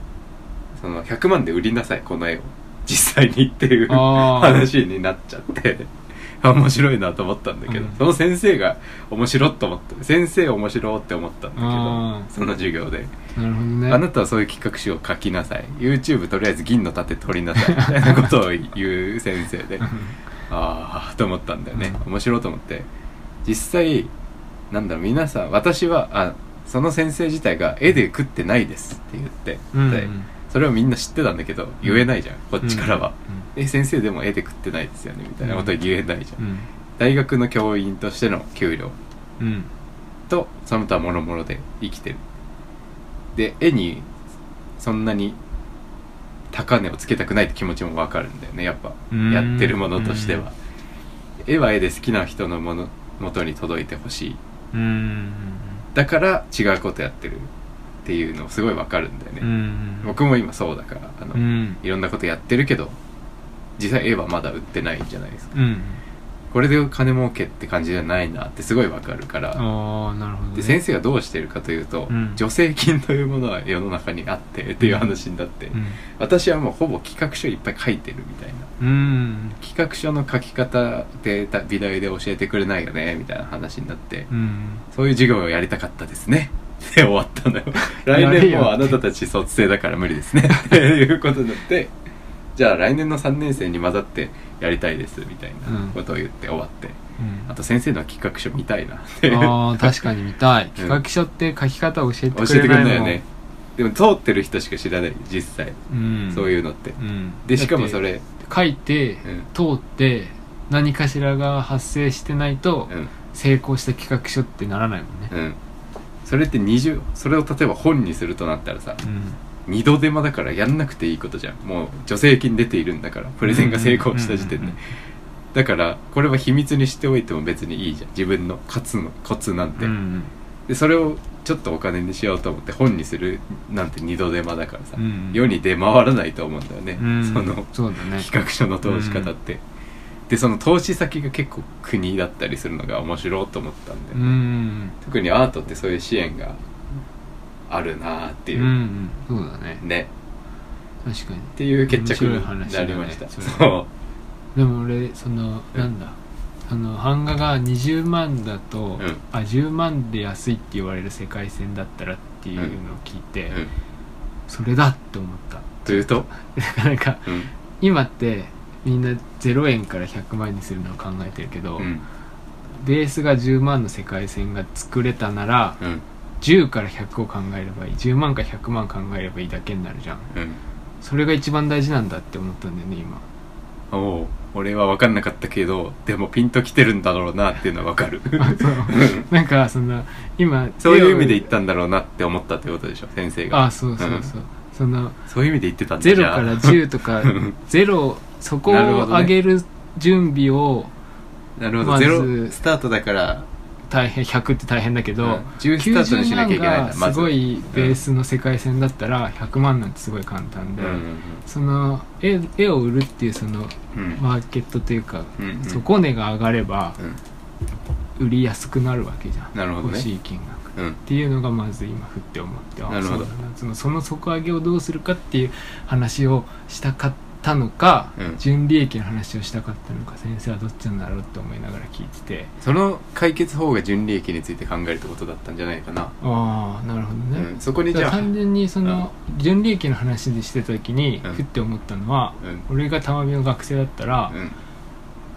Speaker 1: その100万で売りなさいこの絵を実際にっていう
Speaker 2: あー
Speaker 1: 話になっちゃってあ面白いなと思ったんだけど、
Speaker 2: うん
Speaker 1: その先生が面白っと思った先生面白って思ったんだけ
Speaker 2: あー
Speaker 1: どその授業で、
Speaker 2: なるほどね
Speaker 1: あなたはそういう企画書を書きなさい YouTube とりあえず銀の盾取りなさいみたいなことを言う先生 でああと思ったんだよね、
Speaker 2: う
Speaker 1: 面白いと思って実際なんだろう皆さん私はあその先生自体が絵で食ってないですって言って、
Speaker 2: うん
Speaker 1: でそれをみんな知ってたんだけど言えないじゃん、こっちからは、え先生でも絵で食ってないですよねみたいなことは言えないじゃん、
Speaker 2: うん
Speaker 1: 大学の教員としての給料
Speaker 2: うんうん
Speaker 1: とその他諸々で生きてるで絵にそんなに高値をつけたくないって気持ちもわかるんだよねやっぱ
Speaker 2: うん
Speaker 1: やってるものとしては絵は絵で好きな人のもの元に届いてほしい
Speaker 2: うん
Speaker 1: だから違うことやってるっていうのすごいわかるんだよね、
Speaker 2: うん
Speaker 1: 僕も今そうだからあの、
Speaker 2: うん
Speaker 1: いろんなことやってるけど実際絵はまだ売ってないじゃないですか
Speaker 2: うん
Speaker 1: これで金儲けって感じじゃないなってすごいわかるから、
Speaker 2: ああなるほどね
Speaker 1: で先生がどうしてるかというと、
Speaker 2: うん
Speaker 1: 助成金というものは世の中にあってっていう話になって、
Speaker 2: うん
Speaker 1: 私はもうほぼ企画書いっぱい書いてるみたいな
Speaker 2: うん
Speaker 1: 企画書の書き方でた美大で教えてくれないよねみたいな話になって、
Speaker 2: うん
Speaker 1: そういう授業をやりたかったですね で終わったのよ来
Speaker 2: やれ
Speaker 1: 年
Speaker 2: よ
Speaker 1: もうあなたたち卒生だから無理ですねっていうことになってじゃあ来年の3年生に混ざってやりたいですみたいなことを言って終わって、
Speaker 2: うん
Speaker 1: あと先生の企画書見たいなって
Speaker 2: あー確かに見たい企画書って書き方教えて
Speaker 1: 教えてく
Speaker 2: くれないもん
Speaker 1: れないよねでも通ってる人しか知らない実際、
Speaker 2: うん
Speaker 1: そういうのって
Speaker 2: うん
Speaker 1: でしかもそれ、
Speaker 2: だって書いて、
Speaker 1: うん
Speaker 2: 通って何かしらが発生してないと
Speaker 1: うん
Speaker 2: 成功した企画書ってならないもんね
Speaker 1: うん、それって20それを例えば本にするとなったらさ
Speaker 2: うん
Speaker 1: 二度手間だからやんなくていいことじゃんもう助成金出ているんだからプレゼンが成功した時点
Speaker 2: うん
Speaker 1: で
Speaker 2: うん
Speaker 1: だからこれは秘密にしておいても別にいいじゃん自分の勝つのコツなんて、
Speaker 2: うん
Speaker 1: でそれをちょっとお金にしようと思って本にするなんて二度手間だからさ、
Speaker 2: うん
Speaker 1: 世に出回らないと思うんだよね、
Speaker 2: うん
Speaker 1: その
Speaker 2: そうだね
Speaker 1: 企画書の投資方って、でその投資先が結構国だったりするのが面白いと思ったんで、
Speaker 2: うんうん
Speaker 1: 特にアートってそういう支援があるなーってい
Speaker 2: うん
Speaker 1: う、
Speaker 2: うんそうだね
Speaker 1: ね
Speaker 2: 確かに
Speaker 1: っていう決着
Speaker 2: 面白い
Speaker 1: に
Speaker 2: 話
Speaker 1: な
Speaker 2: だね
Speaker 1: りました、
Speaker 2: それ
Speaker 1: そう
Speaker 2: でも俺その
Speaker 1: うん
Speaker 2: なんだあの版画が20万だと、
Speaker 1: うん
Speaker 2: あ10万で安いって言われる世界線だったらっていうのを聞いて、
Speaker 1: うん
Speaker 2: それだって思った
Speaker 1: というと、
Speaker 2: なかなか
Speaker 1: うん
Speaker 2: 今ってみんな0円から100万にするのを考えてるけど、
Speaker 1: うん
Speaker 2: ベースが10万の世界線が作れたなら
Speaker 1: うん
Speaker 2: 10から100を考えればいい10万か100万考えればいいだけになるじゃん
Speaker 1: うん、
Speaker 2: それが一番大事なんだって思ったんだよ ね今
Speaker 1: おう俺は分かんなかったけどでもピンときてるんだろうなっていうのは分かる
Speaker 2: あそうなんかその今
Speaker 1: そういう意味で言
Speaker 2: い
Speaker 1: ったんだろうなって思ったってことでしょ先生が
Speaker 2: あそうそうそう、その
Speaker 1: そういう意味で言ってたんだ
Speaker 2: 0
Speaker 1: じゃあ
Speaker 2: から10 とか
Speaker 1: うん
Speaker 2: 0そこを
Speaker 1: なるほどね
Speaker 2: 上げる準備を
Speaker 1: なるほど、
Speaker 2: まず
Speaker 1: ゼロスタートだから
Speaker 2: 大変100って大変だけど、
Speaker 1: うん10スタートにし
Speaker 2: 90
Speaker 1: な
Speaker 2: 万
Speaker 1: きゃいけないんだ
Speaker 2: が
Speaker 1: ますず
Speaker 2: ごいベースの世界線だったら100万なんてすごい簡単
Speaker 1: う
Speaker 2: で、
Speaker 1: ん
Speaker 2: その絵絵を売るっていうその
Speaker 1: うんうん
Speaker 2: マーケットというか、
Speaker 1: うんうん
Speaker 2: 底値が上がれば
Speaker 1: うん
Speaker 2: 売りやすくなるわけじゃん、
Speaker 1: なるほどね
Speaker 2: 欲しい金額っ
Speaker 1: うん
Speaker 2: ていうのがまず今振って思ってあ
Speaker 1: なるほど
Speaker 2: そうだなそのその底上げをどうするかっていう話をしたかったのか、
Speaker 1: うん
Speaker 2: 純利益の話をしたかったのか先生はどっちなんだろうって思いながら聞いてて
Speaker 1: その解決法が純利益について考えるってことだったんじゃないかな、
Speaker 2: ああなるほどね、
Speaker 1: うん、そこに
Speaker 2: だ
Speaker 1: じゃ
Speaker 2: から
Speaker 1: あ、う
Speaker 2: 単
Speaker 1: ん、
Speaker 2: 純にその純利益の話でしてた時に
Speaker 1: うん
Speaker 2: ふって思ったのは、
Speaker 1: うん
Speaker 2: 俺が玉美の学生だったら、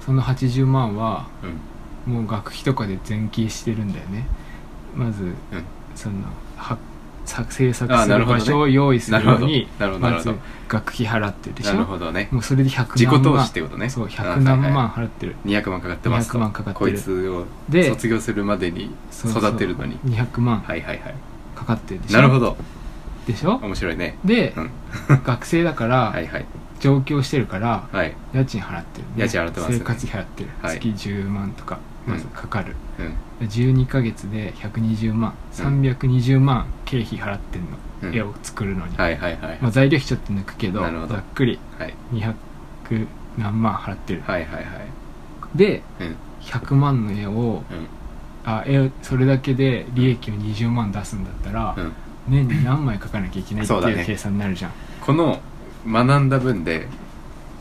Speaker 2: その80万は
Speaker 1: うん
Speaker 2: もう学費とかで全消してるんだよねまず、そのは作制作
Speaker 1: あ
Speaker 2: す
Speaker 1: なる
Speaker 2: る
Speaker 1: ほど
Speaker 2: 場
Speaker 1: ね
Speaker 2: 所を用意するのに、
Speaker 1: なるほどなる
Speaker 2: ま
Speaker 1: ほど
Speaker 2: ず学費払ってるでし
Speaker 1: なる
Speaker 2: ょ
Speaker 1: ほどね
Speaker 2: もうそれで100何万
Speaker 1: 自己投資ってことね
Speaker 2: そう
Speaker 1: あ
Speaker 2: 100何
Speaker 1: はい
Speaker 2: 万
Speaker 1: は
Speaker 2: 払ってる、
Speaker 1: い200万かかってますと
Speaker 2: 200万かかってる
Speaker 1: こいつを
Speaker 2: で
Speaker 1: 卒業するまでに
Speaker 2: そうそう
Speaker 1: 育てるのに
Speaker 2: 200万
Speaker 1: はいはいはい
Speaker 2: かかってるでしょ
Speaker 1: なるほど
Speaker 2: でしょ
Speaker 1: 面白いね
Speaker 2: で、
Speaker 1: うん
Speaker 2: 学生だから、
Speaker 1: はいはい
Speaker 2: 上京してるから
Speaker 1: はい
Speaker 2: 家賃払ってる、
Speaker 1: 家賃払ってますね
Speaker 2: 生活費払ってる、
Speaker 1: はい
Speaker 2: 月10万とかまずかかる、
Speaker 1: うん
Speaker 2: 12ヶ月で120万
Speaker 1: うん
Speaker 2: 320万経費払ってんの、
Speaker 1: うん
Speaker 2: 絵を作るのに、
Speaker 1: はいはいはい
Speaker 2: まあ、材料費ちょっと抜くけど
Speaker 1: なるほど
Speaker 2: ざっくり
Speaker 1: はい
Speaker 2: 200何万払ってる、
Speaker 1: はいはいはい
Speaker 2: で
Speaker 1: うん
Speaker 2: 100万の絵を
Speaker 1: うん
Speaker 2: あ絵をそれだけで利益を20万出すんだったら、
Speaker 1: うん
Speaker 2: 年に何枚描かなきゃいけないって
Speaker 1: そうだ
Speaker 2: い
Speaker 1: ね
Speaker 2: う計算になるじゃん、
Speaker 1: この学んだ分で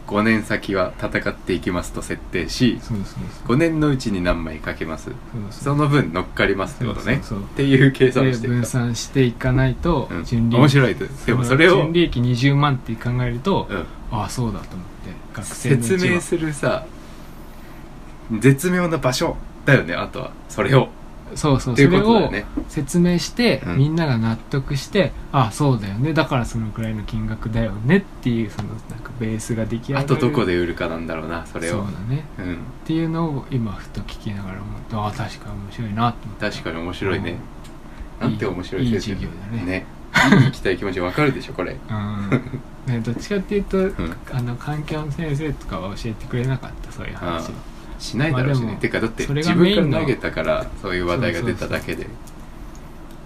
Speaker 1: 5年先は戦っていきますと設定し
Speaker 2: そうそうそ
Speaker 1: 5
Speaker 2: う
Speaker 1: 年のうちに何枚書けます
Speaker 2: そう
Speaker 1: その分乗っかりますってことね
Speaker 2: そうそうそう
Speaker 1: っていう計算を
Speaker 2: で
Speaker 1: してい
Speaker 2: 分
Speaker 1: く
Speaker 2: 散していかないと
Speaker 1: うん
Speaker 2: 純利益、
Speaker 1: 面白いですでもそれを
Speaker 2: 純利益20万って考えると、
Speaker 1: うん
Speaker 2: ああそうだと思って学生のうち
Speaker 1: 説
Speaker 2: は
Speaker 1: 明するさ絶妙な場所だよねあとはそれを
Speaker 2: そうそう
Speaker 1: っ
Speaker 2: そ
Speaker 1: ていう
Speaker 2: れ
Speaker 1: ことだ
Speaker 2: を
Speaker 1: よね
Speaker 2: 説明して、
Speaker 1: うん
Speaker 2: みんなが納得してああそうだよねだからそのくらいの金額だよねっていうそのなんかベースが出来上が
Speaker 1: あ
Speaker 2: る
Speaker 1: とどこで売るかなんだろうなそれ
Speaker 2: そう
Speaker 1: を
Speaker 2: だね
Speaker 1: うん
Speaker 2: っていうのを今ふと聞きながら思ってああ確かに面白いなと思 って
Speaker 1: 確かに面白いね
Speaker 2: うん
Speaker 1: なんて面白い
Speaker 2: いい
Speaker 1: 先生
Speaker 2: いい授業だね
Speaker 1: 見 に行きたい気持ちわかるでしょこれ
Speaker 2: うん、ね、どっちかっていうと、
Speaker 1: ん
Speaker 2: あの環境の先生とかは教えてくれなかったそういう話は
Speaker 1: しないだろうし
Speaker 2: ま
Speaker 1: ね
Speaker 2: あでも
Speaker 1: てかだって
Speaker 2: それが
Speaker 1: 自分
Speaker 2: メイン
Speaker 1: か
Speaker 2: の
Speaker 1: ら投げたからそういう話題が出ただけで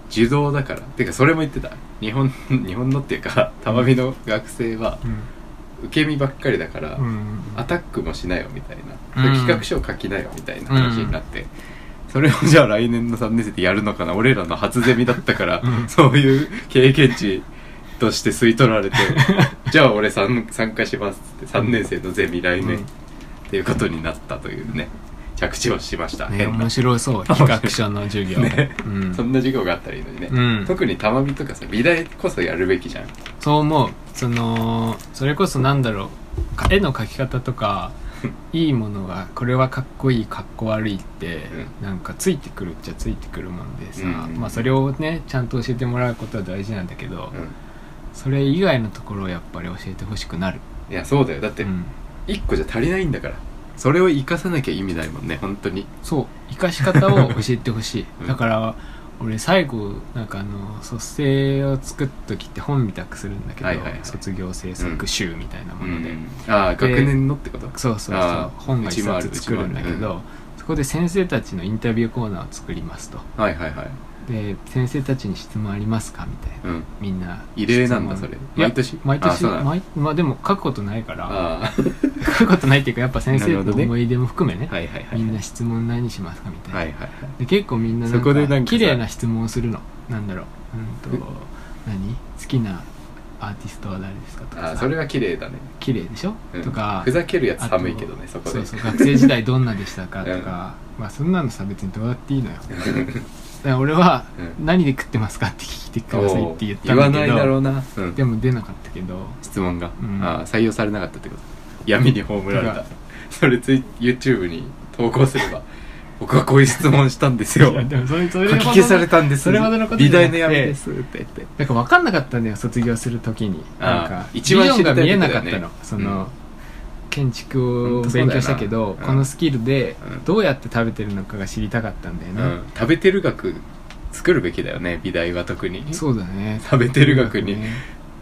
Speaker 1: 受動だからてかそれも言ってた日本日本のっていうか玉美の学生は
Speaker 2: うん
Speaker 1: 受け身ばっかりだから、
Speaker 2: うん
Speaker 1: アタックもしなよみたいな、
Speaker 2: うん
Speaker 1: 企画書を書きなよみたいな話になって、それをじゃあ来年の3年生でやるのかな俺らの初ゼミだったから、
Speaker 2: うん
Speaker 1: そういう経験値として吸い取られ てじゃあ俺参参加しますって3年生のゼミ来年、
Speaker 2: うん
Speaker 1: っていうことになったというね着地をしました、
Speaker 2: ね、
Speaker 1: 変な
Speaker 2: 面白そう企画書の授業、
Speaker 1: ね
Speaker 2: うん、
Speaker 1: そんな授業があったらいいのにね、
Speaker 2: うん
Speaker 1: 特にたまみとかさ美大こそやるべきじゃん
Speaker 2: そう思うそのそれこそなんだろうか絵の描き方と かいいものがこれはかっこいいかっこ悪いって、なんかついてくるっちゃついてくるもんでさ、
Speaker 1: うん
Speaker 2: まあ、それをねちゃんと教えてもらうことは大事なんだけど、
Speaker 1: う
Speaker 2: それ以外のところをやっぱり教えてほしくなる、
Speaker 1: んいやそうだよだっ
Speaker 2: う
Speaker 1: て
Speaker 2: ん、
Speaker 1: 1個じゃ足りないんだからそれを生かさなきゃ意味ないもんね本当に
Speaker 2: そう生かし方を教えてほしい
Speaker 1: うん
Speaker 2: だから俺最後なんかあの卒生を作っときって本みたくするんだけど、
Speaker 1: はいはいはい
Speaker 2: 卒業制作集みたいなもので、
Speaker 1: ああ
Speaker 2: で
Speaker 1: 学年のってこと
Speaker 2: そうそうそう
Speaker 1: あー
Speaker 2: 本が一冊
Speaker 1: 内回
Speaker 2: 作る
Speaker 1: る
Speaker 2: んだけ
Speaker 1: 内回る
Speaker 2: ど、そこで先生たちのインタビューコーナーを作りますと
Speaker 1: はいはいはい
Speaker 2: で先生たちに質問ありますかみたいな
Speaker 1: うん
Speaker 2: みんな
Speaker 1: 異例なんだ
Speaker 2: 質
Speaker 1: そ
Speaker 2: 問
Speaker 1: れ
Speaker 2: いや
Speaker 1: 毎年
Speaker 2: 毎
Speaker 1: あ
Speaker 2: 年
Speaker 1: そうなの
Speaker 2: 毎まあでも書くことないから
Speaker 1: ああ
Speaker 2: 書くことないっていうかやっぱ先生
Speaker 1: なるほ
Speaker 2: の
Speaker 1: どね
Speaker 2: 思い出も含めね
Speaker 1: はいはいはい
Speaker 2: みんな質問何しますかみたいな、
Speaker 1: はいはいはい
Speaker 2: で結構みんななん
Speaker 1: そこでなん
Speaker 2: か
Speaker 1: かさ
Speaker 2: 綺麗な質問をするのなんだろううんと何好きなアーティストは誰ですかと
Speaker 1: ああ
Speaker 2: かさ
Speaker 1: それは綺麗だね
Speaker 2: 綺麗でしょ、
Speaker 1: うん
Speaker 2: とか
Speaker 1: ふざけるやつ
Speaker 2: あと
Speaker 1: 寒いけどねそこ
Speaker 2: そ
Speaker 1: で
Speaker 2: う そう学生時代どんなでしたかとか、まあそんなのさ別にどうだっていいのよだから俺は
Speaker 1: う
Speaker 2: 何で食ってますかって聞いてくださいって言った
Speaker 1: おー言
Speaker 2: んだ
Speaker 1: わな
Speaker 2: け
Speaker 1: いだろ
Speaker 2: ど
Speaker 1: うな、うん
Speaker 2: でも出なかったけど
Speaker 1: 質問が、
Speaker 2: うん
Speaker 1: ああ採用されなかったってこと闇に葬られ
Speaker 2: だか
Speaker 1: たそれつい YouTube に投稿すれ ば僕はこういう質問したんですよ
Speaker 2: いや
Speaker 1: 書
Speaker 2: でもそれそれ
Speaker 1: き
Speaker 2: ほど
Speaker 1: 消されたんです
Speaker 2: それほどのことじ
Speaker 1: 美
Speaker 2: ゃなくて
Speaker 1: 大の闇ですって言って
Speaker 2: なんか分かんなかったんだよ卒業するときに
Speaker 1: あー
Speaker 2: なんか
Speaker 1: 一番
Speaker 2: ビジョンが
Speaker 1: 知り
Speaker 2: 見
Speaker 1: た
Speaker 2: え
Speaker 1: いことだ
Speaker 2: なか
Speaker 1: よ
Speaker 2: っ
Speaker 1: ね
Speaker 2: たのその、
Speaker 1: うん
Speaker 2: 建築を勉強したけど、
Speaker 1: 本当そうだよなうん
Speaker 2: このスキルで
Speaker 1: うん
Speaker 2: どうやって食べてるのかが知りたかったんだよ
Speaker 1: う
Speaker 2: ね、
Speaker 1: ん、食べてる学作るべきだよね美大は特に
Speaker 2: そうだね
Speaker 1: 食べてる学に
Speaker 2: ね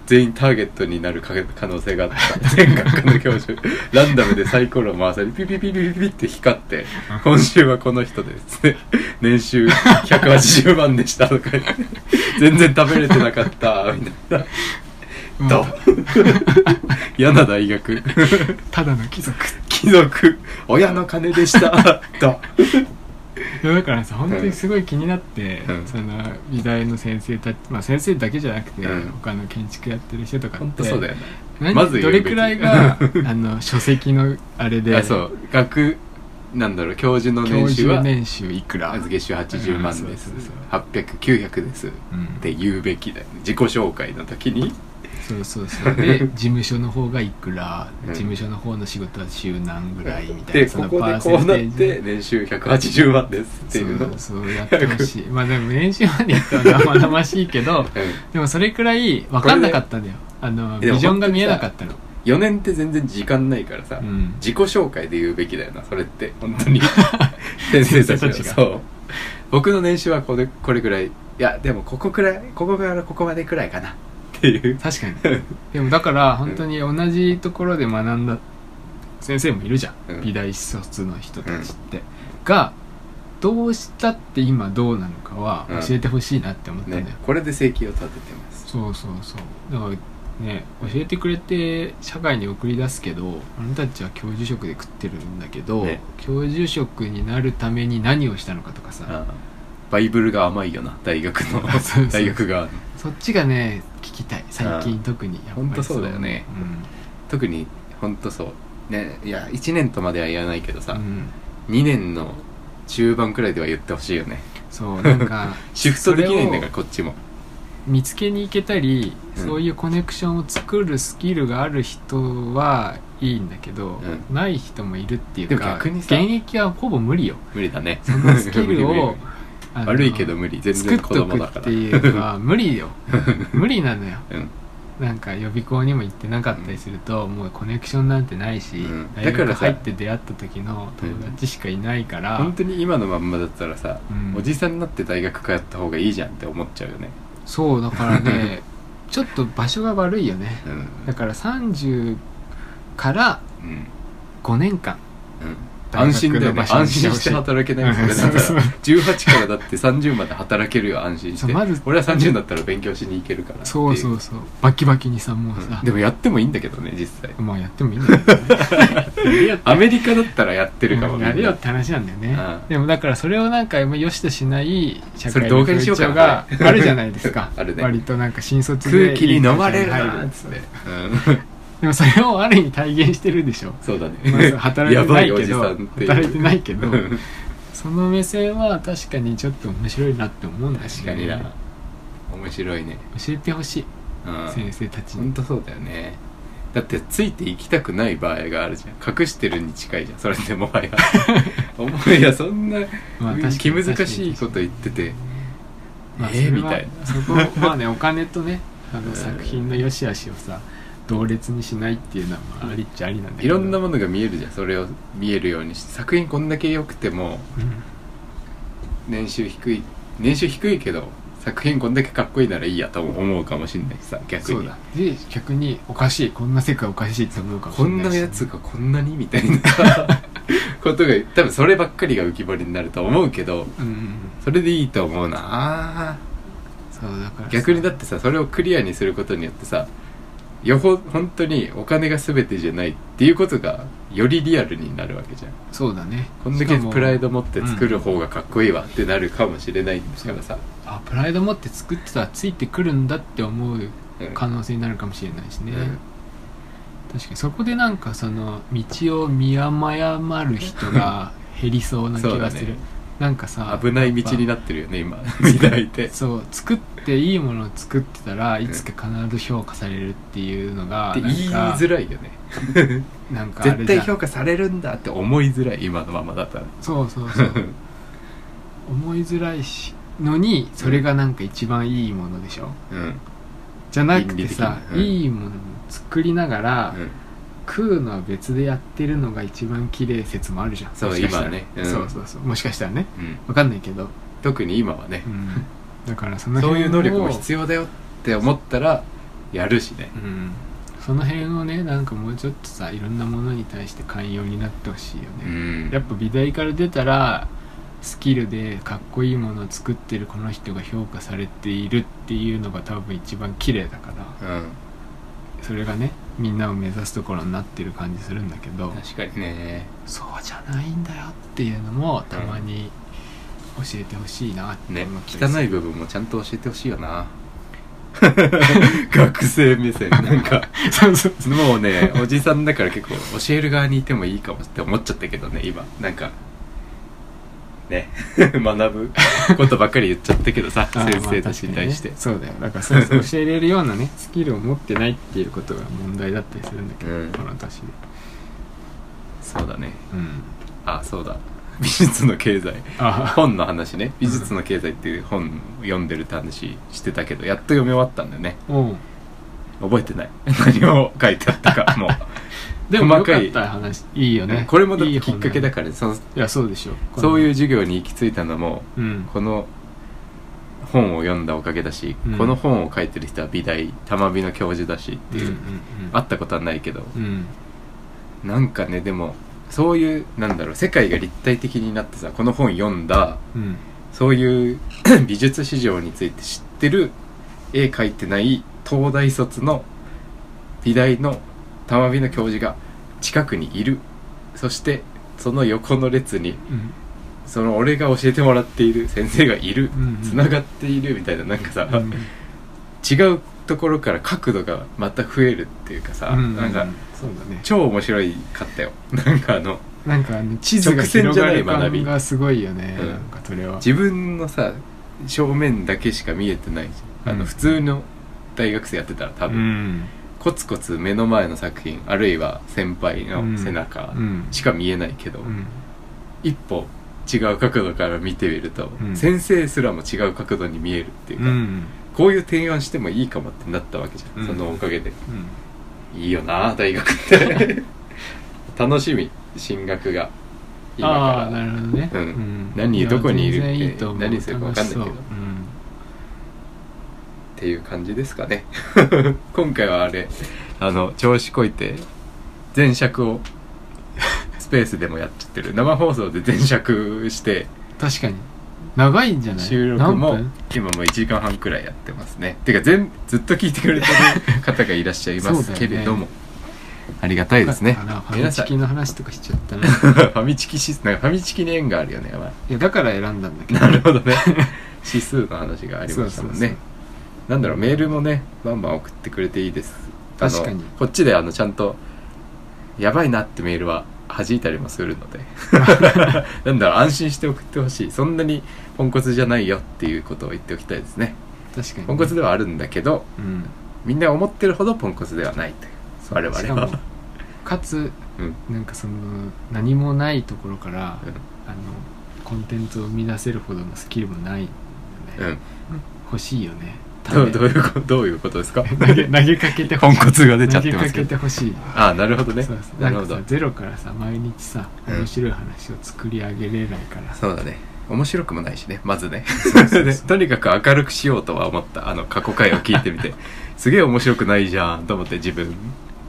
Speaker 1: 全員ターゲットになるか可能性があった 全学科の教授 ランダムでサイコロを回されピピピピピピって光って「今週はこの人です」 年収180万でした」とか言って「全然食べれてなかった」みたいな。
Speaker 2: も
Speaker 1: と
Speaker 2: う
Speaker 1: 嫌な大学
Speaker 2: ただの貴族
Speaker 1: 貴族親の金で したと
Speaker 2: いやだからさ本当にすごい気になって、
Speaker 1: うん
Speaker 2: その美大の先生たち、まあ、先生だけじゃなくて、
Speaker 1: うん
Speaker 2: 他の建築やってる人とかって
Speaker 1: 本当そうだよね
Speaker 2: 何
Speaker 1: まず言
Speaker 2: ど
Speaker 1: う
Speaker 2: れ
Speaker 1: べき
Speaker 2: くらいがあの書籍のあれ で
Speaker 1: あそう学なんだろう教授の
Speaker 2: 教
Speaker 1: 年収
Speaker 2: 授
Speaker 1: は
Speaker 2: 年収いくら、
Speaker 1: 預け収80万です
Speaker 2: うんそうそう
Speaker 1: 800900ですっ
Speaker 2: うん
Speaker 1: て言うべきだよね自己紹介の時に
Speaker 2: そうそ うそうで事務所の方がいくら、
Speaker 1: うん
Speaker 2: 事務所の方の仕事は週何ぐらいみた
Speaker 1: で
Speaker 2: いな
Speaker 1: ここでこうなって年収180万ですっていうの
Speaker 2: そうそうやってほしいまあでも練習までやったら生々しい けどでもそれくらい分かんなかったんだよあの
Speaker 1: で
Speaker 2: ビ
Speaker 1: も
Speaker 2: ジョンが見えなかったの
Speaker 1: 4年って全然時間ないからさ、
Speaker 2: うん
Speaker 1: 自己紹介で言うべきだよなそれって本 当に先生たち
Speaker 2: 先生た
Speaker 1: が
Speaker 2: ちが
Speaker 1: そう僕の年収はこれこれくらいいやでもここくらいここからここまでくらいかなっていう
Speaker 2: 確かにでもだから本当に同じところで学んだ先生もいるじゃん、
Speaker 1: うん
Speaker 2: 美大卒の人たちって、がどうしたって今どうなのかは
Speaker 1: うん
Speaker 2: 教えてほしいなって思ったんだよ、
Speaker 1: ねこれで生計を立ててます
Speaker 2: そうそうそうだからね教えてくれて社会に送り出すけどあなたたちは教授職で食ってるんだけど、
Speaker 1: ね
Speaker 2: 教授職になるために何をしたのかとかさ
Speaker 1: ああバイブルが甘いよな大学の
Speaker 2: そうそうそう
Speaker 1: 大学が
Speaker 2: そっちがね聞きたい最近特にやっぱり
Speaker 1: ほんとそうだよね特に本当そうねいや1年とまでは言わないけど
Speaker 2: う
Speaker 1: さ、
Speaker 2: ん、うん
Speaker 1: 2年の中盤くらいでは言ってほしいよね
Speaker 2: そうなんか
Speaker 1: シフトできないんだから
Speaker 2: そ
Speaker 1: こっちも
Speaker 2: れを見つけに行けた
Speaker 1: う
Speaker 2: り、
Speaker 1: ん
Speaker 2: そういうコネクションを作るスキルがある人はいいんだけど、
Speaker 1: う
Speaker 2: ない人もいるっていう
Speaker 1: でも
Speaker 2: か
Speaker 1: 逆に
Speaker 2: 現
Speaker 1: さ
Speaker 2: 役はほぼ 無理よ
Speaker 1: 無理だね
Speaker 2: そのスキ
Speaker 1: 無理
Speaker 2: ル
Speaker 1: 無理無
Speaker 2: を
Speaker 1: 理
Speaker 2: あの
Speaker 1: 悪いけど無理全
Speaker 2: 作っ
Speaker 1: 然子
Speaker 2: と
Speaker 1: 供
Speaker 2: く
Speaker 1: だ
Speaker 2: っ
Speaker 1: か
Speaker 2: て
Speaker 1: ら
Speaker 2: いうのは 無理よ無理なのよ
Speaker 1: うん
Speaker 2: なんか予備校にも行ってなかったりすると、もうコネクションなんてないし、
Speaker 1: うん
Speaker 2: 大学
Speaker 1: だからさ
Speaker 2: 入って出会った時の友達しかいないから、
Speaker 1: 本当に今のまんまだったらさ、
Speaker 2: うん
Speaker 1: おじさんになって大学通った方がいいじゃんって思っちゃうよね
Speaker 2: そうだから ねちょっと場所が悪いよね
Speaker 1: うん
Speaker 2: だから30から
Speaker 1: うん、
Speaker 2: 5年間
Speaker 1: うん
Speaker 2: 大
Speaker 1: 安
Speaker 2: 学
Speaker 1: 心だ
Speaker 2: の
Speaker 1: よね
Speaker 2: 場所に
Speaker 1: 安
Speaker 2: して
Speaker 1: 心
Speaker 2: ほ
Speaker 1: し
Speaker 2: しい
Speaker 1: て働けないもんね
Speaker 2: うん
Speaker 1: だか
Speaker 2: そう
Speaker 1: ら18からだって30まで働けるよ安心し
Speaker 2: そう
Speaker 1: て
Speaker 2: まず
Speaker 1: 俺は30だったら勉強しに行けるからってい
Speaker 2: そうそうそうバキバキにさもう
Speaker 1: うん
Speaker 2: さ、
Speaker 1: でもやってもいいんだけどね実際
Speaker 2: まあやってもいいんだけど
Speaker 1: アメリカだったらやってるかも
Speaker 2: うん
Speaker 1: ね
Speaker 2: やるよって話なんだよね、
Speaker 1: うん
Speaker 2: でもだからそれをなんかよしとしない社
Speaker 1: そ
Speaker 2: 会
Speaker 1: れ
Speaker 2: の
Speaker 1: 動画にし
Speaker 2: 風
Speaker 1: ようか
Speaker 2: 潮
Speaker 1: な
Speaker 2: が
Speaker 1: これ
Speaker 2: あるじゃないですか
Speaker 1: あるね
Speaker 2: 割となんか新卒で
Speaker 1: 空気に飲まれるな
Speaker 2: 入
Speaker 1: っ
Speaker 2: る
Speaker 1: つって、
Speaker 2: でもそれをある意味体現してる でしょ
Speaker 1: そうだね、
Speaker 2: まあ働いてないけ
Speaker 1: や
Speaker 2: ど
Speaker 1: ばいおじさんっていう
Speaker 2: 働いてない けど
Speaker 1: うん
Speaker 2: その目線は確かにちょっと面白いなって思うんだよね
Speaker 1: 確かにな面白いね
Speaker 2: 教えてほしい、
Speaker 1: うん
Speaker 2: 先生たち
Speaker 1: ほん
Speaker 2: に
Speaker 1: とそうだよねだってついていきたくない場合があるじゃん隠してるに近いじゃんそれでもは やお前いやそんな、
Speaker 2: まあ確かに
Speaker 1: 気難しいこと言ってて
Speaker 2: まあ、
Speaker 1: えー
Speaker 2: それ
Speaker 1: み
Speaker 2: は
Speaker 1: たいな
Speaker 2: そこまあねお金 とねあ
Speaker 1: う
Speaker 2: の
Speaker 1: ん
Speaker 2: 作品の良し悪しをさ同列にしないっていうのはまあありっちゃありなんだけ
Speaker 1: い
Speaker 2: ど
Speaker 1: ろんなものが見えるじゃんそれを見えるようにして作品こんだけ良くても
Speaker 2: うん
Speaker 1: 年収低い年収低いけど作品こんだけかっこいいならいいやとも思うかもしんないしさ逆
Speaker 2: そう
Speaker 1: に
Speaker 2: だで逆におかしいこんな世界おかしいって思うかもし
Speaker 1: こ
Speaker 2: れない
Speaker 1: んな
Speaker 2: し
Speaker 1: やつがこんなにみた いなさことが多分そればっかりが浮き彫りになると思うけど
Speaker 2: うんうんうん
Speaker 1: それでいいと思うな
Speaker 2: そうだからさ
Speaker 1: 逆にだってさそれをクリアにすることによってさよほ本当にお金が全てじゃないっていうことがよりリアルになるわけじゃん
Speaker 2: そうだね
Speaker 1: こんだけ
Speaker 2: しかも
Speaker 1: プライド持って作る方がかっこいいわってなるかもしれないんですからさ、
Speaker 2: あプライド持って作ってたらついてくるんだって思う
Speaker 1: うん
Speaker 2: 可能性になるかもしれないしね、
Speaker 1: うん
Speaker 2: 確かにそこでなんかその道を見誤る人が減りそうな気がす
Speaker 1: そうだ
Speaker 2: る、
Speaker 1: ね
Speaker 2: なんかさ
Speaker 1: 危ない道に
Speaker 2: やっ
Speaker 1: なってるよね 今見ないっ
Speaker 2: ぱ
Speaker 1: て
Speaker 2: そう作っていいものを作ってたらいつか必ず評価されるっていうのが
Speaker 1: って言い
Speaker 2: なん
Speaker 1: づ
Speaker 2: から
Speaker 1: いよね
Speaker 2: なんかあれ
Speaker 1: 絶
Speaker 2: じゃ
Speaker 1: 対
Speaker 2: ん
Speaker 1: 評価されるんだって思いづらい今のままだったら
Speaker 2: そうそうそう思いづらいしのにそれがなんか一番いいものでしょ
Speaker 1: うん
Speaker 2: じゃなくてさ、
Speaker 1: 倫理的なうん
Speaker 2: いいものを作りながら、
Speaker 1: うん
Speaker 2: 食うのは別でやってるのが一番綺麗説もあるじゃん
Speaker 1: そう
Speaker 2: もしかした
Speaker 1: 今
Speaker 2: ら
Speaker 1: はねうん
Speaker 2: そうそうそうもしかしたらね
Speaker 1: うん
Speaker 2: わかんないけど、
Speaker 1: 特に今はね
Speaker 2: う、ん、だからその
Speaker 1: そう
Speaker 2: 辺
Speaker 1: いう能力も
Speaker 2: 要
Speaker 1: 必要だよって思ったらやるしね
Speaker 2: うんその辺をねなんかもうちょっとさいろんなものに対して寛容になってほしいよ
Speaker 1: う
Speaker 2: ね、
Speaker 1: ん
Speaker 2: やっぱ美大から出たらスキルでかっこいいものを作ってるこの人が評価されているっていうのが多分一番綺麗だから
Speaker 1: うん
Speaker 2: それがねみんなを目指すところになってる感じするんだけど
Speaker 1: 確かにね
Speaker 2: そうじゃないんだよっていうのもたまに教えてほしいなって
Speaker 1: ね
Speaker 2: 思ったりす
Speaker 1: 汚
Speaker 2: る
Speaker 1: い部分もちゃんと教えてほしいよな 学生目線なんか
Speaker 2: そうそう
Speaker 1: もうねおじさんだから結構教える側にいてもいいかもって思っちゃったけどね今なんか ね学ぶことばっかり言っちゃったけどさ
Speaker 2: あー
Speaker 1: 先
Speaker 2: まあ
Speaker 1: 生たちに対して、
Speaker 2: 確かにねそうだよだからそうそう教えれるようなね スキルを持ってないっていうことが問題だったりするんだけど、
Speaker 1: うん
Speaker 2: この年で
Speaker 1: そうだね
Speaker 2: うん
Speaker 1: あそうだ美術の経済
Speaker 2: あ
Speaker 1: 本の話ね「美術の経済」っていう本を読んでるって話してたけどやっと読み終わったんだよね
Speaker 2: うん
Speaker 1: 覚えて ない何を書いてあったかも
Speaker 2: で
Speaker 1: 細
Speaker 2: もよ
Speaker 1: か
Speaker 2: かっ
Speaker 1: い
Speaker 2: た話いいよ
Speaker 1: う、
Speaker 2: ね
Speaker 1: これもだっ
Speaker 2: い
Speaker 1: て
Speaker 2: い
Speaker 1: きっ
Speaker 2: 本
Speaker 1: かけだか
Speaker 2: か
Speaker 1: らその
Speaker 2: らいやそうでしょこの
Speaker 1: そういう授業に行き着いたのも
Speaker 2: うん
Speaker 1: この本を読んだおかげだし、
Speaker 2: うん
Speaker 1: この本を書いてる人は美大玉美の教授だしっていう、会ったことはないけど
Speaker 2: うんうん
Speaker 1: なんかねでもそういうなんだろう世界が立体的になってさこの本読んだ
Speaker 2: うん
Speaker 1: そういう 美術史上について知ってる絵描いてない東大卒の美大の玉美の教授が近くにいるそしてその横の列に
Speaker 2: うん
Speaker 1: その俺が教えてもらっている先生がいる
Speaker 2: うん
Speaker 1: つながっているみたいななんかさ、
Speaker 2: うん
Speaker 1: 違うところから角度がまた増えるっていうかさ、
Speaker 2: うん
Speaker 1: なん
Speaker 2: う
Speaker 1: か
Speaker 2: そうだね
Speaker 1: 超面白いかったよ なんかあの
Speaker 2: なんかあの地図が広がる感がすごいよね、
Speaker 1: うん
Speaker 2: なんかそれは
Speaker 1: 自分のさ正面だけしか見えてないじゃんあ
Speaker 2: う
Speaker 1: の
Speaker 2: ん
Speaker 1: 普通の大学生やってたら多分、
Speaker 2: 分
Speaker 1: コツコツ目の前の作品あるいは先輩の背中
Speaker 2: うん
Speaker 1: しか見えないけど、
Speaker 2: うん
Speaker 1: 一歩違う角度から見てみると、
Speaker 2: うん
Speaker 1: 先生すらも違う角度に見えるっていう
Speaker 2: う
Speaker 1: か、
Speaker 2: ん
Speaker 1: こういう提案してもいいかもってなったわけじゃん、
Speaker 2: うん
Speaker 1: そのおかげでいいよな大学って楽し み進学が今
Speaker 2: ああ
Speaker 1: か
Speaker 2: ー
Speaker 1: ら
Speaker 2: なるほどね、
Speaker 1: うん何どこにいるって
Speaker 2: や全然と思う
Speaker 1: 何するか分かんないけど
Speaker 2: 楽しそううん
Speaker 1: っていう感じですかね 今回はあれあの調子こいて全尺を スペースでもやっちゃってる生放送で全尺して
Speaker 2: 確かに長いんじゃない
Speaker 1: 収録も
Speaker 2: 何分
Speaker 1: 今もう1時間半くらいやってますねてか全ずっと聞いてくれてる方がいらっしゃいま
Speaker 2: そう
Speaker 1: す
Speaker 2: だよ
Speaker 1: け
Speaker 2: ね
Speaker 1: れども、ありがたいですね
Speaker 2: あらファ
Speaker 1: 皆
Speaker 2: ミ
Speaker 1: さ
Speaker 2: チ
Speaker 1: ん
Speaker 2: キ
Speaker 1: フ
Speaker 2: の話とかしち ゃったない
Speaker 1: ァミチキシスなんかファミチキに縁があるよね、まあ
Speaker 2: やだから選んだんだけ ど
Speaker 1: なるほどね指数の話がありましたもんね
Speaker 2: そうそうそう
Speaker 1: なんだろうメールもねバンバン送ってくれていいですあの
Speaker 2: 確かに
Speaker 1: こっちであのちゃんとやばいなってメールは弾いたりもするの でなんだろう安心して送ってほしいそんなにポンコツじゃないよっていうことを言っておきたいですね
Speaker 2: 確かに
Speaker 1: ポンコツではあるんだけど
Speaker 2: うん
Speaker 1: みんな思ってるほどポンコツではないという我々は
Speaker 2: しかもかつ
Speaker 1: うん
Speaker 2: なんかその何もないところか
Speaker 1: う
Speaker 2: ら、
Speaker 1: ん
Speaker 2: あのコンテンツを生み出せるほどのスキルもないんだ
Speaker 1: う
Speaker 2: よね、
Speaker 1: ん
Speaker 2: 欲しいよね
Speaker 1: どうどういうことどういうことですか
Speaker 2: 投げ投げかけ て
Speaker 1: ポン
Speaker 2: ほしい
Speaker 1: コツが出ちゃ
Speaker 2: 投
Speaker 1: って
Speaker 2: げ
Speaker 1: ま
Speaker 2: か
Speaker 1: すけ
Speaker 2: けて
Speaker 1: ど
Speaker 2: ほしい
Speaker 1: ああなるほどね
Speaker 2: そうそう
Speaker 1: な
Speaker 2: なん
Speaker 1: るほ
Speaker 2: か
Speaker 1: ど
Speaker 2: さゼロからさ毎日さ
Speaker 1: うん
Speaker 2: 面白い話を作り上げれないからさ、
Speaker 1: そうだね面白くもないしねまずね
Speaker 2: うそう
Speaker 1: ね とにかく明るくしようとは思ったあの過去回を聞いて みてすげえ面白くないじゃんと思って自分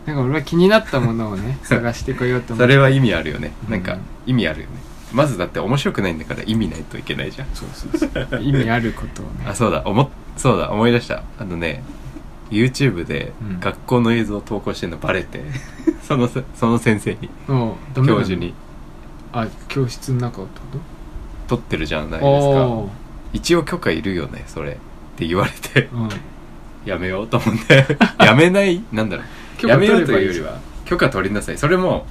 Speaker 2: なんか俺は気になったもの をね探してこようと思
Speaker 1: そ
Speaker 2: って
Speaker 1: れは意味あるよねなん
Speaker 2: う
Speaker 1: か
Speaker 2: ん
Speaker 1: 意味あるよねまずだって面白くないんだから意味ないといけないじゃん
Speaker 2: そうそうそう意味あることをね
Speaker 1: あそうだ思っそうだ思い出したあのね YouTube で
Speaker 2: うん
Speaker 1: 学校の映像を投稿してるのバレ てそのせその先生に
Speaker 2: もうダメな
Speaker 1: 教
Speaker 2: の
Speaker 1: 授に
Speaker 2: あ教室の中をってこ
Speaker 1: 撮ってるじゃない
Speaker 2: と
Speaker 1: ですか
Speaker 2: おー
Speaker 1: 一応許可いるよねそれって言われて
Speaker 2: うん
Speaker 1: やめようと思って やめないなんだろう
Speaker 2: 許可
Speaker 1: やめよう
Speaker 2: 取
Speaker 1: と
Speaker 2: れば
Speaker 1: い
Speaker 2: いうい
Speaker 1: よりは許可取りなさいそれも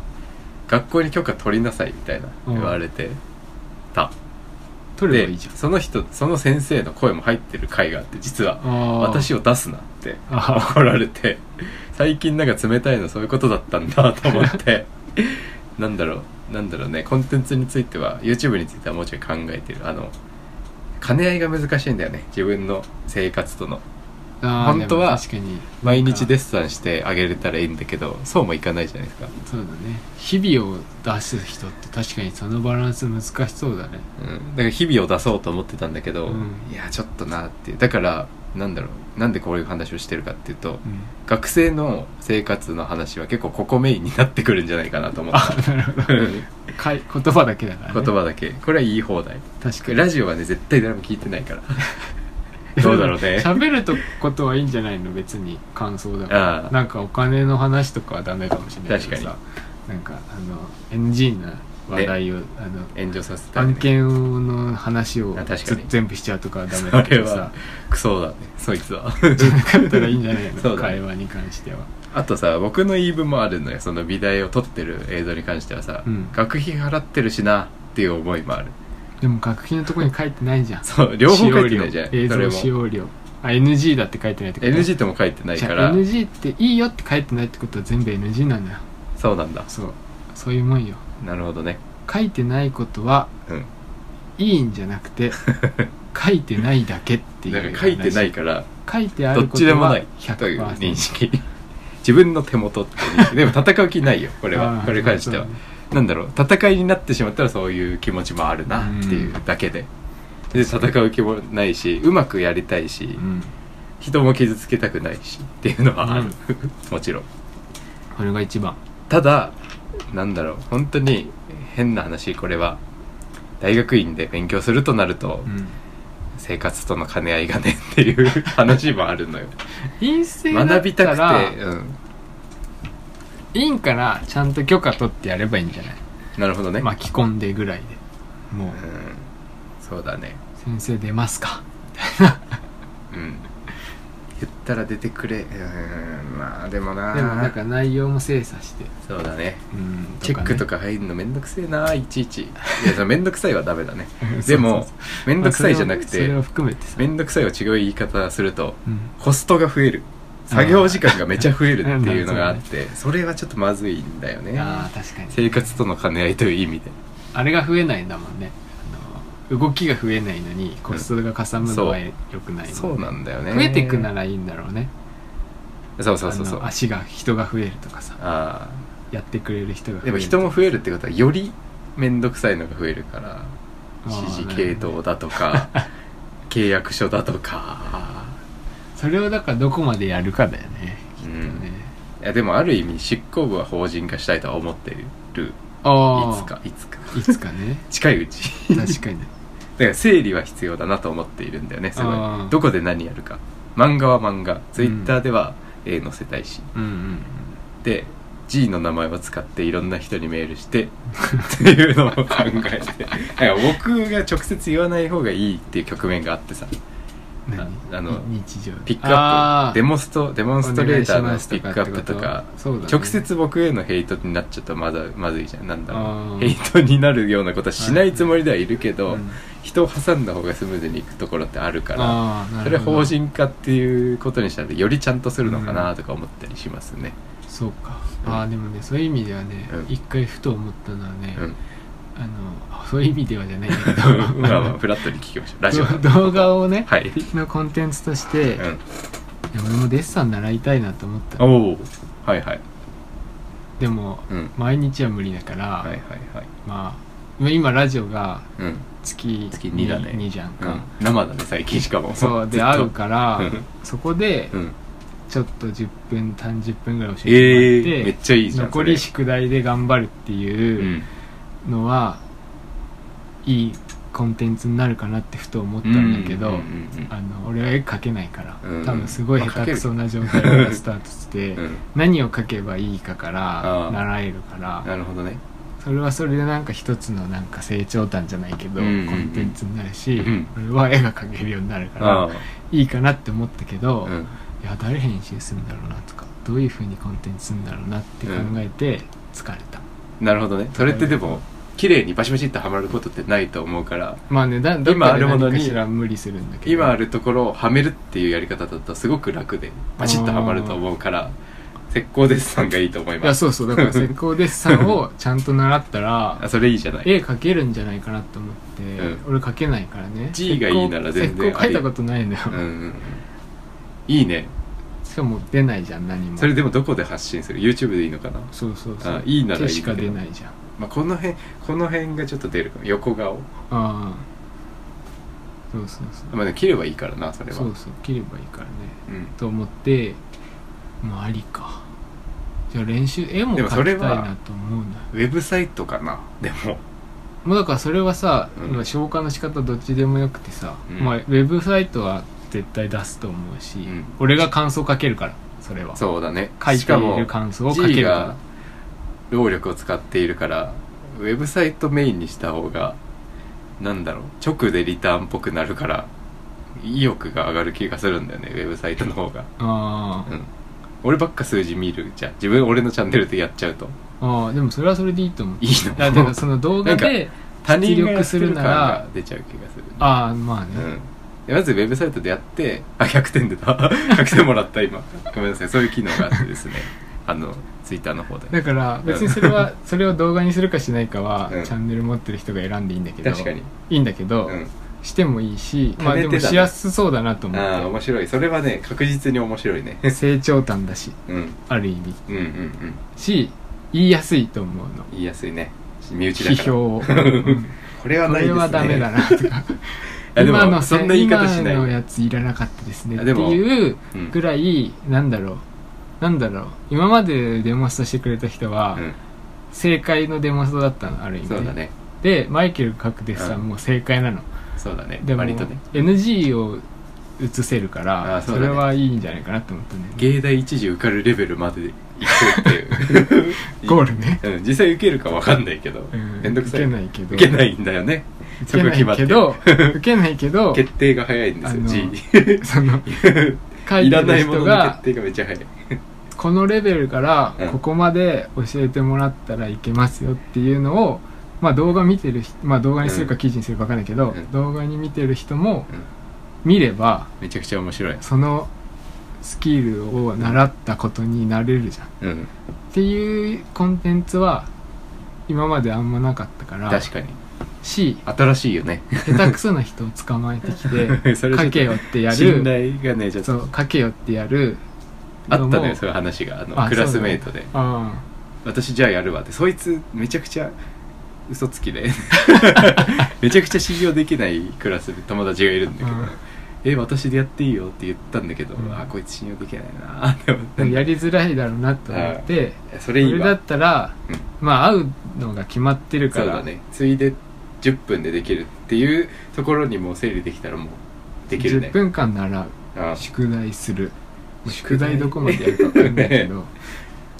Speaker 1: 学校に許可取りなさいみたいな
Speaker 2: うん
Speaker 1: 言われてた、
Speaker 2: 取れば
Speaker 1: で
Speaker 2: いいじゃん
Speaker 1: その人その先生の声も入ってる回があって実は私
Speaker 2: を
Speaker 1: を出すなって
Speaker 2: あ
Speaker 1: 怒られて最近なんか冷たいのそういうことだったんだと思って なんだろうなんだろうねコンテンツについては YouTube についてはもうちょい考えてるあの兼ね合いが難しいんだよね自分の生活との
Speaker 2: あー
Speaker 1: 本当は
Speaker 2: でも確かに
Speaker 1: 毎日デ
Speaker 2: です
Speaker 1: ッサンしてあげれたらいいんだけどそうもいかないじゃないですか
Speaker 2: そうだね日々を出す人って確かにそのバランス難しそうだね
Speaker 1: うんだから日々を出そうと思ってたんだけど、
Speaker 2: うん
Speaker 1: いやちょっとなっていうだからなんだろうなんでこういう話をしてるかっていうと、
Speaker 2: うん、
Speaker 1: 学生の生活の話は結構ここメインになってくるんじゃないかなと思っ
Speaker 2: あ
Speaker 1: た
Speaker 2: なるほどかい言葉だけだから、ね、
Speaker 1: 言葉だけこれは言い放題
Speaker 2: 確かに
Speaker 1: ラジオはね絶対誰も聞いてないから どうだろうね
Speaker 2: 喋るとことはいいんじゃないの別に感想だから
Speaker 1: ああ
Speaker 2: なんかお金の話とかはダメかもしれないけどさ
Speaker 1: 確
Speaker 2: なんかあの NG な話題を、あの
Speaker 1: 炎上させたらね
Speaker 2: 案件の話を
Speaker 1: あ確か
Speaker 2: ず
Speaker 1: に
Speaker 2: 全部しちゃうとかはダ メ
Speaker 1: そ
Speaker 2: だけ
Speaker 1: れ
Speaker 2: どさ
Speaker 1: はクソだねそいつは
Speaker 2: じゃなかったらいいんじゃない
Speaker 1: そ
Speaker 2: の、
Speaker 1: うだね
Speaker 2: 会話に関しては
Speaker 1: あとさ僕の言い分もあるのよその美大を撮ってる映像に関してはさ、
Speaker 2: うん
Speaker 1: 学費払ってるしなっていう思いもある
Speaker 2: でも学費のとこに書いてないじゃん
Speaker 1: そう両方書いてないじゃん
Speaker 2: 使用料
Speaker 1: どれ
Speaker 2: 映像
Speaker 1: も
Speaker 2: 使用料あ NG だって書いてないってこと
Speaker 1: NG とも書いてない
Speaker 2: じゃ
Speaker 1: か
Speaker 2: あ
Speaker 1: ら
Speaker 2: NG っていいよって書いてないってことは全部 NG なんだよ
Speaker 1: そうなんだ
Speaker 2: そうそういうもんよ
Speaker 1: なるほどね
Speaker 2: 書いてないことは
Speaker 1: うん
Speaker 2: いいんじゃなく て書いてないだけっていう
Speaker 1: なんか書いてない
Speaker 2: 話
Speaker 1: から
Speaker 2: 書いてあ
Speaker 1: ど
Speaker 2: る
Speaker 1: っ
Speaker 2: こ
Speaker 1: ちで
Speaker 2: と
Speaker 1: もな
Speaker 2: はい
Speaker 1: という
Speaker 2: 100%
Speaker 1: 認識 自分の手元って認識でも戦う気ないよこれはこれに関しては、なんだろう戦いになってしまったらそういう気持ちもあるなっていうだけで、で戦う気もないしうまくやりたいし、
Speaker 2: うん
Speaker 1: 人も傷つけたくないしっていうのはある、
Speaker 2: うん
Speaker 1: もちろん
Speaker 2: これが一番
Speaker 1: ただなんだろう本当に変な話これは大学院で勉強するとなると、
Speaker 2: うん
Speaker 1: 生活との兼ね合いがねっていう 話もあるのよ
Speaker 2: 陰性だっ
Speaker 1: 学び
Speaker 2: た
Speaker 1: た
Speaker 2: ら
Speaker 1: くて、うん、
Speaker 2: 院からちゃんと許可取ってやればいいんじゃない
Speaker 1: なるほどね、
Speaker 2: 巻き込んでぐらいでもう
Speaker 1: うん、そうだね
Speaker 2: 先生出ますか
Speaker 1: うん言ったら出てくれうんまあでもな
Speaker 2: でもなんか内容も精査して
Speaker 1: そうだね
Speaker 2: うん
Speaker 1: チェックと
Speaker 2: か
Speaker 1: か入るのめんどくせえないちいちいやそれめんどくさいはダメだね
Speaker 2: そう
Speaker 1: で
Speaker 2: そう
Speaker 1: も
Speaker 2: そう
Speaker 1: めんどくさいじゃなく
Speaker 2: まあそれを
Speaker 1: て
Speaker 2: それを含めてさ
Speaker 1: めんどくさいを違う言い方すると
Speaker 2: うん
Speaker 1: コストが増える作業時間がめちゃ増えるっていうのがあってそれはちょっとまずいんだよね
Speaker 2: ああ確かに
Speaker 1: 生活との兼ね合いという意味で
Speaker 2: あれが増えないんだもんねあの動きが増えないのにコストがかさむのは
Speaker 1: うん
Speaker 2: 良くないもんね
Speaker 1: そうなんだよね
Speaker 2: 増えていくならいいんだろうね
Speaker 1: そうそうそうそ
Speaker 2: あ
Speaker 1: う
Speaker 2: の足が人が増えるとかさ
Speaker 1: あ
Speaker 2: やってくれる人が
Speaker 1: あ
Speaker 2: 増え
Speaker 1: で
Speaker 2: る
Speaker 1: も人も増えるってことはよりめんどくさいのが増えるから
Speaker 2: あー
Speaker 1: 指示系統だとか 契約書だとか
Speaker 2: それをだからどこまでやるかだよねきっとね、
Speaker 1: いやでもある意味執行部は法人化したいとは思っているい
Speaker 2: ああ
Speaker 1: つかいつか
Speaker 2: いつか ね
Speaker 1: 近いうち
Speaker 2: 確か
Speaker 1: だ
Speaker 2: に
Speaker 1: から整理は必要だなと思っているんだよねすご
Speaker 2: あー
Speaker 1: いどこで何やるか漫画は漫画 Twitter では絵載せたいし、
Speaker 2: うんうん
Speaker 1: で G の名前を使っていろんな人にメールして っていうのを考えてだから僕が直接言わない方がいいっていう局面があってさ
Speaker 2: うん何
Speaker 1: ああの
Speaker 2: に日常
Speaker 1: ピックアップデ
Speaker 2: も
Speaker 1: モストデモンストレーター
Speaker 2: お願
Speaker 1: の
Speaker 2: いします
Speaker 1: ピックアップとか
Speaker 2: とかってことそうだね
Speaker 1: 直接僕へのヘイトになっちゃうとまだまずいじゃんなんだろ
Speaker 2: あー
Speaker 1: うヘイトになるようなことはしないつもりではいるけど、
Speaker 2: うん
Speaker 1: 人を挟んだ方がスムーズにいくところってあるから
Speaker 2: ああな
Speaker 1: それ
Speaker 2: る
Speaker 1: は
Speaker 2: ほ
Speaker 1: 法
Speaker 2: ど
Speaker 1: 人化っていうことにしたらよりちゃんとするのかなとか思ったりしますね、
Speaker 2: そうか
Speaker 1: うん
Speaker 2: ああでもねそういう意味ではね
Speaker 1: うん
Speaker 2: 一回ふと思ったのはね
Speaker 1: うん、
Speaker 2: あのそういう意味ではじゃないんだけど
Speaker 1: まあまあフラットに聞きましょう ラジオなんで
Speaker 2: ど動画をね
Speaker 1: はい、
Speaker 2: のコンテンツとして、
Speaker 1: うん、
Speaker 2: いや俺もデッサン習いたいなと思ったの
Speaker 1: おおはいはい
Speaker 2: でも、
Speaker 1: うん
Speaker 2: 毎日は無理だから、
Speaker 1: はいはいはい
Speaker 2: まあ今ラジオが
Speaker 1: うん
Speaker 2: 月
Speaker 1: 月2だね
Speaker 2: にじゃん
Speaker 1: う
Speaker 2: か、
Speaker 1: ん生だね最近しかも
Speaker 2: そう
Speaker 1: ず
Speaker 2: で
Speaker 1: っと
Speaker 2: 会うから
Speaker 1: うん
Speaker 2: そこで
Speaker 1: うん
Speaker 2: ちょっと10分30分ぐらい教え
Speaker 1: ええ
Speaker 2: てもらっ
Speaker 1: め
Speaker 2: て、
Speaker 1: っちゃいいじゃん
Speaker 2: 残り
Speaker 1: そ
Speaker 2: 宿題で頑張るって
Speaker 1: れう
Speaker 2: いうんのは、いいコンテンツになるかなってふと思ったんだけど、
Speaker 1: うんうん
Speaker 2: あの俺は絵描けないから、
Speaker 1: うん
Speaker 2: 多分すごい
Speaker 1: まあ
Speaker 2: 下手くそな状態からスタートして、
Speaker 1: うんうん
Speaker 2: 何を描けばいいかか
Speaker 1: あ
Speaker 2: ら
Speaker 1: あ
Speaker 2: 習えるから
Speaker 1: なるほどね
Speaker 2: それはそれでなんか一つのなんか成長談じゃないけど、
Speaker 1: うんうんうん
Speaker 2: コンテンツになるし、
Speaker 1: うん
Speaker 2: 俺は絵が描けるようになるから、
Speaker 1: あ
Speaker 2: いいかなって思ったけ
Speaker 1: あ
Speaker 2: ど、
Speaker 1: う
Speaker 2: い
Speaker 1: ん
Speaker 2: や誰編集するんだろうなとかどういうふうにコンテンツするんだろうなって考えて疲れた、
Speaker 1: なるほどねそれってでも綺麗にバシバシってはまることってないと思うから
Speaker 2: まあねだどっ
Speaker 1: 今
Speaker 2: か
Speaker 1: あ
Speaker 2: で
Speaker 1: るもの
Speaker 2: 何
Speaker 1: に
Speaker 2: かしら無理するんだけど
Speaker 1: 今あるところをはめるっていうやり方だとすごく楽でバシッとはまると思うから石膏デッサンがいいと思い
Speaker 2: いや
Speaker 1: ます
Speaker 2: そうそうだから石膏デッサンをちゃんと習ったら
Speaker 1: あそれいいじゃない
Speaker 2: 絵描けるんじゃないかなと思って、
Speaker 1: う
Speaker 2: 俺描けないからね
Speaker 1: G がいいなら全然
Speaker 2: 石膏描いたことないのよ、
Speaker 1: うんうんいいね
Speaker 2: しかも出ないじゃん何も
Speaker 1: それでもどこで発信する YouTube でいいのかな
Speaker 2: そうそうそう
Speaker 1: あいいならいい
Speaker 2: 手しか出ないじゃん
Speaker 1: まあ、この辺この辺がちょっと出るかも横顔
Speaker 2: あそうそうそう
Speaker 1: まあでも切ればいいからなそれは
Speaker 2: そうそう切ればいいからね
Speaker 1: うん
Speaker 2: と思ってまあありかじゃあ練習絵も
Speaker 1: で
Speaker 2: 描
Speaker 1: も
Speaker 2: き
Speaker 1: そ
Speaker 2: た
Speaker 1: れ
Speaker 2: い
Speaker 1: は
Speaker 2: なと思うんだ
Speaker 1: ウェブサイトかなでも
Speaker 2: もうだからそれはさ、
Speaker 1: うん
Speaker 2: まあ消化の仕方どっちでもよくてさ、
Speaker 1: うん
Speaker 2: まあ、ウェブサイトは絶対出すと思うし、
Speaker 1: うん
Speaker 2: 俺が感想書けるからそれは
Speaker 1: そうだね
Speaker 2: 書い
Speaker 1: しか
Speaker 2: てい
Speaker 1: も
Speaker 2: る感想を書け
Speaker 1: G
Speaker 2: る
Speaker 1: が
Speaker 2: か
Speaker 1: 労力を使っているからウェブサイトメインにした方がなんだろう直でリターンっぽくなるから意欲が上がる気がするんだよねウェブサイトの方が、
Speaker 2: らあー、
Speaker 1: うん、俺ばっか数字見るじゃん自分俺のチャンネルでやっちゃうと
Speaker 2: あーでもそれはそれでいいと思う
Speaker 1: いいの
Speaker 2: いやだからその動画で
Speaker 1: 他人がや
Speaker 2: 出力
Speaker 1: って
Speaker 2: する
Speaker 1: る
Speaker 2: な
Speaker 1: 感
Speaker 2: ら
Speaker 1: が出ちゃう気がする
Speaker 2: ああまあね、
Speaker 1: うんでまずウェブサイトでやってあ100点出た 100点もらった今ごめんなさいそういう機能があってですねあのツイッターの方で
Speaker 2: だから別にそれはそれを動画にするかしないかは、
Speaker 1: うん
Speaker 2: チャンネル持ってる人が選んでいいんだけど
Speaker 1: 確かに、
Speaker 2: いいんだけど、
Speaker 1: うん、
Speaker 2: してもいいしまあ
Speaker 1: 兼ねて
Speaker 2: で
Speaker 1: だね
Speaker 2: もしやすそうだなと思
Speaker 1: ああ
Speaker 2: っ
Speaker 1: 面白いそれはね確実に面白いね
Speaker 2: て成長感だし
Speaker 1: うんうん
Speaker 2: ある意味
Speaker 1: うんうん
Speaker 2: し言いやすいと思うの
Speaker 1: 言いやすいね身内だ
Speaker 2: 批
Speaker 1: から
Speaker 2: 評を、
Speaker 1: んこれは
Speaker 2: こ
Speaker 1: ないで
Speaker 2: れ
Speaker 1: すね
Speaker 2: はダメだなとか
Speaker 1: いやでも
Speaker 2: 今の
Speaker 1: そんな言い方しない
Speaker 2: 今のやついらなかったですねっ
Speaker 1: あ
Speaker 2: て
Speaker 1: でも
Speaker 2: いう
Speaker 1: うん
Speaker 2: ぐらいなんだろうなんだろう今までデモストしてくれた人は、
Speaker 1: うん
Speaker 2: 正解のデモストだったのある意味
Speaker 1: そうだね
Speaker 2: でマイケルが書くデッサンも正解なの、
Speaker 1: そうだね
Speaker 2: でも
Speaker 1: 割とね
Speaker 2: NG を映せるから
Speaker 1: あそ
Speaker 2: そ,、
Speaker 1: うだね
Speaker 2: れはいいんじゃないかなと思ったんだよね
Speaker 1: 芸大一時受かるレベルまで行くっていう
Speaker 2: ゴールね
Speaker 1: うん実際受けるか分かんないけど
Speaker 2: うん
Speaker 1: 面倒くさい
Speaker 2: 受けないけど
Speaker 1: 受けないんだよね
Speaker 2: 受けないけど受けないけど
Speaker 1: 決定が早いんですよ
Speaker 2: あの
Speaker 1: G
Speaker 2: その書い
Speaker 1: い
Speaker 2: て
Speaker 1: らな
Speaker 2: る
Speaker 1: いも
Speaker 2: 人
Speaker 1: のの
Speaker 2: が
Speaker 1: 決定がめっちゃ早い
Speaker 2: このレベルから
Speaker 1: うん
Speaker 2: ここまで教えてもらったらいけますよっていうのを、まあ、動画見てる人、まあ、動画にする
Speaker 1: う
Speaker 2: か
Speaker 1: ん
Speaker 2: 記事にするか分かんないけど、
Speaker 1: うん
Speaker 2: 動画に見てる人も
Speaker 1: うん
Speaker 2: 見れば
Speaker 1: めちゃくちゃ面白い
Speaker 2: そのスキルを習ったことになれるじゃんっ
Speaker 1: うん
Speaker 2: ていうコンテンツは今まであんまなかったから
Speaker 1: 確かに
Speaker 2: し
Speaker 1: 新しいよね
Speaker 2: 下手くそな人を捕まえてきて
Speaker 1: それちょっと
Speaker 2: 書けよってや
Speaker 1: 信
Speaker 2: る
Speaker 1: 頼がねちょっ
Speaker 2: そ
Speaker 1: と
Speaker 2: う書けよってやる
Speaker 1: あったの
Speaker 2: の
Speaker 1: よ
Speaker 2: も
Speaker 1: そういう話があの
Speaker 2: あ
Speaker 1: クラスメイトで
Speaker 2: あ
Speaker 1: 私じゃあやるわってそいつめちゃくちゃ嘘つき でめちゃくちゃ信用できないクラスで友達がいるんだけど
Speaker 2: うん
Speaker 1: 「え私でやっていいよ」って言ったんだけど、
Speaker 2: うん
Speaker 1: あこいつ信用できないなって思っ
Speaker 2: あでもや
Speaker 1: て
Speaker 2: りづらいだろうなと思って
Speaker 1: そ
Speaker 2: そ
Speaker 1: れいい
Speaker 2: れだ
Speaker 1: わ
Speaker 2: ったら、
Speaker 1: うん
Speaker 2: まあ会うのが決まってるか
Speaker 1: そう
Speaker 2: ら
Speaker 1: だねついで10分でできるっていうところにもう整理できたらもうできるね
Speaker 2: 10分間習
Speaker 1: あ
Speaker 2: う宿題する
Speaker 1: 宿
Speaker 2: 宿
Speaker 1: 題
Speaker 2: 題どこまでやるか分かんないけど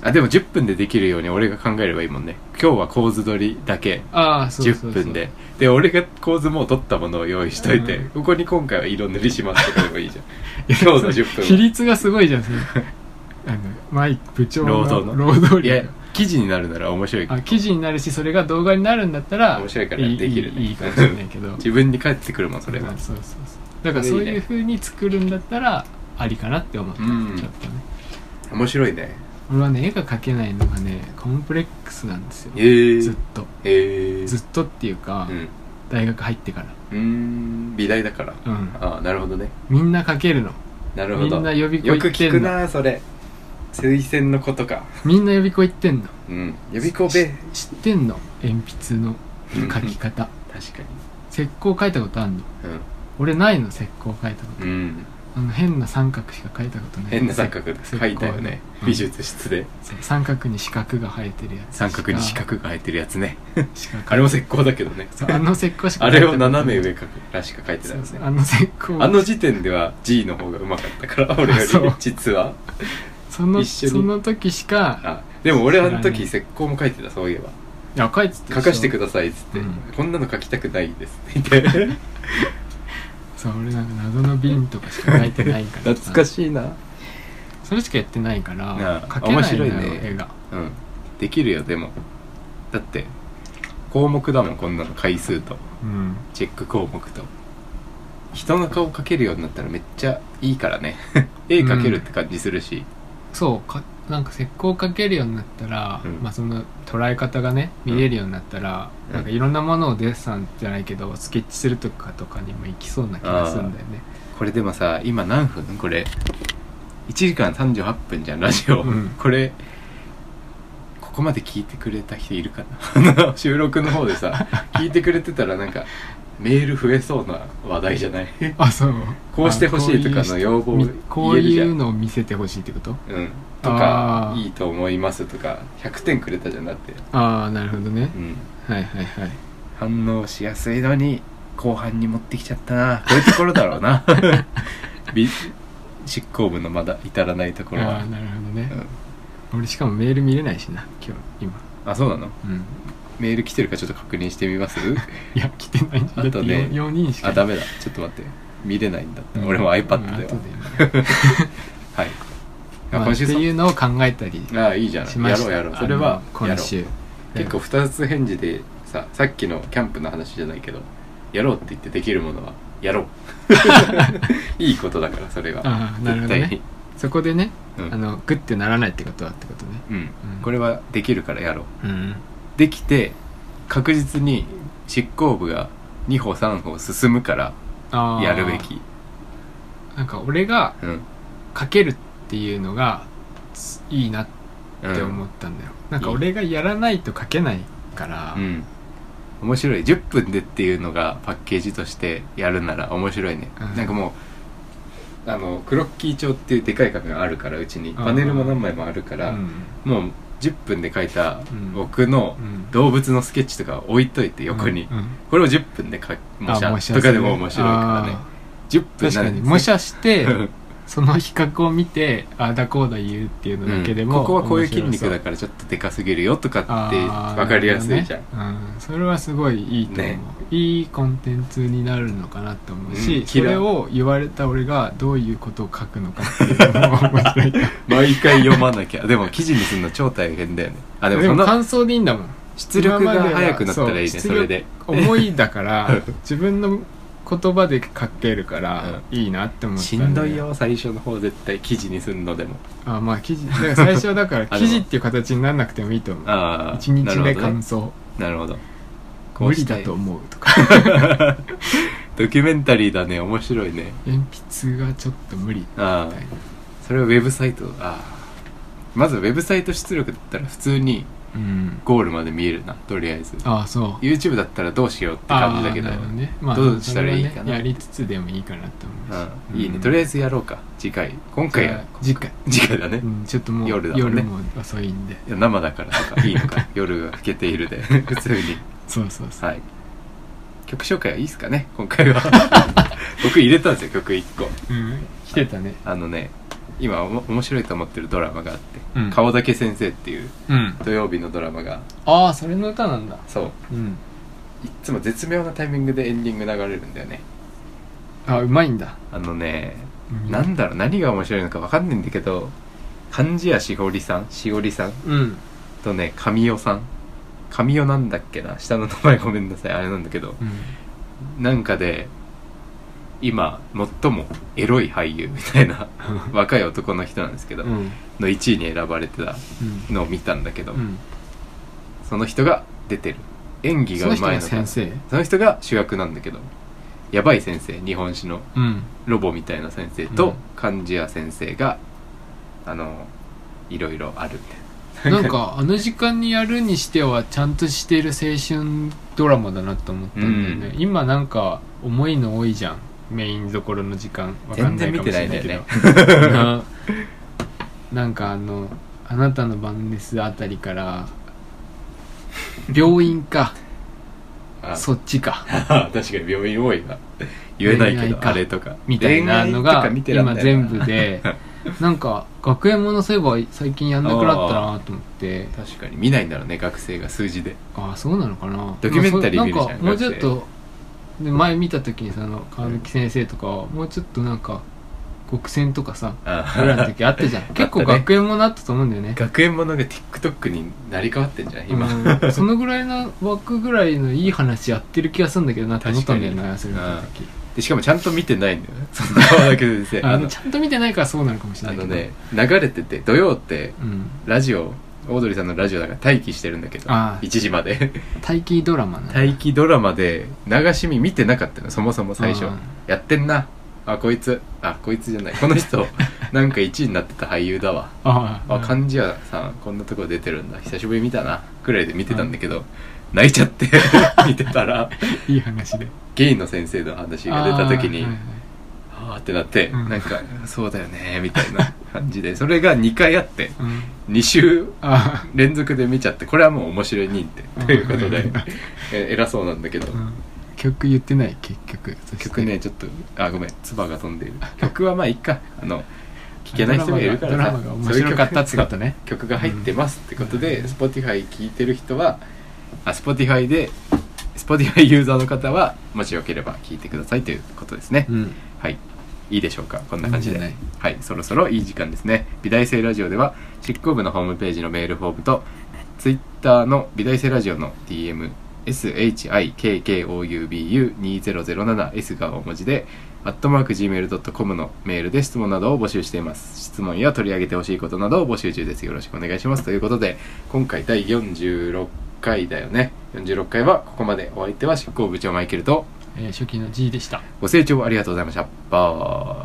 Speaker 1: あでも10分でできるように俺が考えればいいもんね今日は構図取りだけ
Speaker 2: ああそうそ
Speaker 1: 10
Speaker 2: うそう
Speaker 1: 分でで俺が構図もう取ったものを用意しといて、
Speaker 2: うん
Speaker 1: ここに今回は色塗りしますってればいいじゃん今日の10分は
Speaker 2: 比率がすごい じゃんそれあのマイク部長の
Speaker 1: 労働の
Speaker 2: 労働
Speaker 1: い
Speaker 2: 量
Speaker 1: や記事になるなら面白い
Speaker 2: あ記事になるしそれが動画になるんだったら
Speaker 1: 面白いから
Speaker 2: い
Speaker 1: できるね
Speaker 2: いいいかもしれないけど
Speaker 1: 自分に返ってくるもんそれは、
Speaker 2: あそうそうそうだからそう
Speaker 1: いい
Speaker 2: い
Speaker 1: ね
Speaker 2: うふうに作るんだったらありかなって思った、
Speaker 1: うん
Speaker 2: ちょっとね
Speaker 1: 面白いね
Speaker 2: 俺はね絵が描けないのがねコンプレックスなんですよ
Speaker 1: えー、
Speaker 2: ずっと
Speaker 1: えー、
Speaker 2: ずっとっていうか、
Speaker 1: うん
Speaker 2: 大学入ってから、
Speaker 1: うーん美大だから
Speaker 2: うん、
Speaker 1: ああなるほどね
Speaker 2: みんな書けるの
Speaker 1: なるほど
Speaker 2: みんな予備校
Speaker 1: よく
Speaker 2: 行って
Speaker 1: 聞
Speaker 2: ん
Speaker 1: く
Speaker 2: の
Speaker 1: なそれ推薦のことか
Speaker 2: みんな予備校行ってんの
Speaker 1: うん予備校べ
Speaker 2: 知ってんの鉛筆の書き方
Speaker 1: 確か
Speaker 2: 石膏書いたことあんの
Speaker 1: に
Speaker 2: 俺ないの石膏書いたこ
Speaker 1: うん、うん、
Speaker 2: とあの変な三角しか書いたことない
Speaker 1: 変な三角
Speaker 2: 石
Speaker 1: 書
Speaker 2: 膏
Speaker 1: いたよね
Speaker 2: うん
Speaker 1: 美術室で
Speaker 2: そう三角に四角が生えてるやつ
Speaker 1: 三角に四 角が入ってるやつね
Speaker 2: しか
Speaker 1: あれも石膏だけどね
Speaker 2: そうあの石膏しか
Speaker 1: あ
Speaker 2: 書
Speaker 1: れ
Speaker 2: いたこ
Speaker 1: を
Speaker 2: とない
Speaker 1: 斜め上からしか書いてないです
Speaker 2: そ
Speaker 1: ね
Speaker 2: うそうあの石膏
Speaker 1: あの時点では G の方がうまかったから俺よ
Speaker 2: あそ
Speaker 1: り
Speaker 2: う
Speaker 1: 実は
Speaker 2: その
Speaker 1: 一緒に
Speaker 2: その時しか
Speaker 1: あでも俺あの時石膏も書いてたそういえば
Speaker 2: いや書いてた
Speaker 1: 書かしてく
Speaker 2: だ
Speaker 1: ださいっつって、
Speaker 2: うん
Speaker 1: こんなの書きたくないですって言って
Speaker 2: そう俺なんか謎の瓶とかしか書いてないから
Speaker 1: 懐か
Speaker 2: い
Speaker 1: しいな
Speaker 2: それしかやってないから
Speaker 1: なあ
Speaker 2: 書けないのよ
Speaker 1: 面白いね
Speaker 2: 絵が
Speaker 1: うんできるよでもだって項目だもんこんなの回数と
Speaker 2: うん
Speaker 1: チェック項目と人の顔描けるようになったらめっちゃいいからね 絵描けるって感じするし、
Speaker 2: そうかなんか石膏かけるようになったら、
Speaker 1: うん
Speaker 2: まあ、その捉え方がね見れるようになったら、
Speaker 1: うん
Speaker 2: なんかいろんなものをデッサンじゃないけどスケッチするとかとかにもいきそうな気がするんだよね
Speaker 1: これでもさ今何分これ1時間38分じゃんラジオ、
Speaker 2: うん
Speaker 1: これこ こまで聞いてくれた人いるかな収録の方でさ聞いてくれてたらなんかメール増えそうな話題じゃない
Speaker 2: あそう
Speaker 1: こうしてほしいとかの要望
Speaker 2: みこう
Speaker 1: 言えるじ
Speaker 2: い
Speaker 1: ゃん
Speaker 2: うのを見せてほしいってこと
Speaker 1: うんとか
Speaker 2: あー
Speaker 1: いいと思いますとか100点くれたじゃんだって、
Speaker 2: ああなるほどね
Speaker 1: うん、
Speaker 2: はいはいはい
Speaker 1: 反応しやすいのに後半に持ってきちゃったなこういうところだろうな び執行部のまだ至らないところ
Speaker 2: あ
Speaker 1: は
Speaker 2: あなるほどね
Speaker 1: うん、
Speaker 2: 俺しかもメール見れないしな今日今
Speaker 1: あそうなの
Speaker 2: うん
Speaker 1: メール来てるかちょっと確認してみます
Speaker 2: いや来てないんだだ
Speaker 1: あ
Speaker 2: って
Speaker 1: とね
Speaker 2: 4, 4人しか
Speaker 1: あダメだちょっと待って見れないんだった、俺も iPad では、
Speaker 2: うん後でね
Speaker 1: はい、
Speaker 2: まあ
Speaker 1: 今
Speaker 2: って
Speaker 1: 週そ
Speaker 2: いうのを考えたり
Speaker 1: ああいいじゃない
Speaker 2: しま
Speaker 1: や
Speaker 2: し
Speaker 1: ろ
Speaker 2: た
Speaker 1: うやろう
Speaker 2: あの
Speaker 1: それはや
Speaker 2: 今
Speaker 1: ろう
Speaker 2: 週
Speaker 1: 結構二つ返事でささっきのキャンプの話じゃないけどやろうって言ってできるものはやろう いいことだからそれは
Speaker 2: ああなるほどね
Speaker 1: 絶
Speaker 2: そこでね、
Speaker 1: 対に、うん
Speaker 2: あのグッてならないってことはってことね
Speaker 1: うん
Speaker 2: うん
Speaker 1: これはできるからやろう
Speaker 2: うん
Speaker 1: できて確実に執行部が2歩3歩進むから
Speaker 2: あー
Speaker 1: やるべき
Speaker 2: なんか俺が
Speaker 1: うん
Speaker 2: かけるっていうのがついいなっ
Speaker 1: うん
Speaker 2: て思ったんだよ、なんか俺がやらないとかけないから、
Speaker 1: うん面白い10分でっていうのがパッケージとしてやるなら面白いね、
Speaker 2: うん
Speaker 1: なんかもうあのクロッキー帳っていうでかい紙があるからうちに
Speaker 2: ん
Speaker 1: パネルも何枚もあるから、
Speaker 2: うん
Speaker 1: もう10分で描いた
Speaker 2: うん
Speaker 1: 僕の
Speaker 2: うん
Speaker 1: 動物のスケッチとか置いといて横に、
Speaker 2: うんうん
Speaker 1: これを10分で描く模
Speaker 2: あ
Speaker 1: 写とかでも面白いからね
Speaker 2: あ
Speaker 1: 10
Speaker 2: ー
Speaker 1: 分
Speaker 2: 確かに模
Speaker 1: 模写
Speaker 2: 写 してその比較を見てああだこうだ言うっていうのだけでも、
Speaker 1: ここはこういう筋肉だ
Speaker 2: か
Speaker 1: からちょっとでかすぎるよとかって分かりやすいじゃん、
Speaker 2: うん、それはすごいいいと思う、
Speaker 1: ね
Speaker 2: いいコンテンツになるのかなと思うし、
Speaker 1: うん
Speaker 2: それを言われた俺がどういうことを書くのかっていうのも面白いか
Speaker 1: 毎回読まなきゃで も記事にするの超大変だよね あでも
Speaker 2: らで
Speaker 1: そ
Speaker 2: も
Speaker 1: の
Speaker 2: 感想でいいんだもん
Speaker 1: 出力が早くなったらいい
Speaker 2: そ
Speaker 1: ね
Speaker 2: う
Speaker 1: それで
Speaker 2: 出 力思いだから自分の言葉で書けるからいいなって思った
Speaker 1: し
Speaker 2: だ
Speaker 1: ん
Speaker 2: ね
Speaker 1: どいよ最初の方絶対記事にするのでも
Speaker 2: あまあ記事だ から最初だから
Speaker 1: あでも
Speaker 2: 記事っていう形にならなくてもいいと思う
Speaker 1: ああ
Speaker 2: 一日
Speaker 1: なるほど
Speaker 2: 目
Speaker 1: ね
Speaker 2: 感想、
Speaker 1: なるほどこ
Speaker 2: 無
Speaker 1: う
Speaker 2: 理
Speaker 1: した
Speaker 2: だ
Speaker 1: い
Speaker 2: と思うとか
Speaker 1: ドキュメンタリーだね面白いね
Speaker 2: 鉛筆がちょっと無理み
Speaker 1: あ
Speaker 2: たい
Speaker 1: あ
Speaker 2: な
Speaker 1: それはウェブサイトああまずウェブサイト出力だったら普通に
Speaker 2: うん
Speaker 1: ゴールまで見えるなとりあえず
Speaker 2: ああそう
Speaker 1: YouTube だったらどうしようって感じだけど
Speaker 2: あーなるほどね、まあ、
Speaker 1: どうしたらいいかな
Speaker 2: それはねやりつつでもいいかなと思うし、
Speaker 1: うんいいねとりあえずやろうか次回今回は
Speaker 2: 次回、
Speaker 1: 次回だね、
Speaker 2: う
Speaker 1: い
Speaker 2: ん、ちょっともう
Speaker 1: 夜だもんね
Speaker 2: も遅いんで
Speaker 1: や生だからとかいいの か夜が更けているで普通に
Speaker 2: そうそうそう
Speaker 1: はい曲紹介はいいっすかね今回は 僕入れたんですよ曲1個
Speaker 2: うん来てたね
Speaker 1: あのね今おも面白いと思ってるドラマがあって「
Speaker 2: うん
Speaker 1: 顔だけ先生」っていう
Speaker 2: うん
Speaker 1: 土曜日のドラマが
Speaker 2: ああそれの歌なんだ
Speaker 1: そう
Speaker 2: うん
Speaker 1: いっつも絶妙なタイミングでエンディング流れるんだよね
Speaker 2: あうまいんだ、
Speaker 1: あのね
Speaker 2: うん、
Speaker 1: なんだろう何が面白いのか分かんないんだけど漢字やしほりさんしおりさん
Speaker 2: うん
Speaker 1: とね神代さん神代なんだっけな下の名前ごめんなさいあれなんだけど
Speaker 2: うん
Speaker 1: なんかで今最もエロい俳優みたいな 若い男の人なんですけど、
Speaker 2: うん
Speaker 1: の1位に選ばれてた
Speaker 2: うん
Speaker 1: のを見たんだけど、
Speaker 2: うん
Speaker 1: その人が出てる演技
Speaker 2: そ
Speaker 1: が
Speaker 2: の
Speaker 1: う
Speaker 2: 人
Speaker 1: まい
Speaker 2: が
Speaker 1: のか
Speaker 2: 先生
Speaker 1: その人が主役なんだけどやばい先生日本史の
Speaker 2: うん
Speaker 1: ロボみたいな先生
Speaker 2: う
Speaker 1: と
Speaker 2: ん
Speaker 1: 漢字や先生があのいろいろあるみたいな
Speaker 2: なんかあの時間にやるにしてはちゃんとしてる青春ドラマだなと思ったんだよね、
Speaker 1: う
Speaker 2: 今なんか重いの多いじゃんメインどころの時間わかんないかもしれないけど
Speaker 1: 全然
Speaker 2: ななんかあの「あなたの番です」あたりから病院か
Speaker 1: あ
Speaker 2: そっちか
Speaker 1: あ 確かに病院多いな言えないけ
Speaker 2: 恋
Speaker 1: ど
Speaker 2: 愛か
Speaker 1: あれとか
Speaker 2: みたいな
Speaker 1: 恋
Speaker 2: の
Speaker 1: 愛と
Speaker 2: が
Speaker 1: か見てらんな
Speaker 2: 今
Speaker 1: いな
Speaker 2: 全部でなんか学園ものそういえば最近やんなくなったなと思って
Speaker 1: 確かに見ないんだろうね学生が数字で
Speaker 2: ああそうなのかな
Speaker 1: ドキュメンタリー見るじゃん
Speaker 2: なんかもう
Speaker 1: 学
Speaker 2: ち
Speaker 1: 生
Speaker 2: ょっとで前見た時にその川貫先生とかはもうちょっとなんか極戦と かさ俺らの時あったじゃん結構
Speaker 1: あったね
Speaker 2: 学園もなったと思うんだよね
Speaker 1: 学園ものが TikTok になり変わってんじゃん今、
Speaker 2: うんそのぐらいの枠ぐらいのいい話やってる気がするんだけどなって思ったんだよ
Speaker 1: 確か
Speaker 2: な
Speaker 1: に
Speaker 2: それ見た時
Speaker 1: でしかもちゃんと見てないん だよねそんな顔だけで先生
Speaker 2: あ
Speaker 1: あ
Speaker 2: の
Speaker 1: の
Speaker 2: ちゃんと見てないからそうなのかもしれ
Speaker 1: あ
Speaker 2: ないけ
Speaker 1: の
Speaker 2: ど
Speaker 1: ね流れてて土曜って
Speaker 2: うん
Speaker 1: ラジオオードリーさんのラジオだから待機してるんだけど
Speaker 2: あー
Speaker 1: 1時ま で
Speaker 2: 待機ドラマなんだ
Speaker 1: 待機ドラマで流し見見てなかったのそもそも最初
Speaker 2: あー
Speaker 1: やってんなあこいつあこいつじゃないこの 人なんか1位になってた俳優だわ
Speaker 2: ああ
Speaker 1: あ、漢字屋さんこんなとこ出てるんだ久しぶりに見たなくらいで見てたんだけど、泣いちゃって 見てたら
Speaker 2: いい話で
Speaker 1: ゲイの先生の話が出た時に
Speaker 2: あー
Speaker 1: あー
Speaker 2: はい
Speaker 1: ってなって、
Speaker 2: うん
Speaker 1: なんかそうだよねみたいな感じでそれが2回あって
Speaker 2: はいうん
Speaker 1: 2週
Speaker 2: あ
Speaker 1: 連続で見ちゃってこれはもう面白い認定
Speaker 2: うん
Speaker 1: ということで
Speaker 2: うん
Speaker 1: え偉そうなんだけど
Speaker 2: ー、うん、曲言ってない結局そして
Speaker 1: 曲ねちょっとあごめん唾が飛んでいる曲はまあいいかあの聞けない人もいるから
Speaker 2: ドラ
Speaker 1: さ
Speaker 2: マが面白かったってことね
Speaker 1: そういう曲曲が入ってますってことで、
Speaker 2: うん
Speaker 1: Spotify 聞いてる人はあ Spotify で Spotify ユーザーの方はもしよければ聞いてくださいということですね、
Speaker 2: うん
Speaker 1: はいいいでしょうかこんな感じで
Speaker 2: いいんじゃない
Speaker 1: はいそろそろいい時間ですね美大生ラジオでは執行部のホームページのメールフォームと Twitter の美大生ラジオの DM SHIKKOUBU2007S が大文字で、アットマーク Gmail.com のメールで質問などを募集しています。質問や取り上げてほしいことなどを募集中です。よろしくお願いします。ということで、今回第46回だよね。46回はここまで。お相手は執行部長マイケルと、
Speaker 2: えー初期の G でした
Speaker 1: ご清聴ありがとうございました。バイ。